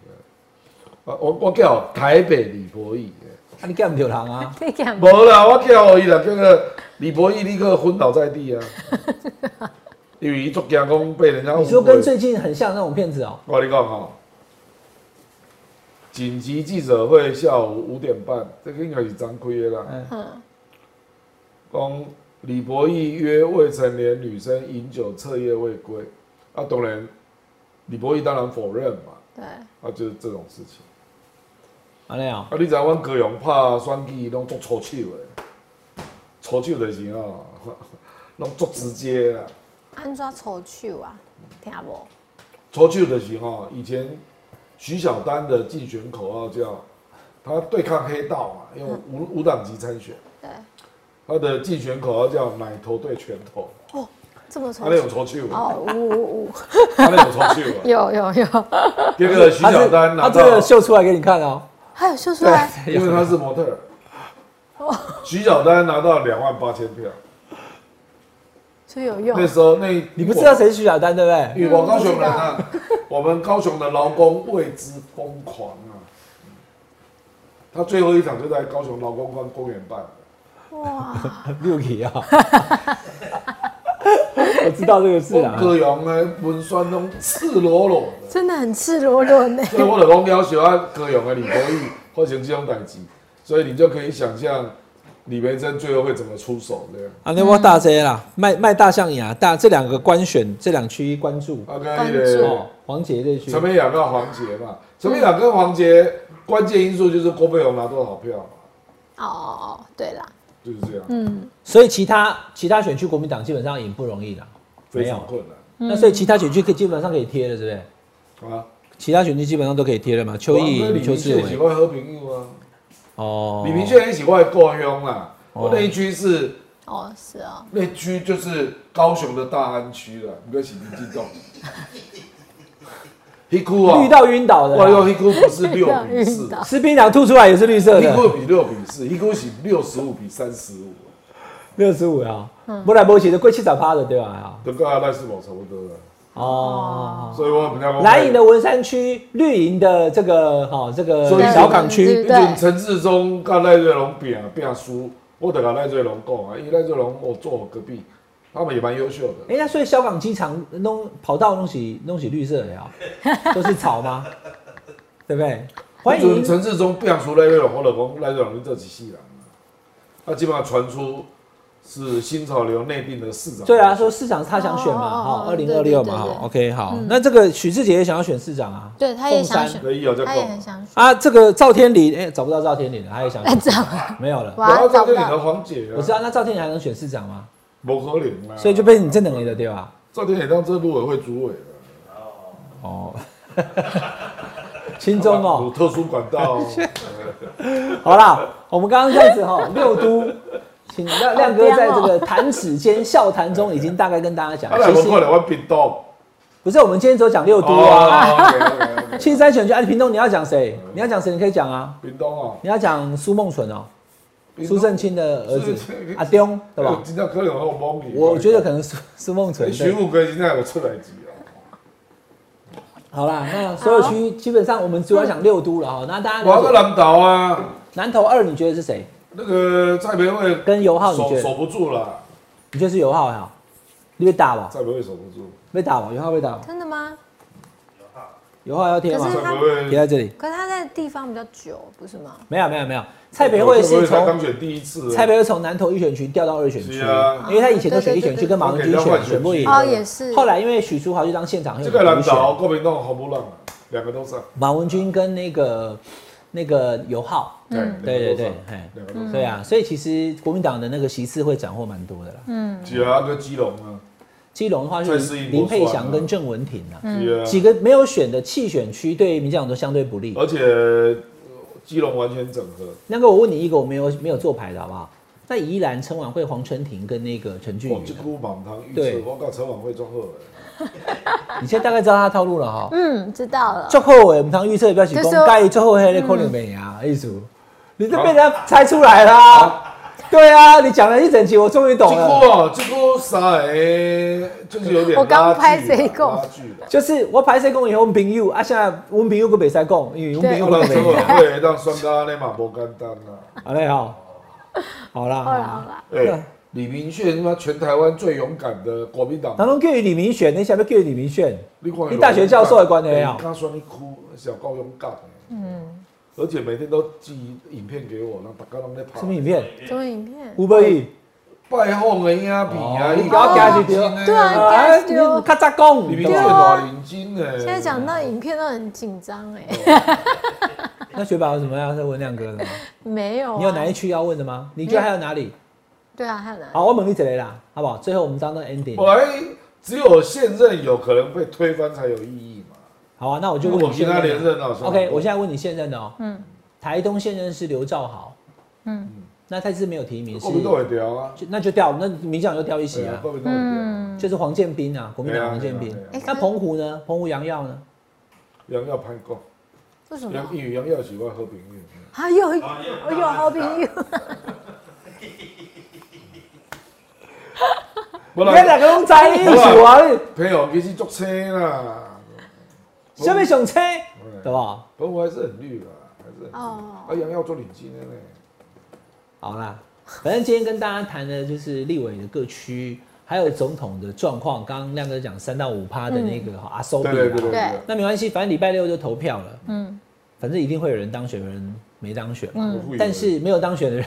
Speaker 3: 啊，我我叫台北李博义。
Speaker 2: 啊你干不掉人啊？
Speaker 4: 你敢
Speaker 3: 无啦，我叫伊啦，叫个李博义立刻昏倒在地啊！因为伊作惊讲被人家
Speaker 2: 你
Speaker 3: 误
Speaker 2: 说跟
Speaker 3: 会。
Speaker 2: 最近很像那种骗子哦，
Speaker 3: 我跟你讲哈，紧急记者会下午五点半，这个应该是张开的啦。
Speaker 2: 嗯，
Speaker 3: 讲李博义约未成年女生饮酒彻夜未归，啊，当然李博义当然否认嘛，
Speaker 4: 对，
Speaker 3: 啊，就是这种事情。
Speaker 2: 安尼哦，
Speaker 3: 啊，你知阮高雄拍选举拢足粗手的，粗手就是吼，拢足直接啦。
Speaker 4: 安抓丑去啊，听不？
Speaker 3: 粗手就是吼，以前徐小丹的竞选口号叫他对抗黑道嘛，因为无无党籍参选，
Speaker 4: 对，
Speaker 3: 他的竞选口号叫奶头对拳头，
Speaker 4: 哦，这么丑
Speaker 3: 他那有粗手啊，
Speaker 4: 哦，呜呜呜，
Speaker 3: 他那有粗手啊。
Speaker 4: 有有有，
Speaker 3: 第二个徐
Speaker 2: 他
Speaker 3: 小
Speaker 2: 是
Speaker 3: 丹拿
Speaker 2: 他
Speaker 3: 到
Speaker 2: 这，个秀出来给你看哦，哎
Speaker 4: 还有秀出来，
Speaker 3: 因为他是模特儿，徐小丹拿到两万八千票，
Speaker 4: 所以有用
Speaker 3: 那。时候那
Speaker 2: 你不知道谁是徐小丹对不 对？
Speaker 3: 因为我高雄人啊， 我们高雄的劳工为之疯狂啊！他最后一场就在高雄劳工观公园办的，
Speaker 4: 哇，
Speaker 2: 六级啊， 我知道这个事啊。
Speaker 3: 高雄的文宣拢赤裸裸的。
Speaker 4: 真的很赤裸裸呢。
Speaker 3: 所以我就讲了小啊高雄的李国毅发生这种代志，所以你就可以想象李梅珍最后会怎么出手这样。
Speaker 2: 啊，那我大 J 啦，卖卖大象牙，大这两个官选，这两区关注
Speaker 3: 啊，
Speaker 4: 关
Speaker 3: 跟
Speaker 4: 注
Speaker 3: 那个
Speaker 2: 哦，黄杰这区
Speaker 3: 陈美雅跟黄杰嘛，陈美雅跟黄杰关键因素就是郭佩荣拿多少票嘛，
Speaker 4: 哦哦哦，对啦，
Speaker 3: 就是这样，
Speaker 4: 嗯，
Speaker 2: 所以其他其他选区国民党基本上也不容易啦，
Speaker 3: 非
Speaker 2: 没有
Speaker 3: 常。困难。
Speaker 2: 那所以其他选区可以基本上可以贴了，是不是？
Speaker 3: 啊，
Speaker 2: 其他选区基本上都可以贴了嘛？邱
Speaker 3: 我跟
Speaker 2: 毅、
Speaker 3: 李
Speaker 2: 邱
Speaker 3: 明
Speaker 2: 志
Speaker 3: 炫喜
Speaker 2: 伟，
Speaker 3: 欢和平义啊，
Speaker 2: 哦，
Speaker 3: 李明炫也喜欢过乡啦，我那一区是
Speaker 4: 哦是哦，
Speaker 3: 那区就是高雄的大安区了，你不要起你激动。黑窟啊，
Speaker 2: 绿到晕倒的
Speaker 3: 哇哟，
Speaker 2: 啦，
Speaker 3: 黑窟不 是六比
Speaker 4: 遇
Speaker 3: 四，
Speaker 4: 到
Speaker 2: 吃槟榔吐出来也是绿色
Speaker 3: 黑
Speaker 2: 的，
Speaker 3: 窟比六比四，黑窟是六十五比三十五，
Speaker 2: 六十五啊，不来不去的贵七十趴的对吧？啊
Speaker 3: 跟刚才赖世宝差不多了，
Speaker 2: 哦，
Speaker 3: 所以我比较哎
Speaker 2: 蓝营的文山区，绿营的这个哈、哦、这个
Speaker 3: 所以
Speaker 2: 小港区，
Speaker 4: 对
Speaker 3: 对陈志忠跟赖瑞龙比啊，比啊输，我得跟赖瑞龙讲啊，因为赖瑞龙我坐我隔壁，他们也蛮优秀的。
Speaker 2: 哎、那所以小港机场弄跑道弄起弄起绿色的呀、都是草吗？ 对不对？欢
Speaker 3: 我准
Speaker 2: 迎
Speaker 3: 陈志忠变出来那种，我老公来种这几系人，他基本上传出是新潮流内定的市长。
Speaker 2: 对啊，说市长他想选嘛，哈、
Speaker 4: 哦
Speaker 2: 二
Speaker 4: 对
Speaker 2: 零
Speaker 4: 对
Speaker 2: 二
Speaker 4: 对
Speaker 2: 六
Speaker 4: 对嗯
Speaker 2: 嘛，哈，OK，好，那这个许志杰也想要选市长啊，
Speaker 4: 对，他也想
Speaker 2: 凤山
Speaker 4: 选，
Speaker 3: 可以有在
Speaker 4: 他也很
Speaker 3: 讲。
Speaker 4: 想选，
Speaker 2: 啊，这个赵天麟，哎、找不到赵天麟了，他也想
Speaker 4: 哎，
Speaker 2: 选，
Speaker 4: 这样
Speaker 2: 没有了，
Speaker 3: 然
Speaker 4: 哇
Speaker 3: 后
Speaker 4: 找
Speaker 3: 在
Speaker 4: 不
Speaker 3: 这里的
Speaker 4: 到，
Speaker 3: 黄姐啊，
Speaker 2: 我知道，那赵天麟还能选市长吗？
Speaker 3: 不可能啦，
Speaker 2: 所以就被你正能力了，对吧？
Speaker 3: 赵天也当这陆委会主委了，
Speaker 2: 哦， 轻松哦
Speaker 3: 有，特殊管道哦，
Speaker 2: 好啦，我们刚刚这样子哈，六都，请亮亮哥在这个
Speaker 4: 哦
Speaker 2: 弹指间笑谈中，已经大概跟大家
Speaker 3: 他来
Speaker 2: 讲，
Speaker 3: 不
Speaker 2: 其
Speaker 3: 过
Speaker 2: 实
Speaker 3: 来我冰冻，
Speaker 2: 不是我们今天只有讲六都啊，
Speaker 3: 哦，OK，OK，OK，
Speaker 2: 七十三选区，哎，屏东你要讲谁？你要讲谁？你可以讲啊，
Speaker 3: 冰冻哦，
Speaker 2: 你要讲苏梦纯哦，
Speaker 3: 屏东
Speaker 2: 苏正清的儿子
Speaker 3: 是
Speaker 2: 阿东，对
Speaker 3: 哎
Speaker 2: 吧
Speaker 3: 呦？今天可能有蒙你，
Speaker 2: 我觉得可能苏 苏梦纯
Speaker 3: 哎徐
Speaker 2: 对。
Speaker 3: 富贵今天有出来几啊，
Speaker 2: 好啦，那所有区基本上我们主要讲六都了哈，那大家
Speaker 3: 我要
Speaker 2: 了
Speaker 3: 在
Speaker 2: 解
Speaker 3: 南岛啊。
Speaker 2: 南投二你觉得是谁？
Speaker 3: 那个蔡培慧
Speaker 2: 跟尤浩你
Speaker 3: 守
Speaker 2: 觉
Speaker 3: 守
Speaker 2: 得？
Speaker 3: 不住了，
Speaker 2: 你觉得是尤浩呀？你被打吧？
Speaker 3: 蔡培慧守不住，
Speaker 2: 被打吧？尤浩被打吧？
Speaker 4: 真的吗？
Speaker 2: 尤浩要贴吗
Speaker 4: 可？是
Speaker 3: 蔡
Speaker 4: 他
Speaker 3: 培
Speaker 2: 贴
Speaker 3: 慧
Speaker 2: 在这里。
Speaker 4: 可是他在地方比较久，不是吗？
Speaker 2: 没有没有没有，蔡培慧是
Speaker 3: 蔡培慧才
Speaker 2: 从
Speaker 3: 当选第一次，
Speaker 2: 蔡培慧从南投一选区调到二选区
Speaker 3: 是啊，
Speaker 2: 因为他以前都选一选区，跟马文君
Speaker 3: 他给他换
Speaker 2: 选
Speaker 3: 选
Speaker 2: 选不
Speaker 3: 区
Speaker 2: 赢。
Speaker 3: 啊
Speaker 4: 哦，也是。
Speaker 2: 后来因为许淑华去当县长，
Speaker 3: 这个
Speaker 2: 很
Speaker 3: 难
Speaker 2: 难选
Speaker 3: 找，国民党好不浪，两个都上，
Speaker 2: 马文君跟那个那个尤浩，
Speaker 3: 嗯，
Speaker 2: 对对对，
Speaker 3: 两
Speaker 2: 嘿，
Speaker 3: 个都
Speaker 4: 嗯
Speaker 3: 上，
Speaker 2: 对啊，所以其实国民党的那个席次会斩获蛮多的啦。
Speaker 4: 嗯
Speaker 3: 是啊，跟基隆啊，
Speaker 2: 基隆的话
Speaker 3: 蔡
Speaker 2: 是
Speaker 3: 适应
Speaker 2: 林
Speaker 3: 不算
Speaker 2: 佩
Speaker 3: 啊
Speaker 2: 祥跟郑文婷
Speaker 4: 嗯
Speaker 2: 啊，
Speaker 3: 是啊，
Speaker 2: 几个没有选的弃选区对民进党都相对不利。
Speaker 3: 而且呃基隆完全整合，
Speaker 2: 那个我问你一个我没有没有做牌的好不好？在宜兰陈婉慧、黄春婷跟那个陈俊
Speaker 3: 我
Speaker 2: 宇啊
Speaker 3: 这
Speaker 2: 的，
Speaker 3: 股哦满堂预
Speaker 2: 对
Speaker 3: 测，我搞陈晚会中后
Speaker 2: 你现在大概知道他的套路了哈。
Speaker 4: 嗯，知道了。
Speaker 2: 最后诶，我们常预测的标题
Speaker 4: 就
Speaker 2: 公
Speaker 4: 是说嗯
Speaker 2: 盖最后黑的可能没啊，意思，你都被人家猜出来啦、对啊，你讲了一整集，我终于
Speaker 3: 这
Speaker 2: 懂
Speaker 3: 股
Speaker 2: 了。
Speaker 3: 哦，这股啥诶，就是有点
Speaker 4: 我刚
Speaker 3: 拉锯
Speaker 4: 拍谁
Speaker 3: 啦
Speaker 4: 过
Speaker 3: 拉锯了，
Speaker 2: 就是我排谁共以后朋友啊，现在文朋友跟北塞共，因为文朋友
Speaker 3: 要
Speaker 2: 跟
Speaker 3: 让
Speaker 2: 北
Speaker 3: 陈晚
Speaker 2: 塞。
Speaker 3: 会让双家那嘛不简单啦。
Speaker 2: 好嘞，好，好啦，
Speaker 4: 好
Speaker 2: 好
Speaker 4: 了好
Speaker 2: 啦。
Speaker 4: 了，
Speaker 3: 啊哎、李明炫他妈全台湾最勇敢的国民党
Speaker 2: 南，东叫你李明选，你想要叫你李明选？
Speaker 3: 你看有
Speaker 2: 你大学教授的关系啊
Speaker 3: 哎他说你哭，小高勇敢，嗯，而且每天都寄影片给我，然后大家拢在拍
Speaker 2: 什么影片？
Speaker 4: 什么影片？
Speaker 2: 五百亿。
Speaker 3: 拜访的影片啊，
Speaker 2: 哦你
Speaker 3: 一
Speaker 2: 给我加去
Speaker 3: 金的
Speaker 4: 对啊
Speaker 2: 哎，
Speaker 4: 该
Speaker 2: 你
Speaker 4: 丢
Speaker 2: 咔嚓讲
Speaker 3: 李明
Speaker 2: 对
Speaker 3: 炫
Speaker 2: 吧
Speaker 3: 老领金呢，
Speaker 4: 现在讲到影片都很紧张哎，
Speaker 2: 那学宝有什么要再问亮哥的吗？
Speaker 4: 没有啊。
Speaker 2: 嗯你有哪一区要问的吗？你觉得还有哪里？
Speaker 4: 对啊，还有哪里？
Speaker 2: 好，我问你这个啦，好不好？最后我们当做 ending。
Speaker 3: 本来哎只有现任有可能被推翻才有意义嘛，
Speaker 2: 好啊，那我就
Speaker 3: 如
Speaker 2: 问
Speaker 3: 果
Speaker 2: 你
Speaker 3: 其
Speaker 2: 现
Speaker 3: 他
Speaker 2: 任
Speaker 3: 连
Speaker 2: 的。
Speaker 3: 任啊
Speaker 2: OK，我现
Speaker 3: 在
Speaker 2: 在问你现任的哦。嗯。台东现任是刘兆豪。嗯
Speaker 4: 嗯。
Speaker 2: 那他是没有提名，是
Speaker 3: 国民党会掉啊，
Speaker 2: 就那就掉，那民进党就掉一席
Speaker 3: 对啊
Speaker 2: 啊，
Speaker 3: 国民党会
Speaker 2: 就是黄建斌啊，国民党
Speaker 3: 对啊
Speaker 2: 黄建斌
Speaker 3: 对啊
Speaker 4: 对啊。
Speaker 2: 那澎湖呢？澎湖杨耀呢？
Speaker 3: 掉，杨耀拍过，
Speaker 4: 为什么
Speaker 3: 杨？玉杨耀喜欢和平玉，
Speaker 4: 啊，有
Speaker 5: 哦也有
Speaker 4: 有有好朋友，
Speaker 3: 不
Speaker 2: 你
Speaker 3: 然
Speaker 2: 们两个拢在一起玩，
Speaker 3: 朋友其实足车啦，
Speaker 2: 下面上车，对吧？
Speaker 3: 澎湖还是很绿啦，还是很绿。
Speaker 4: 哦
Speaker 3: 啊，杨耀做领巾的呢，
Speaker 2: 好啦，反正今天跟大家谈的就是立委的各区，还还有总统的状况，刚刚亮哥讲三到五趴的那个阿收比
Speaker 3: 对对对对
Speaker 2: 啦，
Speaker 3: 对，
Speaker 2: 那没关系，反正礼拜六就投票了，
Speaker 4: 嗯，
Speaker 2: 反正一定会有人当选，有人没当选嘛。
Speaker 3: 会有
Speaker 2: 但是没有当选的人，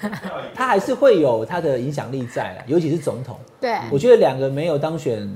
Speaker 2: 他还是会有他的影响力在啦，尤其是总统。
Speaker 4: 对，
Speaker 2: 我觉得两个没有当选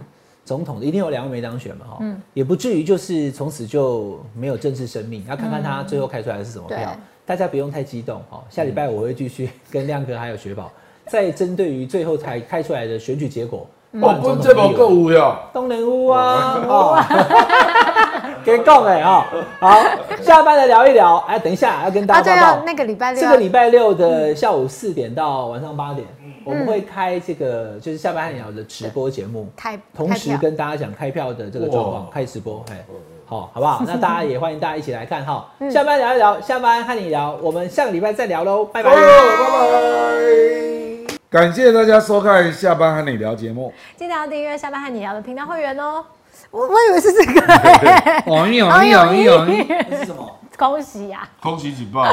Speaker 2: 总统的，一定有两个没当选嘛，哈，
Speaker 4: 嗯
Speaker 2: 也不至于就是从此就没有政治生命，要看看他最后开出来的是什么票。
Speaker 4: 嗯对
Speaker 2: 大家不用太激动，哈，下礼
Speaker 3: 嗯
Speaker 2: 拜我会继续 跟亮哥还有雪宝，再针对于最后才开出来的选举结果。
Speaker 4: 嗯
Speaker 3: 哦，
Speaker 2: 嗯
Speaker 3: 本这波购物呀，
Speaker 2: 东人屋啊， 哦，给供哎啊，好，下班来聊一聊，哎，等一下要跟大
Speaker 4: 啊，对
Speaker 2: 家报
Speaker 4: 啊
Speaker 2: 告，，
Speaker 4: 那个礼拜六
Speaker 2: 这
Speaker 4: 要，
Speaker 2: 个礼拜六的下午四点到晚上八点，我们会开这个就是下班汉聊的直播节目，
Speaker 4: 开
Speaker 2: 同时
Speaker 4: 开票
Speaker 2: 跟大家讲开票的这个状况
Speaker 3: 哇，
Speaker 2: 开直播，嘿，好，好不 好？那大家也欢迎大家一起来看哈。下班聊一聊，下班和你聊，我们下个礼拜再聊喽，拜
Speaker 3: 拜
Speaker 2: 拜。哦
Speaker 3: 拜拜，感谢大家收看下班和你聊节目，
Speaker 4: 记得要订阅下班和你聊的频道会员哦。我我以为是这个、
Speaker 3: 网 易
Speaker 4: 网易
Speaker 3: 网易网易，
Speaker 2: 是什么？
Speaker 4: 恭喜呀、啊
Speaker 3: 恭喜警报，